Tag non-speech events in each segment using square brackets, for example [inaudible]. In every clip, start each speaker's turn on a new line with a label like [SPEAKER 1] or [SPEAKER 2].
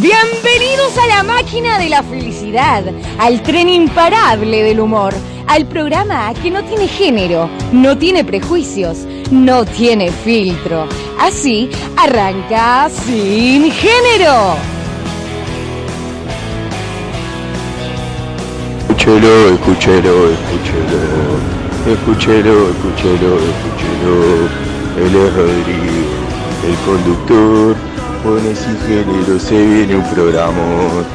[SPEAKER 1] Bienvenidos a la máquina de la felicidad, al tren imparable del humor, al programa que no tiene género, no tiene prejuicios, no tiene filtro. Así arranca sin género.
[SPEAKER 2] Escúchelo, escúchelo, escúchelo. Escúchelo, escúchelo, escúchelo. Él es Rodrigo, el conductor. Pone sin género, se viene un programa.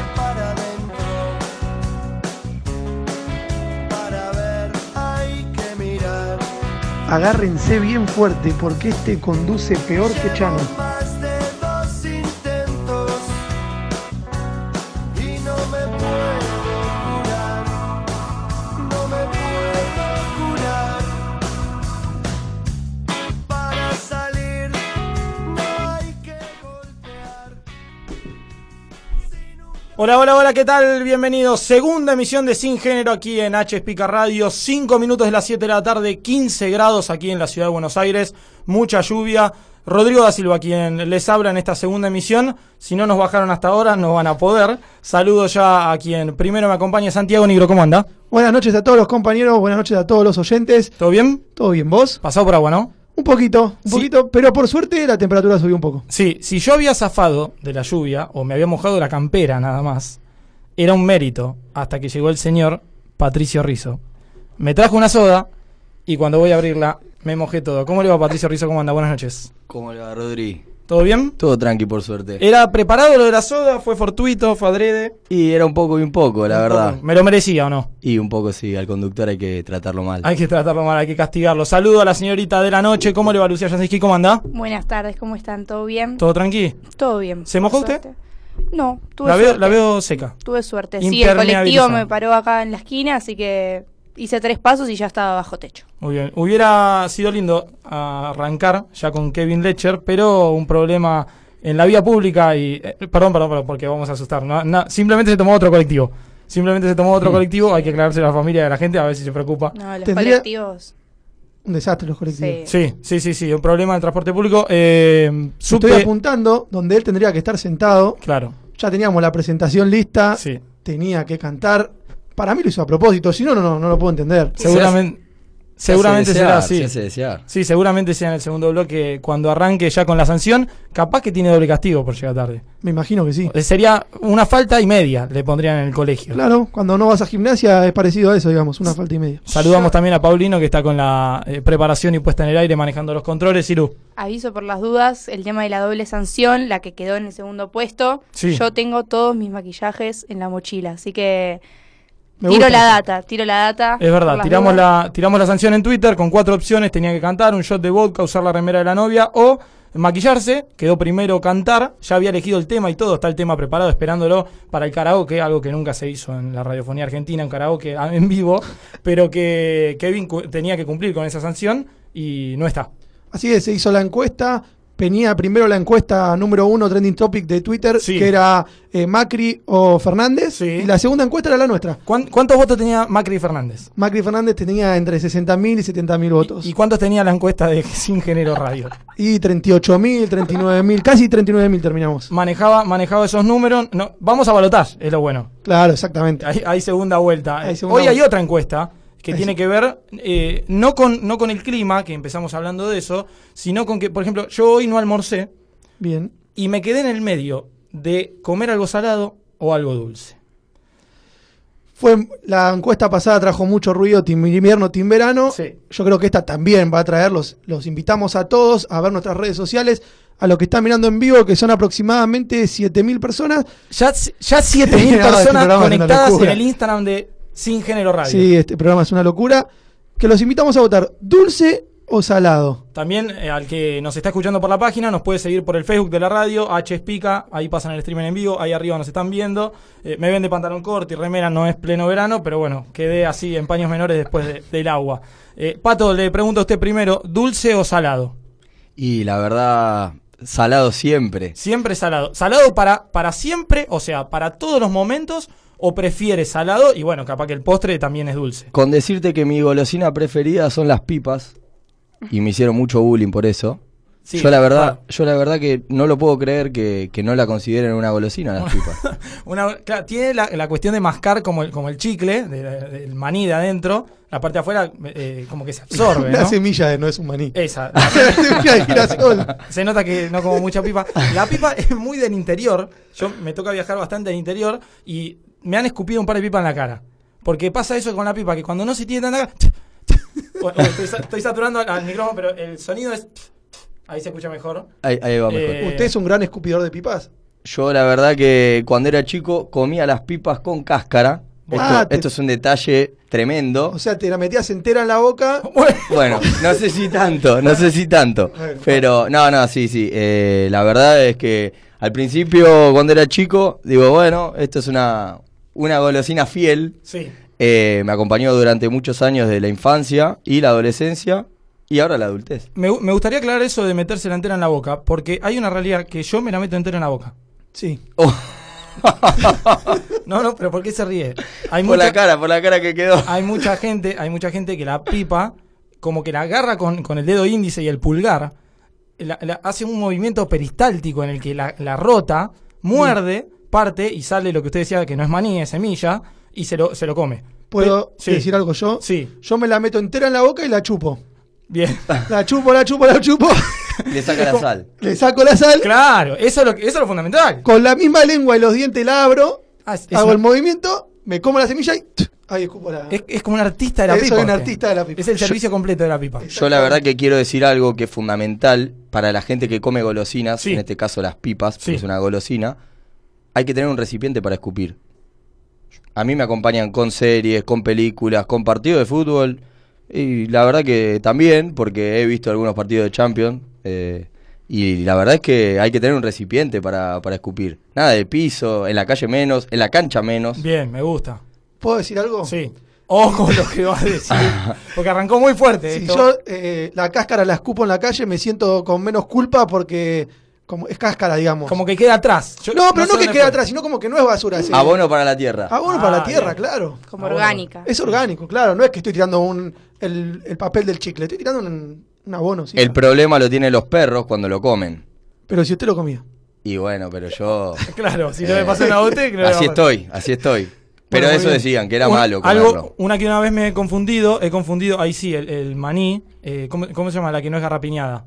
[SPEAKER 3] Agárrense bien fuerte porque este conduce peor que Chano.
[SPEAKER 4] Hola, hola, hola, ¿qué tal? Bienvenidos. Segunda emisión de Sin Género aquí en H. Pica Radio. 5 minutos de las 7 de la tarde, 15 grados aquí en la ciudad de Buenos Aires. Mucha lluvia. Rodrigo da Silva, quien les habla en esta segunda emisión. Si no nos bajaron hasta ahora, no van a poder. Saludo ya a quien primero me acompaña, Santiago Negro. ¿Cómo anda?
[SPEAKER 3] Buenas noches a todos los compañeros, buenas noches a todos los oyentes.
[SPEAKER 4] ¿Todo bien?
[SPEAKER 3] ¿Todo bien vos?
[SPEAKER 4] Pasado por agua, ¿no?
[SPEAKER 3] Un poquito, un
[SPEAKER 4] Sí.
[SPEAKER 3] poquito, pero por suerte la temperatura subió un poco.
[SPEAKER 4] Sí, si yo había zafado de la lluvia o me había mojado la campera nada más, era un mérito hasta que llegó el señor Patricio Rizo. Me trajo una soda y cuando voy a abrirla me mojé todo. ¿Cómo le va Patricio Rizo? ¿Cómo anda? Buenas noches.
[SPEAKER 5] ¿Cómo le va, Rodri?
[SPEAKER 4] ¿Todo bien? Eh,
[SPEAKER 5] Todo tranqui, por suerte.
[SPEAKER 4] ¿Era preparado lo de la soda? ¿Fue fortuito? ¿Fue adrede?
[SPEAKER 5] Y era un poco y un poco, la verdad.
[SPEAKER 4] ¿Me lo merecía o no?
[SPEAKER 5] Y un poco sí, al conductor hay que tratarlo mal.
[SPEAKER 4] Hay que tratarlo mal, hay que castigarlo. Saludo a la señorita de la noche. ¿Cómo le va Lucía Jansky? ¿Cómo anda?
[SPEAKER 6] Buenas tardes, ¿cómo están? ¿Todo bien?
[SPEAKER 4] ¿Todo tranqui?
[SPEAKER 6] Todo bien.
[SPEAKER 4] ¿Se
[SPEAKER 6] por
[SPEAKER 4] mojó usted?
[SPEAKER 6] suerte. No, tuve
[SPEAKER 4] La veo,
[SPEAKER 6] suerte.
[SPEAKER 4] la veo seca.
[SPEAKER 6] Tuve suerte. Sí, el colectivo
[SPEAKER 4] Impermeabilizado.
[SPEAKER 6] me paró acá en la esquina, así que hice tres pasos y ya estaba bajo techo.
[SPEAKER 4] Muy bien. Hubiera sido lindo arrancar ya con Kevin Lecher, pero un problema en la vía pública y... eh, perdón, perdón, perdón, porque vamos a asustar. No, no, simplemente se tomó otro colectivo. Simplemente se tomó otro colectivo. Hay que aclararse a la familia de la gente a ver si se preocupa.
[SPEAKER 6] No, los
[SPEAKER 3] Tendría-
[SPEAKER 6] colectivos.
[SPEAKER 3] Un desastre los colectivos.
[SPEAKER 6] Sí.
[SPEAKER 4] Sí, sí, sí, sí. Un problema en transporte público. Eh, supe-
[SPEAKER 3] Estoy apuntando donde él tendría que estar sentado.
[SPEAKER 4] Claro,
[SPEAKER 3] Ya teníamos la presentación lista,
[SPEAKER 4] sí.
[SPEAKER 3] tenía que cantar. Para mí lo hizo a propósito, si no, no, no, no lo puedo entender.
[SPEAKER 4] Seguramente,
[SPEAKER 5] Se
[SPEAKER 4] seguramente
[SPEAKER 5] hace
[SPEAKER 4] será
[SPEAKER 5] desear,
[SPEAKER 4] así.
[SPEAKER 5] se hace desear.
[SPEAKER 4] Sí, seguramente sea en el segundo bloque cuando arranque ya con la sanción. Capaz que tiene doble castigo por llegar tarde.
[SPEAKER 3] Me imagino que sí.
[SPEAKER 4] Eh, Sería una falta y media, le pondrían en el colegio.
[SPEAKER 3] Claro, cuando no vas a gimnasia es parecido a eso, digamos, una falta y media.
[SPEAKER 4] Saludamos
[SPEAKER 6] Yo-
[SPEAKER 4] también a Paulino, que está con la eh, preparación y puesta en el aire, manejando los controles. Iru,
[SPEAKER 6] Aviso por las dudas, el tema de la doble sanción, la que quedó en el segundo puesto.
[SPEAKER 4] Sí.
[SPEAKER 6] Yo tengo todos mis maquillajes en la mochila, así que
[SPEAKER 3] Me
[SPEAKER 6] tiro
[SPEAKER 3] gusta.
[SPEAKER 6] la data, tiro la data.
[SPEAKER 4] es
[SPEAKER 6] por
[SPEAKER 4] verdad,
[SPEAKER 6] Ah, las
[SPEAKER 4] tiramos
[SPEAKER 6] dudas.
[SPEAKER 4] la, tiramos la sanción en Twitter con cuatro opciones. Tenía que cantar, un shot de vodka, usar la remera de la novia o maquillarse. Quedó primero cantar, ya había elegido el tema y todo. Está el tema preparado, esperándolo para el karaoke, algo que nunca se hizo en la radiofonía argentina, en karaoke ah, en vivo, pero que Kevin cu- tenía que cumplir con esa sanción y no está.
[SPEAKER 3] Así es, se hizo la encuesta. Venía primero la encuesta número uno, trending topic de Twitter,
[SPEAKER 4] Sí.
[SPEAKER 3] que era eh, Macri o Fernández.
[SPEAKER 4] Sí.
[SPEAKER 3] Y la segunda encuesta era la nuestra.
[SPEAKER 4] ¿Cuán- ¿Cuántos votos tenía Macri y Fernández?
[SPEAKER 3] Macri Fernández tenía entre 60.000 y 70.000 votos.
[SPEAKER 4] ¿Y cuántos tenía la encuesta de [laughs] Sin Género Radio?
[SPEAKER 3] Y 38.000, 39.000, casi 39.000 terminamos.
[SPEAKER 4] manejaba, manejaba esos números. No, vamos a balotar, es lo bueno.
[SPEAKER 3] Claro, exactamente.
[SPEAKER 4] Hay, hay segunda vuelta. Eh,
[SPEAKER 3] Hay segunda
[SPEAKER 4] Hoy hay
[SPEAKER 3] vuelta.
[SPEAKER 4] otra encuesta que
[SPEAKER 3] Hay
[SPEAKER 4] tiene
[SPEAKER 3] se-
[SPEAKER 4] que ver eh, no, con, no con el clima, que empezamos hablando de eso, sino con que, por ejemplo, yo hoy no almorcé
[SPEAKER 3] Bien.
[SPEAKER 4] y me quedé en el medio de comer algo salado o algo dulce.
[SPEAKER 3] Fue la encuesta pasada trajo mucho ruido, team invierno, team verano.
[SPEAKER 4] Sí.
[SPEAKER 3] Yo creo que esta también va a traerlos. Los invitamos a todos a ver nuestras redes sociales, a los que están mirando en vivo, que son aproximadamente 7.000 personas.
[SPEAKER 4] Ya, s- ya
[SPEAKER 3] [laughs]
[SPEAKER 4] 7.000
[SPEAKER 3] No, este
[SPEAKER 4] personas
[SPEAKER 3] programa es una
[SPEAKER 4] conectadas en
[SPEAKER 3] locura.
[SPEAKER 4] el Instagram de Sin Género Radio.
[SPEAKER 3] Sí, este programa es una locura. Que los invitamos a votar dulce o salado.
[SPEAKER 4] También eh, al que nos está escuchando por la página, nos puede seguir por el Facebook de la radio, H Pica, ahí pasan el streaming en vivo, ahí arriba nos están viendo. Eh, me ven de pantalón corto y remera, no es pleno verano, pero bueno, quedé así en paños menores después de- del agua. Eh, Pato, le pregunto a usted primero, ¿dulce o salado?
[SPEAKER 5] Y la verdad, salado siempre.
[SPEAKER 4] Siempre salado. ¿Salado para, para siempre? O sea, para todos los momentos, o prefiere salado? Y bueno, capaz que el postre también es dulce.
[SPEAKER 5] Con decirte que mi golosina preferida son las pipas. Y me hicieron mucho bullying por eso.
[SPEAKER 4] Sí,
[SPEAKER 5] yo la verdad,
[SPEAKER 4] claro.
[SPEAKER 5] yo la verdad que no lo puedo creer que, que no la consideren una golosina las pipas.
[SPEAKER 4] Una- claro, tiene la, la cuestión de mascar como el, como el chicle, de la- del maní de adentro, la parte de afuera eh, como que
[SPEAKER 3] [laughs]
[SPEAKER 4] se absorbe.
[SPEAKER 3] Una
[SPEAKER 4] ¿no?
[SPEAKER 3] semilla de no es un maní. [laughs]
[SPEAKER 4] Esa.
[SPEAKER 3] Una semilla
[SPEAKER 4] [laughs]
[SPEAKER 3] de girasol.
[SPEAKER 4] Se nota que no como mucha pipa. La pipa [laughs] es muy del interior. Yo me toca viajar bastante al interior y me han escupido un par de pipas en la cara. Porque pasa eso con la pipa, que cuando no se tiene tanta... [laughs] Bueno, estoy, sa- estoy saturando al- al micrófono, pero el sonido es... Ahí se escucha mejor.
[SPEAKER 5] Ahí, ahí va mejor.
[SPEAKER 4] Eh,
[SPEAKER 3] ¿Usted es un gran escupidor de pipas?
[SPEAKER 5] Yo la verdad que cuando era chico comía las pipas con cáscara. Esto,
[SPEAKER 3] Ah, te-
[SPEAKER 5] esto es un detalle tremendo.
[SPEAKER 3] O sea, te la metías entera en la boca.
[SPEAKER 5] [laughs] Bueno, no sé si tanto, no sé si tanto.
[SPEAKER 3] [laughs] Bueno.
[SPEAKER 5] Pero, no, no, sí, sí. eh, la verdad es que al principio, cuando era chico, digo, bueno, esto es una, una golosina fiel.
[SPEAKER 4] Sí.
[SPEAKER 5] Eh, me acompañó durante muchos años de la infancia y la adolescencia y ahora la adultez.
[SPEAKER 4] Me, gu- me gustaría aclarar eso de meterse la entera en la boca, porque hay una realidad que yo me la meto entera en la boca.
[SPEAKER 3] Sí.
[SPEAKER 5] [laughs] Oh,
[SPEAKER 4] No, no, pero ¿por qué se ríe? Hay
[SPEAKER 5] por
[SPEAKER 4] mucha-
[SPEAKER 5] la cara, por la cara que quedó.
[SPEAKER 4] hay mucha gente, hay mucha gente que la pipa, como que la agarra con, con el dedo índice y el pulgar, la- la- hace un movimiento peristáltico en el que la, la rota, muerde,
[SPEAKER 5] Mm.
[SPEAKER 4] parte y sale lo que usted decía que no es maní, es semilla, y se lo, se lo come.
[SPEAKER 3] ¿Puedo
[SPEAKER 4] Pe- sí.
[SPEAKER 3] decir algo yo?
[SPEAKER 4] Sí,
[SPEAKER 3] Yo me la meto entera en la boca y la chupo.
[SPEAKER 4] bien.
[SPEAKER 3] [laughs] La chupo, la chupo, la
[SPEAKER 4] [laughs]
[SPEAKER 3] chupo.
[SPEAKER 5] Le
[SPEAKER 3] [laughs]
[SPEAKER 5] saca la sal.
[SPEAKER 3] Le saco la sal.
[SPEAKER 4] claro, eso es lo, que- eso es lo fundamental.
[SPEAKER 3] Con la misma lengua y los dientes la abro.
[SPEAKER 4] Ah, es, es
[SPEAKER 3] hago
[SPEAKER 4] una-
[SPEAKER 3] el movimiento. Me como la semilla y. ¡tch! Ahí escupo la.
[SPEAKER 4] es- es como un artista de la
[SPEAKER 3] Soy
[SPEAKER 4] pipa.
[SPEAKER 3] un
[SPEAKER 4] usted.
[SPEAKER 3] artista de la pipa.
[SPEAKER 4] Es el servicio completo de la pipa.
[SPEAKER 5] Yo la verdad que quiero decir algo que es fundamental para la gente que come golosinas,
[SPEAKER 4] Sí.
[SPEAKER 5] en este caso las pipas,
[SPEAKER 4] Sí.
[SPEAKER 5] porque es una golosina, hay que tener un recipiente para escupir. A mí me acompañan con series, con películas, con partidos de fútbol y la verdad que también, porque he visto algunos partidos de Champions eh, y la verdad es que hay que tener un recipiente para, para escupir. Nada de piso, en la calle menos, en la cancha menos.
[SPEAKER 4] Bien, me gusta.
[SPEAKER 3] ¿Puedo decir algo?
[SPEAKER 4] Sí. Ojo lo que va a decir. Porque arrancó muy fuerte.
[SPEAKER 3] Si
[SPEAKER 4] esto.
[SPEAKER 3] yo eh, la cáscara la escupo en la calle, me siento con menos culpa porque. Como, es cáscara, digamos.
[SPEAKER 4] Como que queda atrás. Yo
[SPEAKER 3] no, pero
[SPEAKER 4] sé
[SPEAKER 3] no, que
[SPEAKER 4] dónde
[SPEAKER 3] quede
[SPEAKER 4] fue.
[SPEAKER 3] atrás, sino como que no es
[SPEAKER 5] Ah,
[SPEAKER 3] basura. es-
[SPEAKER 5] Abono para la tierra.
[SPEAKER 3] Abono
[SPEAKER 4] Ah,
[SPEAKER 3] para la tierra, [laughs]
[SPEAKER 4] bien.
[SPEAKER 3] claro.
[SPEAKER 6] Como orgánica.
[SPEAKER 3] Ah, Es orgánico, claro. No es que estoy tirando un, el, el papel del chicle, estoy tirando un, un abono. sí.
[SPEAKER 5] El problema lo tienen los perros cuando lo comen.
[SPEAKER 3] Pero si usted lo comía.
[SPEAKER 5] Y bueno, pero yo...
[SPEAKER 4] [laughs]
[SPEAKER 5] eh,
[SPEAKER 4] Claro, si no le pasó una bote, que no le va a
[SPEAKER 5] Así
[SPEAKER 4] pasar.
[SPEAKER 5] estoy, así estoy. Pero
[SPEAKER 4] Bueno, muy
[SPEAKER 5] eso
[SPEAKER 4] bien.
[SPEAKER 5] decían, que era
[SPEAKER 4] Un-
[SPEAKER 5] malo comerlo.
[SPEAKER 4] Algo, una que una vez me he confundido, he confundido, ahí sí, el, el maní, eh, ¿cómo, cómo se llama? La que no es garrapiñada.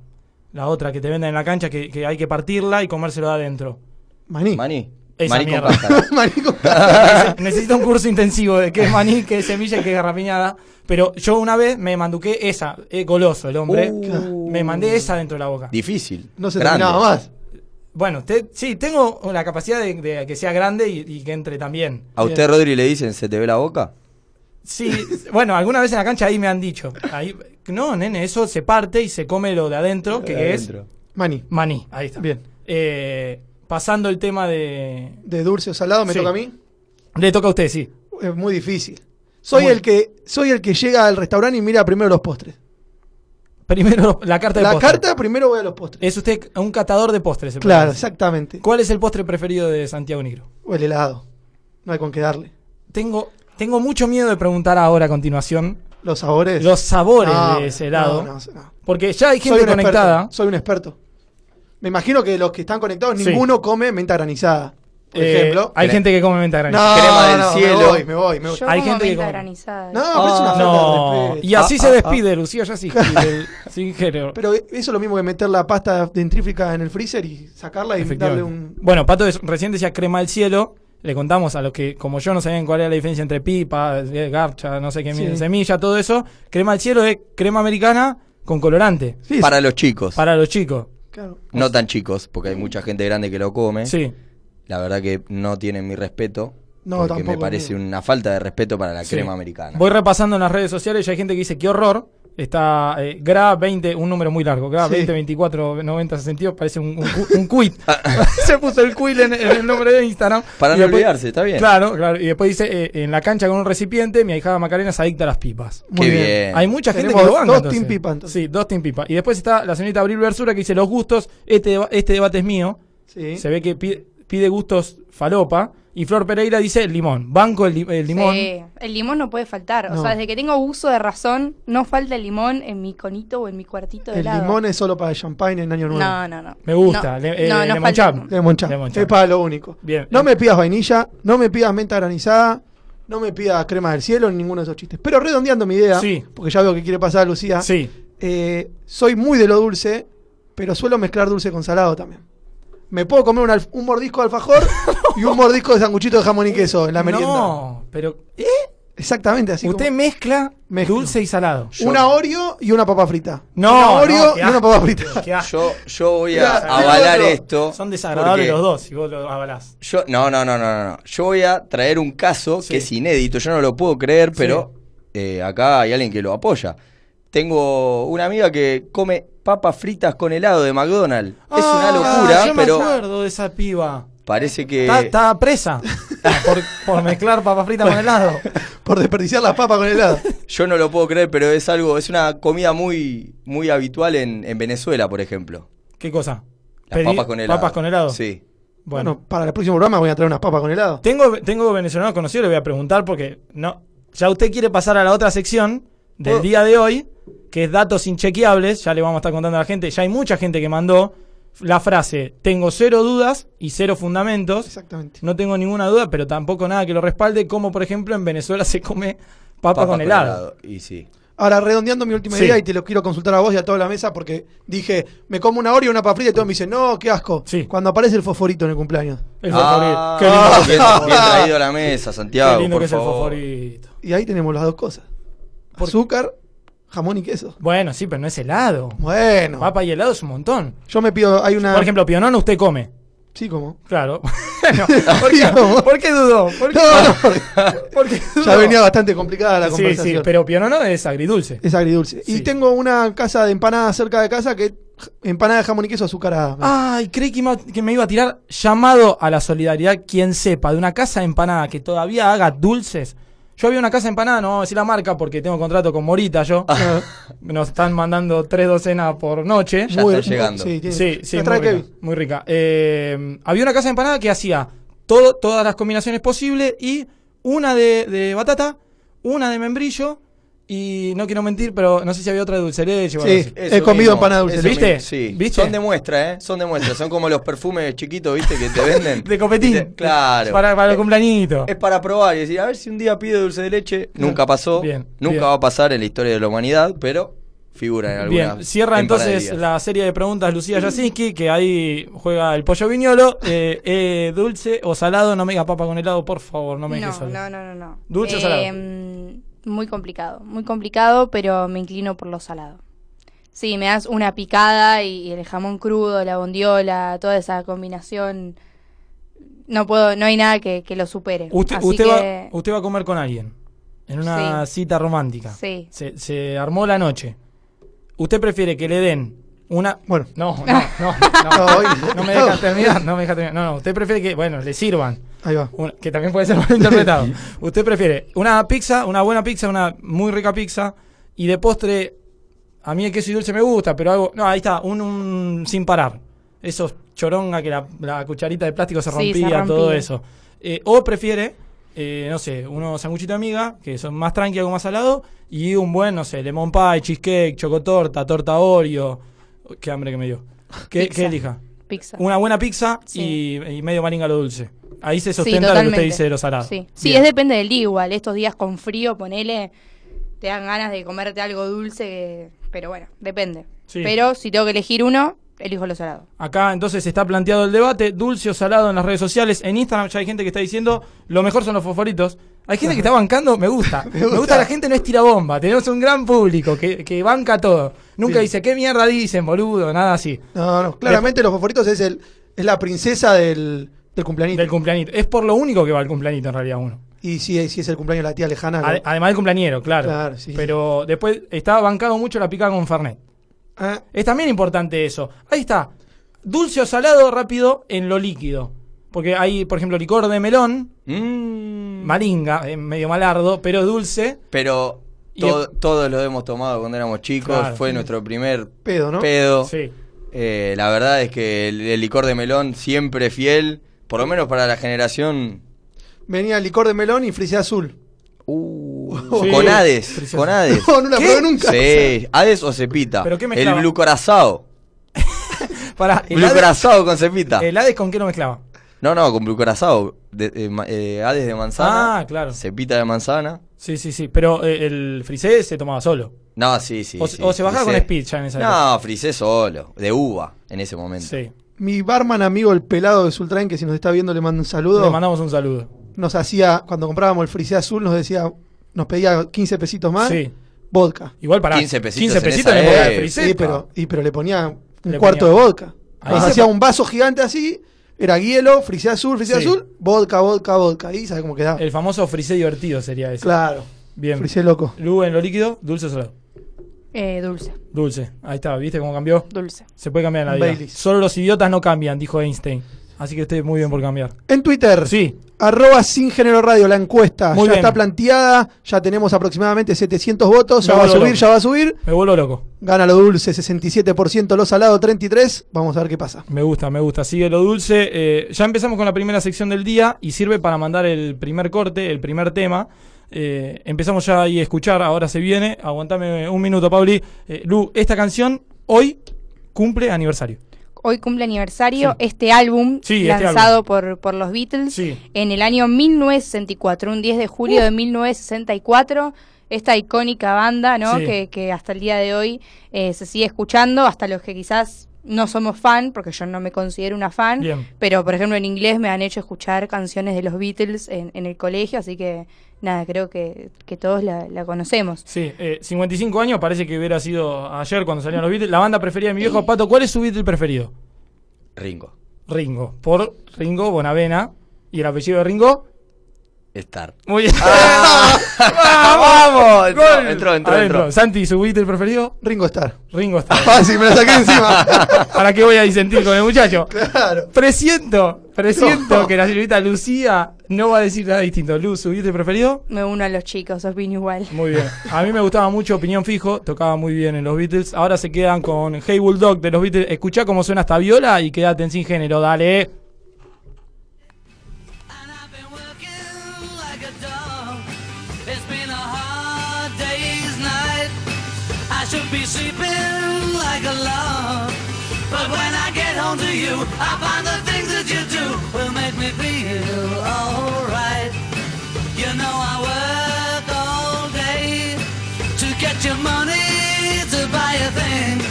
[SPEAKER 4] La otra que te venden en la cancha que, que hay que partirla y comérselo de adentro.
[SPEAKER 3] Maní.
[SPEAKER 5] Maní.
[SPEAKER 4] Esa
[SPEAKER 5] Maní con
[SPEAKER 4] mierda.
[SPEAKER 5] pasta.
[SPEAKER 3] [laughs] Maní con-
[SPEAKER 4] Nece- Necesito un curso intensivo de qué es maní, qué es semilla y qué es garrapiñada. Pero yo una vez me manduqué esa, eh, goloso el hombre.
[SPEAKER 5] Uh.
[SPEAKER 4] Me mandé esa dentro de la boca.
[SPEAKER 5] Difícil.
[SPEAKER 3] No se
[SPEAKER 5] grande.
[SPEAKER 3] terminaba más.
[SPEAKER 4] Bueno, te- sí, tengo la capacidad de, de que sea grande y, y que entre también.
[SPEAKER 5] ¿A usted, Rodri, le dicen, se te ve la boca?
[SPEAKER 4] Sí, bueno, alguna vez en la cancha ahí me han dicho. Ahí, no, nene, eso se parte y se come lo de adentro, que es
[SPEAKER 3] Maní.
[SPEAKER 4] maní. Ahí está.
[SPEAKER 3] Bien.
[SPEAKER 4] Eh, pasando el tema de...
[SPEAKER 3] De dulce o salado me
[SPEAKER 4] Sí.
[SPEAKER 3] toca a mí.
[SPEAKER 4] Le toca a usted, sí.
[SPEAKER 3] Es muy difícil. Soy
[SPEAKER 4] Muy-
[SPEAKER 3] el que soy el que llega al restaurante y mira primero los postres.
[SPEAKER 4] Primero [laughs] la carta de
[SPEAKER 3] La
[SPEAKER 4] postre.
[SPEAKER 3] carta primero voy a los postres.
[SPEAKER 4] Es usted un catador de postres. se puede
[SPEAKER 3] Claro,
[SPEAKER 4] decir.
[SPEAKER 3] exactamente.
[SPEAKER 4] ¿Cuál es el postre preferido de Santiago Negro?
[SPEAKER 3] O el helado. No hay con qué darle.
[SPEAKER 4] Tengo, tengo mucho miedo de preguntar ahora a continuación
[SPEAKER 3] Los sabores.
[SPEAKER 4] los sabores
[SPEAKER 3] No,
[SPEAKER 4] de ese helado.
[SPEAKER 3] no, no, no.
[SPEAKER 4] Porque ya hay
[SPEAKER 3] Soy
[SPEAKER 4] gente
[SPEAKER 3] un
[SPEAKER 4] conectada.
[SPEAKER 3] experto. Soy un experto. Me imagino que los que están conectados
[SPEAKER 4] Sí.
[SPEAKER 3] ninguno come menta granizada. Por
[SPEAKER 4] Eh,
[SPEAKER 3] ejemplo.
[SPEAKER 4] Hay
[SPEAKER 5] Cre-
[SPEAKER 4] gente que come menta granizada.
[SPEAKER 3] No,
[SPEAKER 5] Crema del
[SPEAKER 3] no,
[SPEAKER 5] cielo.
[SPEAKER 3] Me voy, me voy, me voy.
[SPEAKER 6] Yo
[SPEAKER 4] Hay
[SPEAKER 6] como
[SPEAKER 4] gente que
[SPEAKER 6] menta
[SPEAKER 4] come.
[SPEAKER 6] granizada.
[SPEAKER 3] No, pero es una falta de
[SPEAKER 4] No.
[SPEAKER 3] respeto.
[SPEAKER 4] Y así
[SPEAKER 5] Ah,
[SPEAKER 4] se
[SPEAKER 5] ah,
[SPEAKER 4] despide Lucía Yacinski
[SPEAKER 3] [laughs]
[SPEAKER 4] del sin género.
[SPEAKER 3] Pero eso es lo mismo que meter la pasta dentrífica en el freezer y sacarla y darle
[SPEAKER 4] Efectivamente.
[SPEAKER 3] un.
[SPEAKER 4] Bueno, Pato es- recién decía crema del cielo. Le contamos a los que, como yo, no sabían cuál era la diferencia entre pipa, eh, garcha, no sé qué,
[SPEAKER 3] Sí.
[SPEAKER 4] semilla, todo eso. Crema del cielo es crema americana con colorante
[SPEAKER 3] Sí,
[SPEAKER 5] Para los chicos.
[SPEAKER 4] para los chicos.
[SPEAKER 3] claro.
[SPEAKER 5] No tan chicos, porque hay mucha gente grande que lo come.
[SPEAKER 4] Sí.
[SPEAKER 5] La verdad que no tienen mi respeto.
[SPEAKER 3] No,
[SPEAKER 5] porque me
[SPEAKER 3] tampoco
[SPEAKER 5] parece
[SPEAKER 3] mío.
[SPEAKER 5] una falta de respeto para la
[SPEAKER 4] Sí.
[SPEAKER 5] crema americana.
[SPEAKER 4] Voy repasando en las redes sociales y hay gente que dice qué horror. Está eh, GRA 20, un número muy largo, GRA
[SPEAKER 3] Sí.
[SPEAKER 4] 20, 24, 90, 62, parece un, un, cu-
[SPEAKER 5] [laughs]
[SPEAKER 4] un quit. [laughs] Se puso el quit en, en el nombre de Instagram.
[SPEAKER 5] Para
[SPEAKER 4] Y
[SPEAKER 5] no
[SPEAKER 4] después-
[SPEAKER 5] olvidarse, está bien.
[SPEAKER 4] Claro, claro. Y después dice, eh, en la cancha con un recipiente, mi ahijada Macarena se adicta a las pipas.
[SPEAKER 3] Muy
[SPEAKER 5] Qué
[SPEAKER 3] bien.
[SPEAKER 5] bien.
[SPEAKER 4] Hay mucha gente
[SPEAKER 3] Tenemos
[SPEAKER 4] que lo banca.
[SPEAKER 3] dos
[SPEAKER 4] entonces.
[SPEAKER 3] Team Pipa, entonces.
[SPEAKER 4] Sí, dos Team Pipa. Y después está la señorita Abril Versura que dice, los gustos, este, deba- este debate es mío.
[SPEAKER 3] Sí.
[SPEAKER 4] Se ve que pi- pide gustos falopa. Y Flor Pereira dice limón. Banco el, li- el limón.
[SPEAKER 6] Sí, el limón no puede faltar.
[SPEAKER 3] No.
[SPEAKER 6] O sea, desde que tengo uso de razón, no falta el limón en mi conito o en mi cuartito de
[SPEAKER 3] El
[SPEAKER 6] helado.
[SPEAKER 3] limón es solo para champagne en Año Nuevo.
[SPEAKER 6] No, no, no.
[SPEAKER 4] Me gusta,
[SPEAKER 6] No,
[SPEAKER 4] le- eh,
[SPEAKER 6] no, no
[SPEAKER 4] lemon
[SPEAKER 6] falta
[SPEAKER 4] chap.
[SPEAKER 6] el limón.
[SPEAKER 3] Lemon chap.
[SPEAKER 4] Lemon chap.
[SPEAKER 3] Es para lo único.
[SPEAKER 4] Bien.
[SPEAKER 3] No me pidas vainilla, no me pidas menta granizada, no me pidas crema del cielo, ni ninguno de esos chistes. Pero redondeando mi idea,
[SPEAKER 4] Sí.
[SPEAKER 3] porque ya veo que quiere pasar Lucía,
[SPEAKER 4] Sí.
[SPEAKER 3] eh, soy muy de lo dulce, pero suelo mezclar dulce con salado también. Me puedo comer un, alf- un mordisco de
[SPEAKER 4] [laughs]
[SPEAKER 3] alfajor y un mordisco de sanguchito de jamón y queso en la merienda.
[SPEAKER 4] No, pero ¿eh?
[SPEAKER 3] Exactamente así.
[SPEAKER 4] usted
[SPEAKER 3] como-
[SPEAKER 4] mezcla
[SPEAKER 3] Mezclo.
[SPEAKER 4] dulce y salado.
[SPEAKER 3] Una Oreo y una papa frita.
[SPEAKER 4] No,
[SPEAKER 3] una
[SPEAKER 4] no,
[SPEAKER 3] Oreo
[SPEAKER 4] qué
[SPEAKER 3] y una
[SPEAKER 4] asco.
[SPEAKER 3] papa frita.
[SPEAKER 4] Qué asco.
[SPEAKER 5] Yo, yo voy
[SPEAKER 3] Mirá,
[SPEAKER 5] a
[SPEAKER 3] tengo
[SPEAKER 5] avalar
[SPEAKER 3] otro.
[SPEAKER 5] esto.
[SPEAKER 4] Son desagradables
[SPEAKER 5] porque
[SPEAKER 4] los dos, si vos lo avalás.
[SPEAKER 5] Yo, no, no, no, no, no, no. Yo voy a traer un caso
[SPEAKER 4] Sí.
[SPEAKER 5] que es inédito, yo no lo puedo creer, pero eh, acá hay alguien que lo apoya. Tengo una amiga que come papas fritas con helado de McDonald's. es una
[SPEAKER 4] Ah,
[SPEAKER 5] locura,
[SPEAKER 4] yo me
[SPEAKER 5] pero Eh.
[SPEAKER 4] acuerdo de esa piba.
[SPEAKER 5] parece que...
[SPEAKER 4] Está,
[SPEAKER 5] [laughs]
[SPEAKER 4] está presa por, por mezclar papas fritas con helado.
[SPEAKER 3] Por desperdiciar las papas con helado.
[SPEAKER 5] [laughs] Yo no lo puedo creer, pero es algo, es una comida muy, muy habitual en, en Venezuela, por ejemplo.
[SPEAKER 4] ¿Qué cosa?
[SPEAKER 5] Las
[SPEAKER 4] Pedí-
[SPEAKER 5] papas con helado.
[SPEAKER 4] ¿Papas con helado?
[SPEAKER 5] Sí.
[SPEAKER 3] Bueno.
[SPEAKER 4] Bueno,
[SPEAKER 3] para el próximo programa voy a traer unas papas con helado.
[SPEAKER 4] tengo, tengo venezolanos conocidos, le voy a preguntar porque no. Ya usted quiere pasar a la otra sección del
[SPEAKER 5] ¿Puedo?
[SPEAKER 4] día de hoy, que es datos inchequeables. Ya le vamos a estar contando a la gente. Ya hay mucha gente que mandó la frase: Tengo cero dudas y cero fundamentos.
[SPEAKER 3] Exactamente.
[SPEAKER 4] No tengo ninguna duda, pero tampoco nada que lo respalde. Como por ejemplo en Venezuela se come papa, con, helado.
[SPEAKER 5] Y sí.
[SPEAKER 3] Ahora, redondeando mi última
[SPEAKER 4] Sí.
[SPEAKER 3] idea y te lo quiero consultar a vos y a toda la mesa porque dije, me como una Oreo y una papa frita y todos me dicen, no, qué asco.
[SPEAKER 4] Sí.
[SPEAKER 3] Cuando aparece el fosforito en el cumpleaños.
[SPEAKER 4] El
[SPEAKER 5] Ah,
[SPEAKER 4] fosforito. Qué lindo, que-
[SPEAKER 5] bien, bien traído a la mesa, Santiago.
[SPEAKER 4] qué lindo
[SPEAKER 5] por
[SPEAKER 4] que es el
[SPEAKER 5] favor.
[SPEAKER 4] fosforito.
[SPEAKER 3] Y ahí tenemos las dos cosas. Azúcar, jamón y queso.
[SPEAKER 4] Bueno, sí, pero no es helado.
[SPEAKER 3] Bueno.
[SPEAKER 4] Papa y helado es un montón.
[SPEAKER 3] Yo me pido, hay una...
[SPEAKER 4] Por ejemplo, pionón usted come.
[SPEAKER 3] Sí, como.
[SPEAKER 4] Claro. [laughs] Bueno, ¿por,
[SPEAKER 3] [laughs] Sí,
[SPEAKER 4] qué,
[SPEAKER 3] como.
[SPEAKER 4] por qué dudó? ¿Por qué, [laughs]
[SPEAKER 3] No, no,
[SPEAKER 4] por qué dudó?
[SPEAKER 3] ya venía bastante complicada la
[SPEAKER 4] Sí,
[SPEAKER 3] conversación.
[SPEAKER 4] sí, pero pionono es agridulce.
[SPEAKER 3] Es agridulce.
[SPEAKER 4] Sí.
[SPEAKER 3] Y tengo una casa de empanadas cerca de casa que empanada de jamón y queso azucarada.
[SPEAKER 4] Ay, creí que, ima- que me iba a tirar llamado a la solidaridad quien sepa de una casa de empanada que todavía haga dulces. Yo había una casa de empanada, no vamos a decir la marca porque tengo contrato con Morita yo.
[SPEAKER 5] Ah.
[SPEAKER 4] [laughs] Nos están mandando tres docenas por noche.
[SPEAKER 5] Ya está llegando.
[SPEAKER 3] Sí, tiene-
[SPEAKER 4] Sí, sí,
[SPEAKER 3] la trae
[SPEAKER 4] muy rica,
[SPEAKER 3] Kevin.
[SPEAKER 4] muy rica. Eh, había una casa de empanada que hacía todo, todas las combinaciones posibles y una de, de batata, una de membrillo y no quiero mentir, pero no sé si había otra de dulce de leche. o algo
[SPEAKER 3] Sí.
[SPEAKER 4] así.
[SPEAKER 5] Eso
[SPEAKER 3] He comido
[SPEAKER 5] mismo,
[SPEAKER 3] empanada dulce,
[SPEAKER 5] eso
[SPEAKER 4] ¿viste?
[SPEAKER 5] mismo, Sí.
[SPEAKER 4] ¿Viste?
[SPEAKER 5] Son de muestra, ¿eh? Son de muestra. Son como los perfumes chiquitos, ¿viste? Que te venden.
[SPEAKER 4] [laughs] De copetín.
[SPEAKER 5] Y te- claro. Eh,
[SPEAKER 4] Para, para el
[SPEAKER 5] Es-
[SPEAKER 4] cumpleañito.
[SPEAKER 5] Es para probar y decir, a ver si un día pide dulce de leche. Nunca pasó.
[SPEAKER 4] Bien,
[SPEAKER 5] nunca
[SPEAKER 4] bien.
[SPEAKER 5] va a pasar en la historia de la humanidad, pero figura en alguna.
[SPEAKER 4] Bien, cierra entonces la serie de preguntas Lucía Jasinski, que ahí juega el pollo viñolo. Eh, eh, dulce o salado, no me digas papa con helado, por favor, no me dejes
[SPEAKER 6] No, Eh,
[SPEAKER 4] solo.
[SPEAKER 6] no, no, no, no.
[SPEAKER 4] ¿Dulce o salado?
[SPEAKER 6] mm, Muy complicado, muy complicado, pero me inclino por lo salado. Sí, me das una picada y, y el jamón crudo, la bondiola, toda esa combinación. No puedo, no hay nada que, que lo supere.
[SPEAKER 4] Usted,
[SPEAKER 6] Así
[SPEAKER 4] usted,
[SPEAKER 6] que-
[SPEAKER 4] va, usted va a comer con alguien. En una cita romántica.
[SPEAKER 6] Sí.
[SPEAKER 4] Se, se armó la noche. ¿Usted prefiere que le den una.
[SPEAKER 3] Bueno.
[SPEAKER 4] No, no, no.
[SPEAKER 3] No,
[SPEAKER 4] No,
[SPEAKER 3] [laughs] hoy-
[SPEAKER 4] No me deja terminar. No me deja terminar. No, no. Usted prefiere que. Bueno, le sirvan.
[SPEAKER 3] Ahí va.
[SPEAKER 4] Una- que también puede ser [laughs] mal interpretado. Usted prefiere una pizza, una buena pizza, una muy rica pizza. Y de postre. A mí el queso y dulce me gusta, pero algo. No, ahí está. Un, un sin parar. Esos choronga que la, la cucharita de plástico se
[SPEAKER 6] Sí, se
[SPEAKER 4] rompía, todo
[SPEAKER 6] rompía.
[SPEAKER 4] eso. Eh, o prefiere, eh, no sé, unos sanguchitos de amiga, que son más tranqui, algo más salado, y un buen, no sé, lemon pie, cheesecake, chocotorta, torta Oreo. Qué hambre que me dio. ¿Qué,
[SPEAKER 6] Pizza.
[SPEAKER 4] qué elija?
[SPEAKER 6] Pizza.
[SPEAKER 4] Una buena pizza
[SPEAKER 6] Sí.
[SPEAKER 4] y, y medio maringa lo dulce. Ahí se
[SPEAKER 6] Sí,
[SPEAKER 4] sustenta lo que usted
[SPEAKER 6] totalmente.
[SPEAKER 4] dice de los salados.
[SPEAKER 6] Sí, Sí,
[SPEAKER 4] Bien.
[SPEAKER 6] es depende del día igual. Estos días con frío, ponele, te dan ganas de comerte algo dulce, que- pero bueno, depende.
[SPEAKER 4] Sí.
[SPEAKER 6] Pero si tengo que elegir uno, elijo lo salado.
[SPEAKER 4] Acá entonces está planteado el debate, dulce o salado en las redes sociales. En Instagram ya hay gente que está diciendo lo mejor son los fosforitos. Hay gente que
[SPEAKER 3] [laughs]
[SPEAKER 4] está bancando, me gusta. me gusta. la gente no es tirabomba. Tenemos un gran público que, que banca todo. Nunca
[SPEAKER 3] Bien.
[SPEAKER 4] dice, ¿qué mierda dicen, boludo? Nada así.
[SPEAKER 3] No, no, claramente los favoritos es el es la princesa del, del cumpleañito.
[SPEAKER 4] Del cumpleañito. Es por lo único que va el cumpleañito en realidad uno.
[SPEAKER 3] y si, es- si es el cumpleaños de la tía lejana.
[SPEAKER 4] Ade-
[SPEAKER 3] ¿no?
[SPEAKER 4] además del cumpleañero, claro.
[SPEAKER 3] Claro, sí, sí.
[SPEAKER 4] Pero después estaba bancado mucho la picada con Fernet.
[SPEAKER 3] Ah,
[SPEAKER 4] Es también importante eso. Ahí está. Dulce o salado rápido en lo líquido. Porque hay, por ejemplo, licor de melón,
[SPEAKER 5] Mm,
[SPEAKER 3] Mm.
[SPEAKER 4] maringa, eh, medio malardo, pero dulce.
[SPEAKER 5] Pero
[SPEAKER 4] Y
[SPEAKER 5] to-
[SPEAKER 4] el-
[SPEAKER 5] todos lo hemos tomado cuando éramos chicos.
[SPEAKER 4] Claro.
[SPEAKER 5] Fue nuestro primer
[SPEAKER 3] pedo, ¿no?
[SPEAKER 5] pedo.
[SPEAKER 4] Sí.
[SPEAKER 5] Eh, la verdad es que el, el licor de melón siempre fiel. Por lo menos para la generación.
[SPEAKER 3] Venía licor de melón y frisé azul.
[SPEAKER 5] Uh,
[SPEAKER 4] Sí.
[SPEAKER 5] Con Hades.
[SPEAKER 4] Precioso.
[SPEAKER 5] Con Hades.
[SPEAKER 3] No, no la probé nunca.
[SPEAKER 5] Sí, Hades o cepita.
[SPEAKER 4] ¿Pero qué
[SPEAKER 5] el
[SPEAKER 4] mezclaba?
[SPEAKER 5] glucorazado.
[SPEAKER 4] Pará, ¿el Hades,
[SPEAKER 5] Glucorazado con cepita.
[SPEAKER 4] el Hades con qué lo mezclaba?
[SPEAKER 5] No, no, con glucorazado. De, eh, ma- eh, Hades de manzana.
[SPEAKER 4] Ah, claro.
[SPEAKER 5] Cepita de manzana.
[SPEAKER 4] Sí, sí, sí. Pero eh, el frisé se tomaba solo.
[SPEAKER 5] No, sí, sí.
[SPEAKER 4] O-
[SPEAKER 5] sí,
[SPEAKER 4] o se bajaba con Speed ya en esa
[SPEAKER 5] No, frisé solo. De uva en ese momento.
[SPEAKER 4] Sí.
[SPEAKER 3] Mi barman amigo, el pelado de Sultrain, que si nos está viendo le mando un
[SPEAKER 4] Le
[SPEAKER 3] saludo,
[SPEAKER 4] mandamos un saludo.
[SPEAKER 3] nos hacía, cuando comprábamos el frisé azul, nos decía, nos pedía 15 pesitos más,
[SPEAKER 4] Sí.
[SPEAKER 3] vodka.
[SPEAKER 4] Igual para
[SPEAKER 5] 15 pesitos en
[SPEAKER 4] en
[SPEAKER 5] esa
[SPEAKER 4] época de
[SPEAKER 5] época.
[SPEAKER 4] frisé.
[SPEAKER 3] Sí, pero, y, pero le ponía un
[SPEAKER 4] Le
[SPEAKER 3] cuarto
[SPEAKER 4] ponía-
[SPEAKER 3] de vodka.
[SPEAKER 4] Ahí
[SPEAKER 3] Nos
[SPEAKER 4] se-
[SPEAKER 3] hacía un vaso gigante así, era hielo, frisé azul, frisé
[SPEAKER 4] Sí.
[SPEAKER 3] azul, vodka, vodka, vodka. Ahí sabe cómo quedaba.
[SPEAKER 4] El famoso frisé divertido sería ese.
[SPEAKER 3] Claro,
[SPEAKER 4] Bien.
[SPEAKER 3] frisé loco.
[SPEAKER 4] Lu en lo líquido, dulce o salado.
[SPEAKER 6] Eh, dulce,
[SPEAKER 4] Dulce. Ahí está, ¿viste cómo cambió?
[SPEAKER 6] dulce.
[SPEAKER 4] Se puede cambiar en la vida.
[SPEAKER 3] Baileys.
[SPEAKER 4] Solo los idiotas no cambian, dijo Einstein. Así que ustedes muy bien por cambiar.
[SPEAKER 3] En Twitter,
[SPEAKER 4] Sí.
[SPEAKER 3] arroba sin género radio, la encuesta
[SPEAKER 4] Muy
[SPEAKER 3] ya
[SPEAKER 4] bien.
[SPEAKER 3] está planteada, ya tenemos aproximadamente 700 votos, ya
[SPEAKER 4] Me
[SPEAKER 3] va a
[SPEAKER 4] vuelvo
[SPEAKER 3] subir,
[SPEAKER 4] loco.
[SPEAKER 3] ya va a subir.
[SPEAKER 4] Me vuelvo loco.
[SPEAKER 3] Gana lo dulce, 67%, lo salado, 33%. Vamos a ver qué pasa.
[SPEAKER 4] Me gusta, me gusta. Sigue lo dulce. Eh, ya empezamos con la primera sección del día y sirve para mandar el primer corte, el primer tema. Eh, empezamos ya ahí a escuchar, ahora se viene. Aguantame un minuto, Pauli. Eh, Lu, esta canción hoy cumple aniversario.
[SPEAKER 6] Hoy cumple aniversario
[SPEAKER 4] Sí.
[SPEAKER 6] este álbum
[SPEAKER 4] Sí, este
[SPEAKER 6] lanzado Por, por los Beatles
[SPEAKER 4] Sí.
[SPEAKER 6] en el año 1964, un 10 de julio de 1964. Esta icónica banda, ¿no?
[SPEAKER 4] Sí.
[SPEAKER 6] Que, que hasta el día de hoy eh, se sigue escuchando, hasta los que quizás no somos fan, porque yo no me considero una fan.
[SPEAKER 4] Bien.
[SPEAKER 6] Pero, por ejemplo, en inglés me han hecho escuchar canciones de los Beatles en, en el colegio, así que nada, creo que, que todos la, la conocemos.
[SPEAKER 4] Sí, eh, 55 años, parece que hubiera sido ayer cuando salían los Beatles. La banda preferida de mi viejo Pato, ¿cuál es su Beatle preferido?
[SPEAKER 5] Ringo.
[SPEAKER 4] Ringo. Por Ringo Bonavena. ¿Y el apellido de Ringo?
[SPEAKER 5] Star.
[SPEAKER 4] Muy bien.
[SPEAKER 5] Ah.
[SPEAKER 4] [laughs]
[SPEAKER 5] ¡Vamos! Entró,
[SPEAKER 4] Gol.
[SPEAKER 5] entró, entró,
[SPEAKER 4] Adentro.
[SPEAKER 5] entró.
[SPEAKER 4] Santi, ¿su Beatle preferido?
[SPEAKER 3] Ringo Starr. [laughs]
[SPEAKER 4] Ringo Starr.
[SPEAKER 3] Fácil, me la saqué encima.
[SPEAKER 4] [laughs] ¿Para qué voy a disentir con el muchacho?
[SPEAKER 3] claro.
[SPEAKER 4] Presiento, presiento
[SPEAKER 3] No.
[SPEAKER 4] que la señorita Lucía no va a decir nada distinto. Lu, ¿su Beatle preferido?
[SPEAKER 6] Me uno a los chicos, os vino igual.
[SPEAKER 4] Muy bien. A mí me gustaba mucho Opinión Fijo, tocaba muy bien en los Beatles. Ahora se quedan con Hey Bulldog de los Beatles. Escuchá cómo suena esta viola y quédate en sin género, dale.
[SPEAKER 7] And I've been working like a dog. It's been a hard day's night. I should be sleeping like a log. But when I get home to you, I find the things that you do will make me feel alright. You know I work all day to get your money to buy a thing.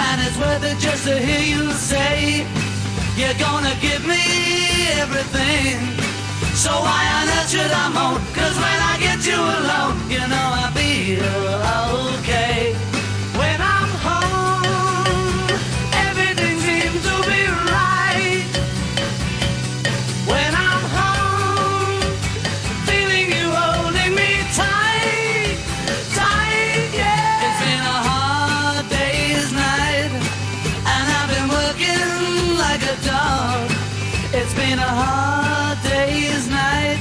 [SPEAKER 7] And it's worth it just to hear you say You're gonna give me everything So why on earth should I moan? Cause when I get you alone You know I feel okay When I'm home Everything seems to be right When I'm home Feeling you holding me tight Tight, yeah It's been a hard day's night and I've been working like a dog. It's been a hard day's night.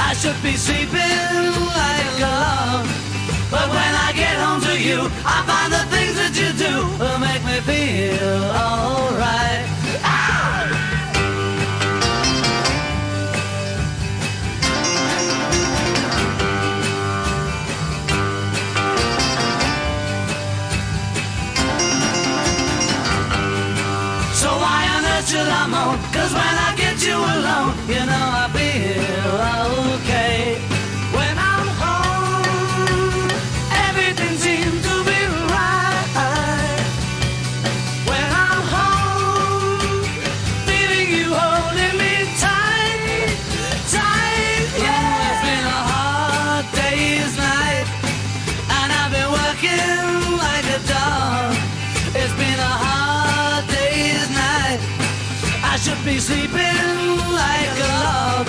[SPEAKER 7] I should be sleeping like a log. But when I get home to you, I find the things that you do will make me feel alright. So why on earth should I moan? Cause when I get you alone, you know I feel okay. When I'm home, everything seems to be right. When I'm home, feeling you holding me tight, tight, yeah. It's been a hard day's night. And I've been working like a dog. It's been a hard day's night. I should be sleeping like a log.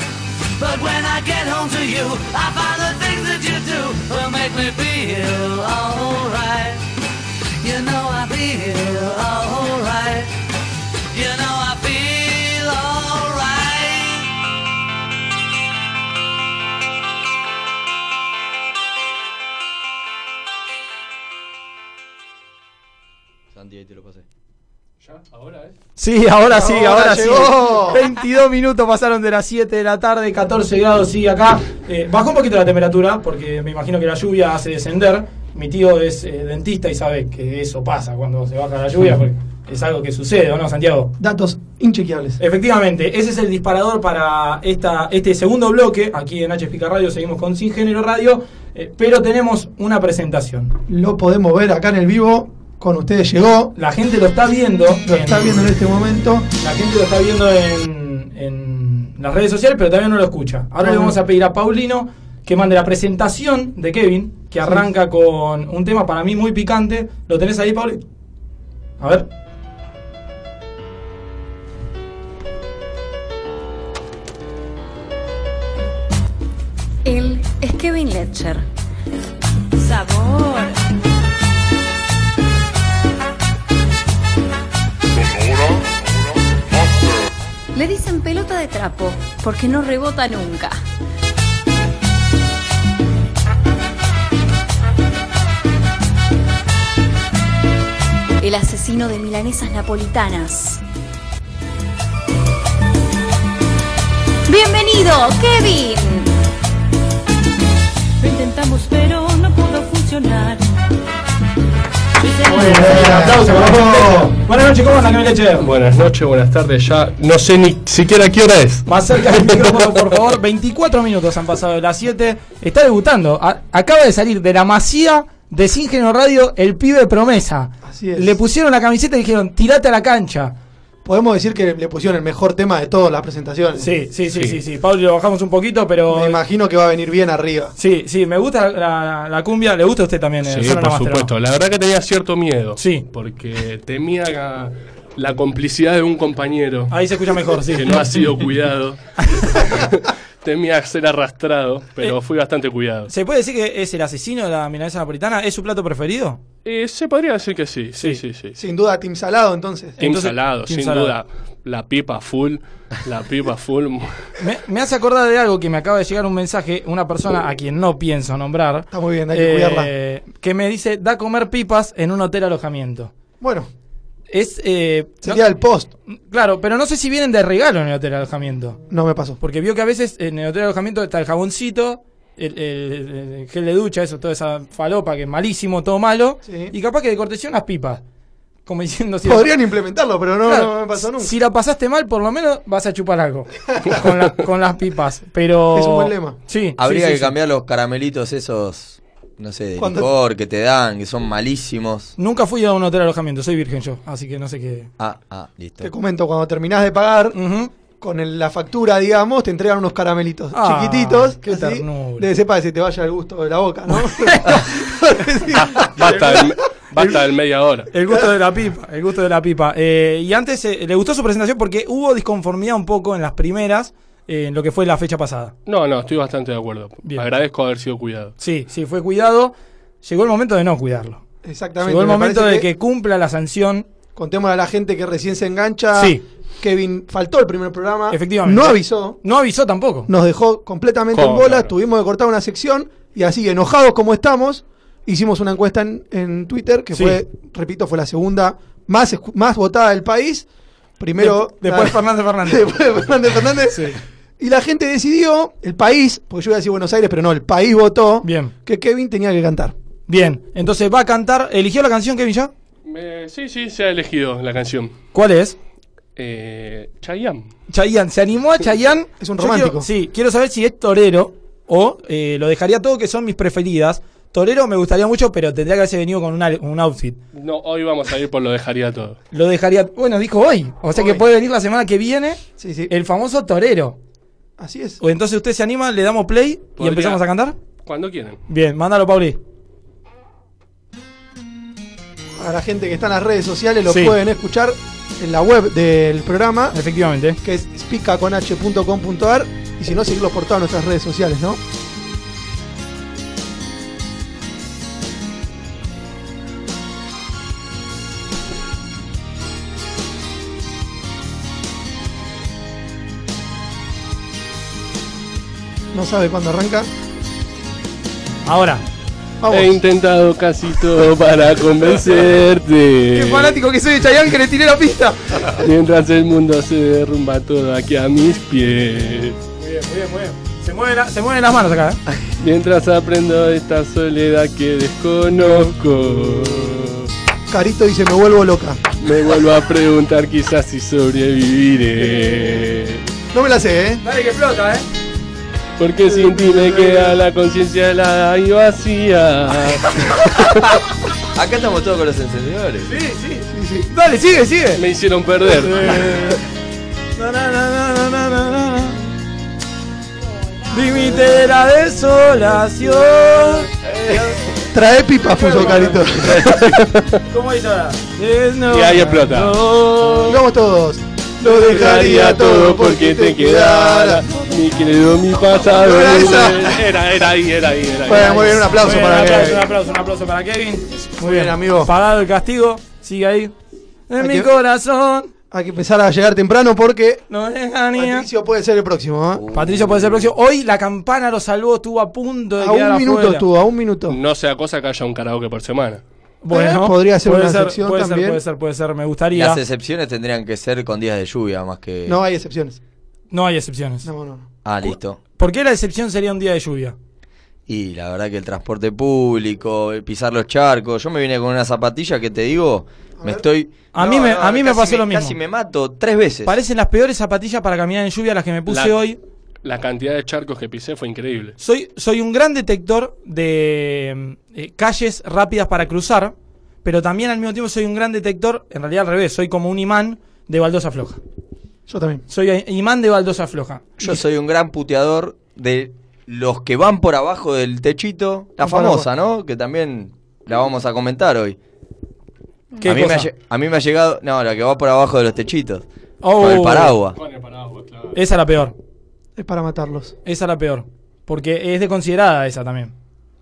[SPEAKER 7] But when I get home to you, I find the things that you do will make me feel alright. You know I feel alright. You know I feel alright.
[SPEAKER 5] Santi, ahí te lo pasé.
[SPEAKER 4] Sí, ahora sí, ahora,
[SPEAKER 3] Ahora
[SPEAKER 4] sí.
[SPEAKER 3] llegó.
[SPEAKER 4] 22 minutos pasaron de las 7 de la tarde, 14 grados sigue acá. Eh, bajó un poquito la temperatura porque me imagino que la lluvia hace descender. Mi tío es eh, dentista y sabe que eso pasa cuando se baja la lluvia, porque es algo que sucede, ¿o no, Santiago?
[SPEAKER 3] Datos inchequeables.
[SPEAKER 4] Efectivamente, ese es el disparador para esta, este segundo bloque. Aquí en H Pica Radio seguimos con Sin Género Radio, eh, pero tenemos una presentación.
[SPEAKER 3] Lo podemos ver acá en el vivo. Con ustedes llegó.
[SPEAKER 4] La gente lo está viendo.
[SPEAKER 3] Lo está
[SPEAKER 4] en-
[SPEAKER 3] viendo en este momento.
[SPEAKER 4] La gente lo está viendo en, en las redes sociales, pero todavía no lo escucha. Ahora le
[SPEAKER 3] Bueno.
[SPEAKER 4] vamos a pedir a Paulino que mande la presentación de Kevin, que arranca con un tema para mí muy picante. ¿Lo tenés ahí, Paulino? A ver.
[SPEAKER 8] Él es Kevin Ledger. Sabor. Le dicen pelota de trapo porque no rebota nunca. El asesino de milanesas napolitanas. Bienvenido, Kevin.
[SPEAKER 9] Lo intentamos, pero no pudo funcionar.
[SPEAKER 4] aplauso para Paulino. Buenas noches, ¿cómo andan, Kevin Leche?
[SPEAKER 10] Buenas noches, buenas tardes, ya no sé ni siquiera qué hora es.
[SPEAKER 4] Más cerca del [laughs] micrófono, por favor. 24 minutos han pasado de las 7. Está debutando. A- acaba de salir de la masía de Singeno Radio el pibe promesa.
[SPEAKER 3] Así es.
[SPEAKER 4] Le pusieron la camiseta y dijeron, tirate a la cancha.
[SPEAKER 3] Podemos decir que le pusieron el mejor tema de todas las presentaciones.
[SPEAKER 4] Sí, sí, sí, sí, sí. Pablo, lo bajamos un poquito, pero.
[SPEAKER 3] Me imagino que va a venir bien arriba.
[SPEAKER 4] Sí, sí, me gusta la, la- la cumbia. ¿Le gusta a usted también? eh,
[SPEAKER 10] Sí,
[SPEAKER 4] Zona
[SPEAKER 10] por
[SPEAKER 4] Navastero?
[SPEAKER 10] supuesto. La verdad que tenía cierto miedo.
[SPEAKER 4] Sí.
[SPEAKER 10] Porque temía la, la complicidad de un compañero
[SPEAKER 4] Ahí se escucha mejor, sí.
[SPEAKER 10] que no ha sido cuidado. [laughs] temía ser arrastrado, pero fui bastante cuidado.
[SPEAKER 4] Eh, ¿Se puede decir que es el asesino de la milanesa napolitana? ¿Es su plato preferido?
[SPEAKER 10] Eh, se podría decir que sí, sí,
[SPEAKER 4] Sí.
[SPEAKER 10] sí, sí.
[SPEAKER 3] Sin duda, Team Salado, entonces.
[SPEAKER 10] Team
[SPEAKER 4] Entonces,
[SPEAKER 10] Salado,
[SPEAKER 4] Team
[SPEAKER 10] sin
[SPEAKER 4] Salado.
[SPEAKER 10] duda. La pipa full, la pipa
[SPEAKER 4] [laughs]
[SPEAKER 10] full.
[SPEAKER 4] Me, me hace acordar de algo que me acaba de llegar un mensaje, una persona a quien no pienso nombrar.
[SPEAKER 3] Está muy bien, hay que
[SPEAKER 4] eh, Que me dice, da a comer pipas en un hotel alojamiento.
[SPEAKER 3] Bueno,
[SPEAKER 4] Es, eh,
[SPEAKER 3] sería el post.
[SPEAKER 4] no- claro, pero no sé si vienen de regalo en el hotel alojamiento.
[SPEAKER 3] No me pasó.
[SPEAKER 4] Porque vio que a veces en el hotel de alojamiento está el jaboncito, el, el- el gel de ducha, eso, toda esa falopa que es malísimo, todo malo.
[SPEAKER 3] Sí.
[SPEAKER 4] Y capaz que de cortesía unas pipas. Como diciendo si
[SPEAKER 3] Podrían implementarlo, pero no,
[SPEAKER 4] Claro,
[SPEAKER 3] no me pasó nunca.
[SPEAKER 4] Si la pasaste mal, por lo menos vas a
[SPEAKER 3] [laughs]
[SPEAKER 4] chupar algo con, la- con las pipas. Pero.
[SPEAKER 3] Es un buen lema.
[SPEAKER 4] Oh. Sí.
[SPEAKER 5] Habría
[SPEAKER 4] sí, sí,
[SPEAKER 5] que
[SPEAKER 4] sí.
[SPEAKER 5] cambiar los caramelitos esos, no sé, de
[SPEAKER 3] Cuando-
[SPEAKER 5] licor que te dan, que son malísimos.
[SPEAKER 4] Nunca fui a un hotel de alojamiento, soy virgen yo, así que no sé qué.
[SPEAKER 5] Ah, ah, listo.
[SPEAKER 3] Te comento, cuando terminás de pagar,
[SPEAKER 4] Ujú.
[SPEAKER 3] con el- la factura, digamos, te entregan unos caramelitos
[SPEAKER 4] Ah,
[SPEAKER 3] chiquititos.
[SPEAKER 4] qué ternura.
[SPEAKER 3] De sepa que se te vaya el gusto de la boca, ¿no?
[SPEAKER 10] Basta del, basta del media hora.
[SPEAKER 4] El gusto de la pipa, el gusto de la pipa. Eh, y antes eh, le gustó su presentación porque hubo disconformidad un poco en las primeras, eh, en lo que fue la fecha pasada.
[SPEAKER 10] No, no, estoy bastante de acuerdo.
[SPEAKER 4] Bien.
[SPEAKER 10] Agradezco haber sido cuidado.
[SPEAKER 4] Sí, sí, fue cuidado. Llegó el momento de no cuidarlo.
[SPEAKER 3] Exactamente.
[SPEAKER 4] Llegó el
[SPEAKER 3] me
[SPEAKER 4] momento
[SPEAKER 3] parece
[SPEAKER 4] de que cumpla la sanción.
[SPEAKER 3] Contémosle a la gente que recién se engancha.
[SPEAKER 4] Sí.
[SPEAKER 3] Kevin faltó el primer programa.
[SPEAKER 4] Efectivamente.
[SPEAKER 3] No avisó.
[SPEAKER 4] No avisó tampoco.
[SPEAKER 3] Nos dejó completamente
[SPEAKER 10] Con-
[SPEAKER 3] en bolas.
[SPEAKER 10] claro.
[SPEAKER 3] Tuvimos que cortar una sección. Y así, enojados como estamos, hicimos una encuesta en, en Twitter que
[SPEAKER 4] Sí.
[SPEAKER 3] fue, repito, fue la segunda más, escu- más votada del país. Primero.
[SPEAKER 4] De- después
[SPEAKER 3] la- [laughs]
[SPEAKER 4] Fernández Fernández.
[SPEAKER 3] Después Fernández Fernández. Y la gente decidió, el país, porque yo iba a decir Buenos Aires, pero no, el país votó
[SPEAKER 4] Bien.
[SPEAKER 3] que Kevin tenía que cantar.
[SPEAKER 4] Bien, entonces va a cantar. ¿Eligió la canción Kevin ya?
[SPEAKER 10] Eh, sí, sí, se ha elegido la canción.
[SPEAKER 4] ¿Cuál es?
[SPEAKER 10] Eh, Chayanne.
[SPEAKER 4] Chayanne, ¿se animó a Chayanne?
[SPEAKER 3] Es un
[SPEAKER 4] Yo
[SPEAKER 3] romántico.
[SPEAKER 4] quiero- sí, quiero saber si es torero o eh, lo dejaría todo, que son mis preferidas. Torero me gustaría mucho, pero tendría que haberse venido con una- un outfit.
[SPEAKER 10] No, hoy vamos a ir por lo dejaría todo.
[SPEAKER 4] Lo dejaría, bueno, dijo hoy. O sea que
[SPEAKER 3] Hoy.
[SPEAKER 4] puede venir la semana que viene
[SPEAKER 3] Sí, sí.
[SPEAKER 4] el famoso torero.
[SPEAKER 3] Así es.
[SPEAKER 4] O entonces usted se anima, le damos play y
[SPEAKER 10] Podría.
[SPEAKER 4] empezamos a cantar.
[SPEAKER 10] Cuando quieran.
[SPEAKER 4] Bien, mándalo, Pauli.
[SPEAKER 3] A la gente que está en las redes sociales lo
[SPEAKER 4] Sí.
[SPEAKER 3] pueden escuchar en la web del programa,
[SPEAKER 4] Efectivamente.
[SPEAKER 3] que es spicaconh.com.ar. Y si no, seguirlos por todas nuestras redes sociales, ¿no? No sabe cuándo arranca.
[SPEAKER 4] Ahora.
[SPEAKER 3] Vamos.
[SPEAKER 10] He intentado casi todo para convencerte.
[SPEAKER 3] [laughs] Qué fanático que soy de Chayanne que le tiré la pista.
[SPEAKER 10] Mientras el mundo se derrumba todo aquí a mis pies.
[SPEAKER 4] Muy bien, muy bien, muy bien. Se, mueve la- se mueven las manos acá, ¿eh?
[SPEAKER 3] [laughs]
[SPEAKER 10] Mientras aprendo esta soledad que desconozco.
[SPEAKER 3] Carito dice, me vuelvo loca.
[SPEAKER 10] Me vuelvo a preguntar quizás si sobreviviré.
[SPEAKER 3] No me la sé, ¿eh?
[SPEAKER 4] Dale que explota, ¿eh?
[SPEAKER 10] Porque sin ti me queda la conciencia helada y vacía.
[SPEAKER 5] [laughs] Acá estamos todos con los encendedores.
[SPEAKER 4] Sí, sí.
[SPEAKER 3] Sí, sí.
[SPEAKER 4] Dale, sigue, sigue.
[SPEAKER 10] Me hicieron perder.
[SPEAKER 4] Na, na, na, na, na, na, na, na. Límite de la desolación.
[SPEAKER 3] Trae pipas, puso Carito. [laughs]
[SPEAKER 4] ¿Cómo dice ahora?
[SPEAKER 10] Y [laughs] ahí explota.
[SPEAKER 3] Vamos todos.
[SPEAKER 10] Lo dejaría todo porque te quedara. Mi querido, mi pasado.
[SPEAKER 3] Era esa.
[SPEAKER 10] Era, era ahí, era ahí, era ahí.
[SPEAKER 3] Bueno, muy bien, un aplauso
[SPEAKER 4] Muy bien,
[SPEAKER 3] para
[SPEAKER 4] un aplauso, un
[SPEAKER 3] que.
[SPEAKER 4] aplauso, un aplauso para Kevin. Muy
[SPEAKER 3] bien, amigo.
[SPEAKER 4] Pagado el castigo, sigue ahí. En
[SPEAKER 3] Hay
[SPEAKER 4] mi
[SPEAKER 3] que-
[SPEAKER 4] corazón
[SPEAKER 3] Hay que empezar a llegar temprano porque
[SPEAKER 4] no deja ni. a-
[SPEAKER 3] Patricio puede ser el próximo, ¿eh?
[SPEAKER 4] Patricio puede ser el próximo. Hoy la campana lo salvó, estuvo a punto de
[SPEAKER 3] A
[SPEAKER 4] quedar
[SPEAKER 3] un minuto
[SPEAKER 4] afuera.
[SPEAKER 3] estuvo, a un minuto.
[SPEAKER 10] No sea cosa que haya un karaoke por semana.
[SPEAKER 4] Bueno,
[SPEAKER 3] Eh, podría ser
[SPEAKER 4] puede
[SPEAKER 3] una excepción
[SPEAKER 4] puede
[SPEAKER 3] también.
[SPEAKER 4] puede ser, puede ser, me gustaría.
[SPEAKER 5] Las excepciones tendrían que ser con días de lluvia más que.
[SPEAKER 3] No hay excepciones.
[SPEAKER 4] No hay excepciones.
[SPEAKER 3] No, no.
[SPEAKER 5] Ah, listo.
[SPEAKER 4] ¿Por qué la excepción sería un día de lluvia?
[SPEAKER 5] Y la verdad que el transporte público, el pisar los charcos. Yo me vine con una zapatilla que te digo, me estoy.
[SPEAKER 4] A mí me- a mí me
[SPEAKER 5] casi
[SPEAKER 4] pasó lo mismo.
[SPEAKER 5] Casi me mato tres veces.
[SPEAKER 4] Parecen las peores zapatillas para caminar en lluvia las que me puse
[SPEAKER 10] La-
[SPEAKER 4] hoy.
[SPEAKER 10] La cantidad de charcos que pisé fue increíble.
[SPEAKER 4] Soy, soy un gran detector de mm, eh, calles rápidas para cruzar, pero también al mismo tiempo soy un gran detector, en realidad al revés, soy como un imán de baldosa floja.
[SPEAKER 3] Yo también.
[SPEAKER 4] Soy eh, imán de baldosa floja.
[SPEAKER 5] Yo soy un gran puteador de los que van por abajo del techito. La
[SPEAKER 3] Van por
[SPEAKER 5] famosa, ¿no? Que también la vamos a comentar hoy.
[SPEAKER 4] ¿Qué
[SPEAKER 5] a, mí me ha,
[SPEAKER 4] cosa?
[SPEAKER 5] lle- a mí me ha llegado. No, la que va por abajo de los techitos.
[SPEAKER 4] Oh,
[SPEAKER 5] Con el paraguas.
[SPEAKER 10] Con el paraguas, claro.
[SPEAKER 4] Esa es la peor,
[SPEAKER 3] Es para matarlos.
[SPEAKER 4] esa es la peor, porque es de considerada esa también.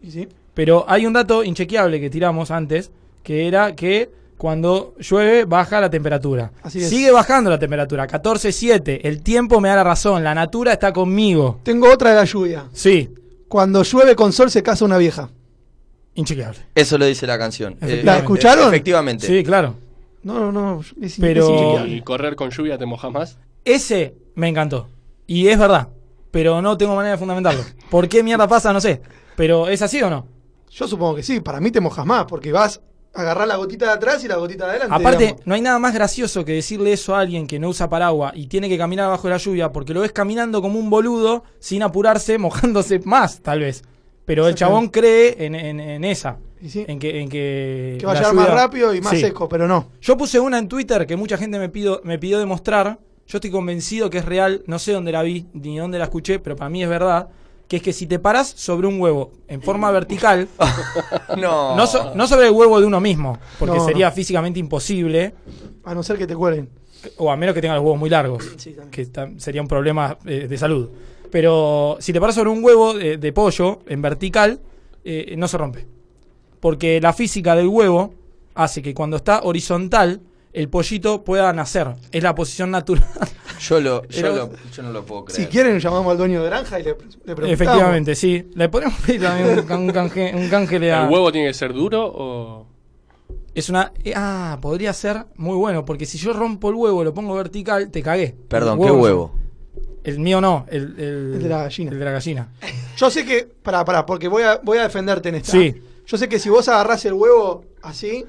[SPEAKER 3] ¿Y sí?
[SPEAKER 4] Pero hay un dato inchequeable que tiramos antes, que era que cuando llueve baja la temperatura.
[SPEAKER 3] Así es.
[SPEAKER 4] Sigue bajando la temperatura, 14.7. El tiempo me da la razón, la natura está conmigo.
[SPEAKER 3] Tengo otra de la lluvia.
[SPEAKER 4] Sí,
[SPEAKER 3] Cuando llueve con sol se casa una vieja.
[SPEAKER 4] inchequeable.
[SPEAKER 5] Eso lo dice la canción.
[SPEAKER 4] Efectivamente.
[SPEAKER 5] Eh,
[SPEAKER 4] ¿La
[SPEAKER 3] escucharon?
[SPEAKER 5] Efectivamente.
[SPEAKER 4] Sí, claro.
[SPEAKER 3] No, no, no. es-
[SPEAKER 4] Pero-
[SPEAKER 3] es
[SPEAKER 10] Y correr con lluvia te mojas más.
[SPEAKER 4] Ese me encantó. Y es verdad, pero no tengo manera de fundamentarlo. ¿Por qué mierda pasa? No sé. Pero ¿es así o no?
[SPEAKER 3] Yo supongo que sí, para mí te mojas más, porque vas a agarrar la gotita de atrás y la gotita de adelante.
[SPEAKER 4] Aparte,
[SPEAKER 3] digamos.
[SPEAKER 4] no hay nada más gracioso que decirle eso a alguien que no usa paraguas y tiene que caminar bajo la lluvia porque lo ves caminando como un boludo sin apurarse, mojándose más, tal vez. Pero el chabón cree en, en- en esa.
[SPEAKER 3] Y sí.
[SPEAKER 4] En que, en que,
[SPEAKER 3] que
[SPEAKER 4] eh, la
[SPEAKER 3] vaya más
[SPEAKER 4] lluvia-
[SPEAKER 3] rápido y más
[SPEAKER 4] Sí.
[SPEAKER 3] seco, pero no.
[SPEAKER 4] Yo puse una en Twitter que mucha gente me, pido, me pidió demostrar. Yo estoy convencido que es real. No sé dónde la vi ni dónde la escuché, pero para mí es verdad. Que es que si te paras sobre un huevo en forma vertical,
[SPEAKER 5] No.
[SPEAKER 4] no, so- no sobre el huevo de uno mismo, porque
[SPEAKER 3] No,
[SPEAKER 4] sería
[SPEAKER 3] no.
[SPEAKER 4] físicamente imposible,
[SPEAKER 3] A no ser que te cuelen.
[SPEAKER 4] o a menos que tenga los huevos muy largos,
[SPEAKER 3] Sí, también.
[SPEAKER 4] que tam- sería un problema eh, de salud. Pero si te paras sobre un huevo de, de pollo en vertical, eh, no se rompe. Porque la física del huevo hace que cuando está horizontal, el pollito pueda nacer. Es la posición natural.
[SPEAKER 5] Yo, lo,
[SPEAKER 4] [laughs] Era-
[SPEAKER 5] yo, lo- yo no lo puedo creer.
[SPEAKER 3] Si quieren, llamamos al dueño de granja y le, le preguntamos.
[SPEAKER 4] Efectivamente, sí. Le podemos pedir también un, can- un canje, un
[SPEAKER 10] [laughs]
[SPEAKER 4] canje de... a-
[SPEAKER 10] ¿El huevo tiene que ser duro o.?
[SPEAKER 4] Es una... eh, ah, podría ser muy bueno, porque si yo rompo el huevo, lo pongo vertical, te cagué.
[SPEAKER 5] Perdón,
[SPEAKER 4] El
[SPEAKER 5] ¿qué huevo?
[SPEAKER 4] El mío no, el, el-
[SPEAKER 3] El de la gallina.
[SPEAKER 4] El de la gallina.
[SPEAKER 3] Yo sé que. Pará, pará, porque voy a, voy a defenderte en esta.
[SPEAKER 4] Sí.
[SPEAKER 3] Yo sé que si vos agarrás el huevo así,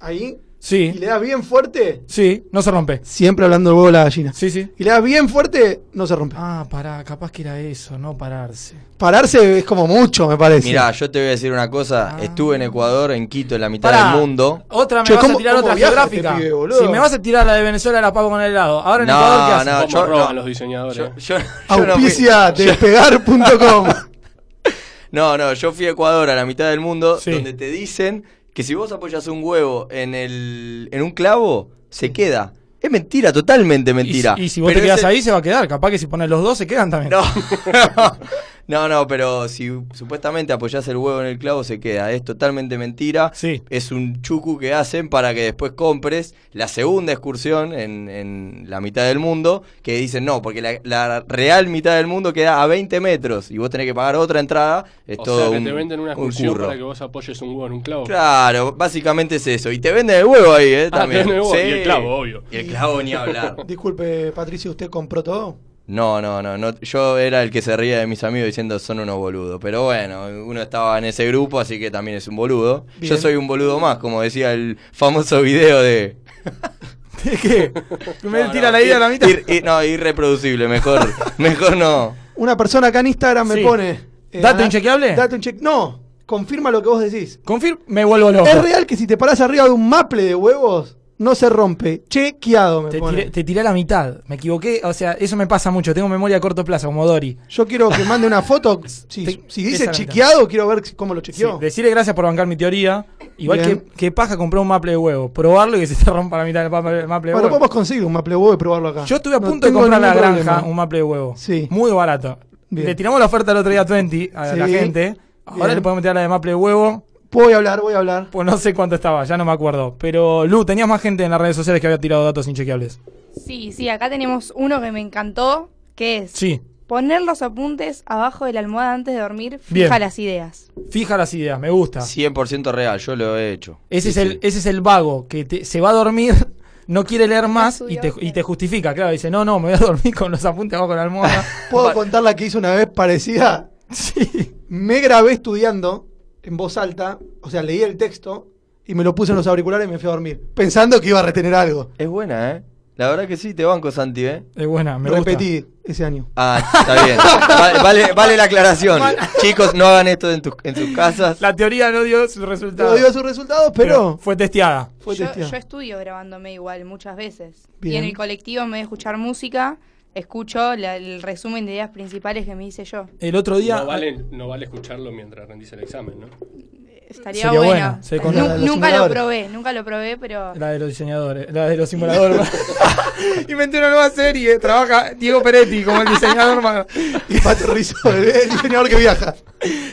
[SPEAKER 3] ahí, y
[SPEAKER 4] Sí,
[SPEAKER 3] le das bien fuerte.
[SPEAKER 4] sí, no se rompe.
[SPEAKER 3] Siempre hablando del huevo de la gallina.
[SPEAKER 4] Sí, sí.
[SPEAKER 3] Y le das bien fuerte, no se rompe.
[SPEAKER 4] Ah, pará, capaz que era eso, no pararse.
[SPEAKER 3] Pararse es como mucho, me parece.
[SPEAKER 5] Mirá, yo te voy a decir una cosa. Estuve en Ecuador, en Quito, en la mitad
[SPEAKER 4] Ah. Pará,
[SPEAKER 5] del mundo.
[SPEAKER 4] Otra me
[SPEAKER 3] Che,
[SPEAKER 4] vas a
[SPEAKER 3] ¿cómo-
[SPEAKER 4] tirar
[SPEAKER 3] cómo
[SPEAKER 4] otra
[SPEAKER 3] viaja
[SPEAKER 4] geográfica.
[SPEAKER 3] este pibe, boludo?
[SPEAKER 4] si me vas a tirar la de Venezuela, la pago con el helado. Ahora en
[SPEAKER 5] No,
[SPEAKER 4] Ecuador, ¿qué haces?
[SPEAKER 5] no,
[SPEAKER 10] ¿Cómo
[SPEAKER 5] yo-
[SPEAKER 10] roban
[SPEAKER 5] no.
[SPEAKER 10] los diseñadores?
[SPEAKER 4] eh.
[SPEAKER 5] Yo, yo- yo no fui-
[SPEAKER 3] Auspicia
[SPEAKER 5] [laughs]
[SPEAKER 3] despegar.com.
[SPEAKER 5] No, no, yo fui a Ecuador, a la mitad del mundo,
[SPEAKER 4] Sí.
[SPEAKER 5] donde te dicen que si vos apoyas un huevo en, el, en un clavo, se queda. Es mentira, totalmente
[SPEAKER 4] Y si-
[SPEAKER 5] mentira.
[SPEAKER 4] Y, si vos
[SPEAKER 5] Pero
[SPEAKER 4] te quedas
[SPEAKER 5] ese-
[SPEAKER 4] ahí, se va a quedar. Capaz que si pones los dos, se quedan también.
[SPEAKER 5] No, no. No, no, pero si supuestamente apoyás el huevo en el clavo, se queda. Es totalmente mentira. Es un chucu que hacen para que después compres la segunda excursión en, en la mitad del mundo. Que dicen no, porque la, la real mitad del mundo queda a 20 metros y vos tenés que pagar otra entrada. Es
[SPEAKER 10] o
[SPEAKER 5] todo
[SPEAKER 10] sea, que
[SPEAKER 5] un,
[SPEAKER 10] te venden una
[SPEAKER 5] un
[SPEAKER 10] excursión
[SPEAKER 5] curro.
[SPEAKER 10] para que vos apoyes un huevo en un clavo.
[SPEAKER 5] Claro, básicamente es eso. Y te venden el huevo ahí, ¿eh?
[SPEAKER 10] Ah,
[SPEAKER 5] También.
[SPEAKER 10] te venden el huevo
[SPEAKER 5] Sí.
[SPEAKER 10] y el clavo, obvio.
[SPEAKER 5] Y el clavo ni hablar.
[SPEAKER 3] [laughs] Disculpe, Patricio, ¿usted compró todo?
[SPEAKER 5] No, no, no, no. Yo era el que se ría de mis amigos diciendo son unos boludos. Pero bueno, uno estaba en ese grupo, así que también es un boludo.
[SPEAKER 3] Bien.
[SPEAKER 5] Yo soy un boludo más, como decía el famoso video
[SPEAKER 4] [laughs]
[SPEAKER 5] de. [laughs]
[SPEAKER 4] Me
[SPEAKER 5] No,
[SPEAKER 4] tira
[SPEAKER 5] no,
[SPEAKER 4] la idea a la
[SPEAKER 5] ir-
[SPEAKER 4] mitad.
[SPEAKER 5] ir- ir- no, irreproducible,
[SPEAKER 4] [laughs]
[SPEAKER 5] mejor, mejor no.
[SPEAKER 3] Una persona acá en Instagram me
[SPEAKER 4] Sí.
[SPEAKER 3] pone. eh,
[SPEAKER 4] ¿Dato
[SPEAKER 3] ana-
[SPEAKER 4] inchequeable?
[SPEAKER 3] Dato inche- No, confirma lo que vos decís.
[SPEAKER 4] Confirm, me vuelvo loco.
[SPEAKER 3] Es real que si te parás arriba de un maple de huevos, no se rompe. Chequeado, me
[SPEAKER 4] Te
[SPEAKER 3] pone.
[SPEAKER 4] tiré, te tiré a la mitad. Me equivoqué. O sea, eso me pasa mucho. Tengo memoria a corto plazo, como Dori.
[SPEAKER 3] Yo quiero que mande una foto. Si,
[SPEAKER 4] Te-
[SPEAKER 3] si
[SPEAKER 4] esa
[SPEAKER 3] dice
[SPEAKER 4] la mitad.
[SPEAKER 3] chequeado, quiero ver si- cómo lo
[SPEAKER 4] Sí,
[SPEAKER 3] chequeó.
[SPEAKER 4] decirle gracias por bancar mi teoría. Igual
[SPEAKER 3] Bien.
[SPEAKER 4] que, que paja compró un maple de huevo. Probarlo y que se te rompa la mitad del maple, maple de
[SPEAKER 3] bueno,
[SPEAKER 4] huevo.
[SPEAKER 3] podemos conseguir un maple de huevo y probarlo acá.
[SPEAKER 4] Yo estuve a
[SPEAKER 3] No
[SPEAKER 4] punto de
[SPEAKER 3] tengo
[SPEAKER 4] comprar a la
[SPEAKER 3] ningún
[SPEAKER 4] granja
[SPEAKER 3] problema.
[SPEAKER 4] un maple de huevo.
[SPEAKER 3] Sí.
[SPEAKER 4] Muy barato.
[SPEAKER 3] Bien.
[SPEAKER 4] Le tiramos la oferta el otro día a 20 a la
[SPEAKER 3] Sí.
[SPEAKER 4] gente. Ahora
[SPEAKER 3] Bien.
[SPEAKER 4] le podemos tirar la de maple de huevo.
[SPEAKER 3] Voy a hablar, voy a hablar.
[SPEAKER 4] Pues no sé cuánto estaba, ya no me acuerdo. Pero Lu, tenías más gente en las redes sociales que había tirado datos inchequeables.
[SPEAKER 6] Sí, sí, acá tenemos uno que me encantó, que es
[SPEAKER 4] Sí.
[SPEAKER 6] poner los apuntes abajo de la almohada antes de dormir,
[SPEAKER 4] Bien.
[SPEAKER 6] fija las ideas.
[SPEAKER 4] Fija las ideas, me gusta.
[SPEAKER 5] 100% real, yo lo he hecho.
[SPEAKER 4] Ese,
[SPEAKER 5] Sí,
[SPEAKER 4] es el,
[SPEAKER 5] sí.
[SPEAKER 4] ese es el vago que te- se va a dormir, [laughs] no quiere leer más y te,
[SPEAKER 6] estudió,
[SPEAKER 4] y te justifica. Claro, dice, no, no, me voy a dormir con los apuntes abajo de la almohada.
[SPEAKER 3] ¿Puedo contar la que hice una vez parecida?
[SPEAKER 4] [laughs] sí.
[SPEAKER 3] Me grabé estudiando en voz alta, o sea, leí el texto y me lo puse en los auriculares y me fui a dormir, pensando que iba a retener algo.
[SPEAKER 5] Es buena, ¿eh? La verdad que sí, te banco, Santi, ¿eh?
[SPEAKER 4] Es buena, me gusta.
[SPEAKER 3] Repetí ese año.
[SPEAKER 5] Ah, está bien. Vale, vale, vale la aclaración. Chicos, [laughs] no hagan esto en, tus- en sus casas.
[SPEAKER 4] La teoría no dio su resultado.
[SPEAKER 3] No dio sus resultados, pero,
[SPEAKER 4] fue testeada.
[SPEAKER 3] fue
[SPEAKER 6] yo,
[SPEAKER 3] testeado.
[SPEAKER 6] yo estudio grabándome igual muchas veces. Y
[SPEAKER 3] Bien.
[SPEAKER 6] en el colectivo, en vez de escuchar música, escucho la- el resumen de ideas principales que me hice yo.
[SPEAKER 4] El otro día.
[SPEAKER 10] No vale, no vale escucharlo mientras rendís el examen, ¿no?
[SPEAKER 6] Estaría
[SPEAKER 4] Sería
[SPEAKER 6] bueno.
[SPEAKER 4] buena, sí, con
[SPEAKER 6] Nu-
[SPEAKER 3] la de los
[SPEAKER 6] nunca lo
[SPEAKER 3] simuladores.
[SPEAKER 6] probé, nunca lo probé, pero...
[SPEAKER 4] La de los diseñadores, la de los simuladores. [laughs] Inventé una nueva serie, trabaja Diego Peretti como el diseñador. hermano.
[SPEAKER 3] Y Pato Rizzo, el diseñador que viaja.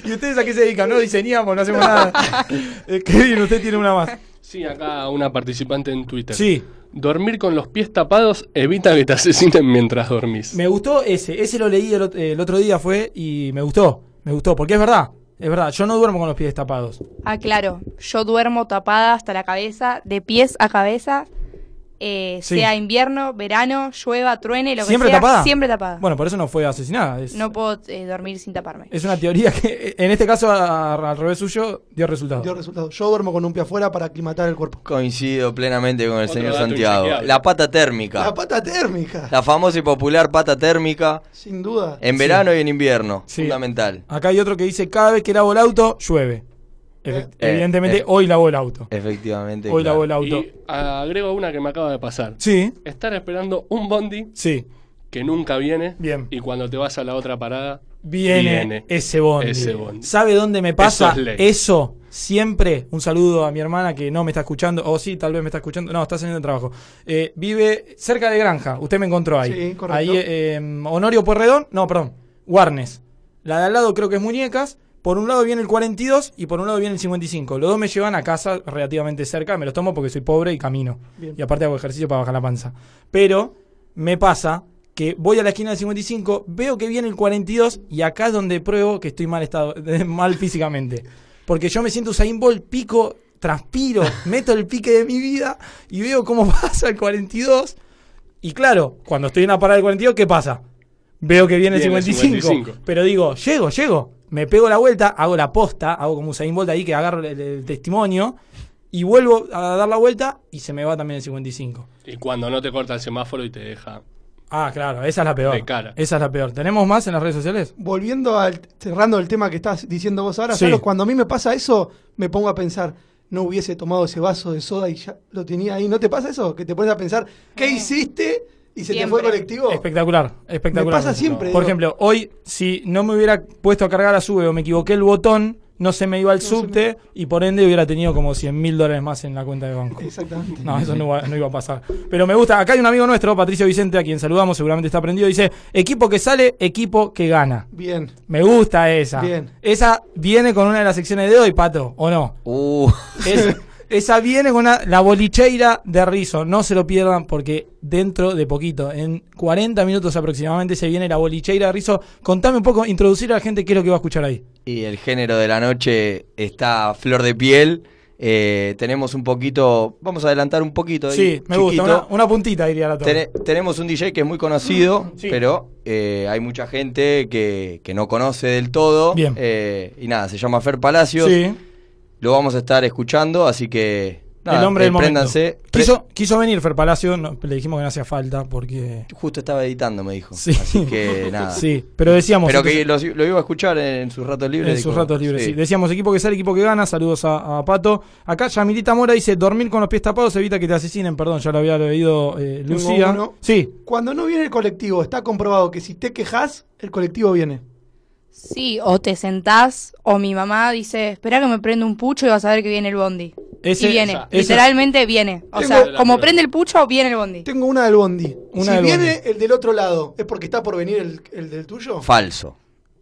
[SPEAKER 4] ¿Y ustedes a qué se dedican? No diseñamos, no hacemos nada. Eh, qué bien, usted tiene una más.
[SPEAKER 10] Sí, acá una participante en Twitter.
[SPEAKER 4] Sí,
[SPEAKER 10] Dormir con los pies tapados evita que te asesinen mientras dormís.
[SPEAKER 4] me gustó ese, ese lo leí el, ot- eh, el otro día fue y me gustó, me gustó, porque es verdad, es verdad, yo no duermo con los pies tapados.
[SPEAKER 6] Ah, claro. Yo duermo tapada hasta la cabeza, de pies a cabeza, eh,
[SPEAKER 4] Sí.
[SPEAKER 6] sea invierno, verano, llueva, truene, lo
[SPEAKER 4] ¿Siempre
[SPEAKER 6] que sea.
[SPEAKER 4] tapada?
[SPEAKER 6] Siempre tapada.
[SPEAKER 4] Bueno, por eso no fue asesinada. Es,
[SPEAKER 6] No puedo eh, dormir sin taparme.
[SPEAKER 4] es una teoría que en este caso a- a- al revés suyo dio resultado.
[SPEAKER 3] Dio resultados. Yo duermo con un pie afuera para aclimatar el cuerpo.
[SPEAKER 5] Coincido plenamente con el
[SPEAKER 10] Otro
[SPEAKER 5] señor
[SPEAKER 10] dato
[SPEAKER 5] Santiago.
[SPEAKER 10] inchequeable.
[SPEAKER 5] La pata térmica.
[SPEAKER 3] La
[SPEAKER 5] La,
[SPEAKER 3] pata térmica,
[SPEAKER 5] famosa y popular pata térmica
[SPEAKER 3] sin duda.
[SPEAKER 5] en verano y en invierno.
[SPEAKER 4] Sí.
[SPEAKER 5] Fundamental.
[SPEAKER 4] Acá hay otro que dice, cada vez que lavo el auto, llueve. Efe-
[SPEAKER 5] Eh,
[SPEAKER 4] Evidentemente
[SPEAKER 5] eh.
[SPEAKER 4] hoy lavo el auto.
[SPEAKER 5] Efectivamente.
[SPEAKER 4] Hoy lavo el
[SPEAKER 5] claro.
[SPEAKER 4] auto.
[SPEAKER 10] Y agrego una que me acaba de pasar.
[SPEAKER 4] Sí,
[SPEAKER 10] Estar esperando un bondi
[SPEAKER 4] sí.
[SPEAKER 10] que nunca viene.
[SPEAKER 4] Bien.
[SPEAKER 10] Y cuando te vas a la otra parada,
[SPEAKER 4] Viene,
[SPEAKER 10] Viene.
[SPEAKER 4] ese bondi.
[SPEAKER 10] Ese bondi.
[SPEAKER 4] ¿Sabe dónde me pasa
[SPEAKER 10] Eso
[SPEAKER 4] eso,
[SPEAKER 10] es ley.
[SPEAKER 4] Siempre un saludo a mi hermana que no me está escuchando, o sí, tal vez me está escuchando, no, está haciendo el trabajo. Eh, vive cerca de Granja, usted me encontró ahí.
[SPEAKER 3] Sí, correcto.
[SPEAKER 4] Ahí, eh, em, Honorio Porredón, no, perdón, Warnes. La de al lado creo que es Muñecas. Por un lado viene el 42 y por un lado viene el 55. Los dos me llevan a casa relativamente cerca, me los tomo porque soy pobre y camino.
[SPEAKER 3] Bien.
[SPEAKER 4] Y aparte hago ejercicio para bajar la panza. Pero me pasa que voy a la esquina del 55, veo que viene el 42 y acá es donde pruebo que estoy mal estado, [laughs] mal físicamente. Porque yo me siento Usain Bolt, pico, transpiro, [laughs] meto el pique de mi vida y veo cómo [laughs] pasa el 42. Y claro, cuando estoy en la parada del 42, ¿qué pasa? Veo que viene el
[SPEAKER 10] Viene el
[SPEAKER 4] 55,
[SPEAKER 10] 55.
[SPEAKER 4] pero digo, llego, llego. Me pego la vuelta, hago la posta, hago como Usain Bolt ahí que agarro el, el testimonio y vuelvo a dar la vuelta y se me va también el 55.
[SPEAKER 10] y cuando no te corta el semáforo y te deja.
[SPEAKER 4] Ah, claro, esa es la peor.
[SPEAKER 10] De cara.
[SPEAKER 4] Esa es la peor. ¿Tenemos más en las redes sociales?
[SPEAKER 3] Volviendo al cerrando el tema que estás diciendo vos ahora,
[SPEAKER 4] Sí.
[SPEAKER 3] Carlos, cuando a mí me pasa eso, me pongo a pensar, no hubiese tomado ese vaso de soda y ya lo tenía ahí. ¿No te pasa eso? Que te pones a pensar, ¿qué hiciste? Y se te fue
[SPEAKER 6] Siempre.
[SPEAKER 3] el colectivo.
[SPEAKER 4] Espectacular, espectacular.
[SPEAKER 3] Me pasa siempre, digo.
[SPEAKER 4] Por ejemplo, hoy, si no me hubiera puesto a cargar a sube o me equivoqué el botón no se me iba al subte y por ende hubiera tenido como 100 mil dólares más en la cuenta de banco.
[SPEAKER 3] Exactamente.
[SPEAKER 4] No, eso no, iba- no iba a pasar. Pero me gusta. Acá hay un amigo nuestro, Patricio Vicente, a quien saludamos, seguramente está prendido. Dice: Equipo que sale, equipo que gana.
[SPEAKER 3] Bien.
[SPEAKER 4] Me gusta esa.
[SPEAKER 3] Bien.
[SPEAKER 4] Esa viene con una de las secciones de hoy, pato, ¿o no?
[SPEAKER 5] Uh.
[SPEAKER 4] Es- esa viene con una- la bolicheira de Rizo. No se lo pierdan porque dentro de poquito, en 40 minutos aproximadamente, se viene la bolicheira de Rizo. Contame un poco, introducir a la gente qué es lo que va a escuchar ahí.
[SPEAKER 5] Y el género de la noche está a flor de piel. Eh, tenemos un poquito, vamos a adelantar un poquito. ahí,
[SPEAKER 4] Sí, me
[SPEAKER 5] chiquito.
[SPEAKER 4] gusta. Una, una puntita diría la torre.
[SPEAKER 5] Tene- tenemos un DJ que es muy conocido,
[SPEAKER 4] [clears throat] Sí.
[SPEAKER 5] pero eh, hay mucha gente que, que no conoce del todo.
[SPEAKER 4] Bien.
[SPEAKER 5] Eh, y nada, se llama Fer Palacios.
[SPEAKER 4] Sí,
[SPEAKER 5] Lo vamos a estar escuchando, así que nada,
[SPEAKER 4] el hombre del momento.
[SPEAKER 5] despréndanse. Pre-
[SPEAKER 4] Quiso, quiso venir Fer Palacio, no, le dijimos que no hacía falta porque...
[SPEAKER 5] Justo estaba editando, me dijo.
[SPEAKER 4] Sí.
[SPEAKER 5] Así
[SPEAKER 4] [laughs]
[SPEAKER 5] que nada.
[SPEAKER 4] Sí, pero decíamos...
[SPEAKER 5] Pero que
[SPEAKER 4] entonces-
[SPEAKER 5] los- lo, iba a escuchar en sus ratos libres.
[SPEAKER 4] En sus
[SPEAKER 5] dijo,
[SPEAKER 4] ratos libres, sí.
[SPEAKER 5] sí.
[SPEAKER 4] Decíamos equipo que sale, equipo que gana. Saludos a, a Pato. Acá Yamilita Mora dice: dormir con los pies tapados evita que te asesinen. Perdón, ya lo había leído eh,
[SPEAKER 3] Tengo
[SPEAKER 4] Lucía.
[SPEAKER 3] uno.
[SPEAKER 4] Sí,
[SPEAKER 3] Cuando no viene el colectivo, está comprobado que si te quejas, el colectivo viene.
[SPEAKER 6] Sí, o te sentás, o mi mamá dice, espera que me prenda un pucho y vas a ver que viene el bondi.
[SPEAKER 4] Ese-
[SPEAKER 6] y viene,
[SPEAKER 4] esa-
[SPEAKER 6] literalmente viene. O
[SPEAKER 3] Tengo-
[SPEAKER 6] sea, como prende el pucho, viene el bondi.
[SPEAKER 3] Tengo una del bondi.
[SPEAKER 4] Una
[SPEAKER 3] si
[SPEAKER 4] del
[SPEAKER 3] viene
[SPEAKER 4] bondi.
[SPEAKER 3] el del otro lado, ¿es porque está por venir el, el del tuyo?
[SPEAKER 5] Falso.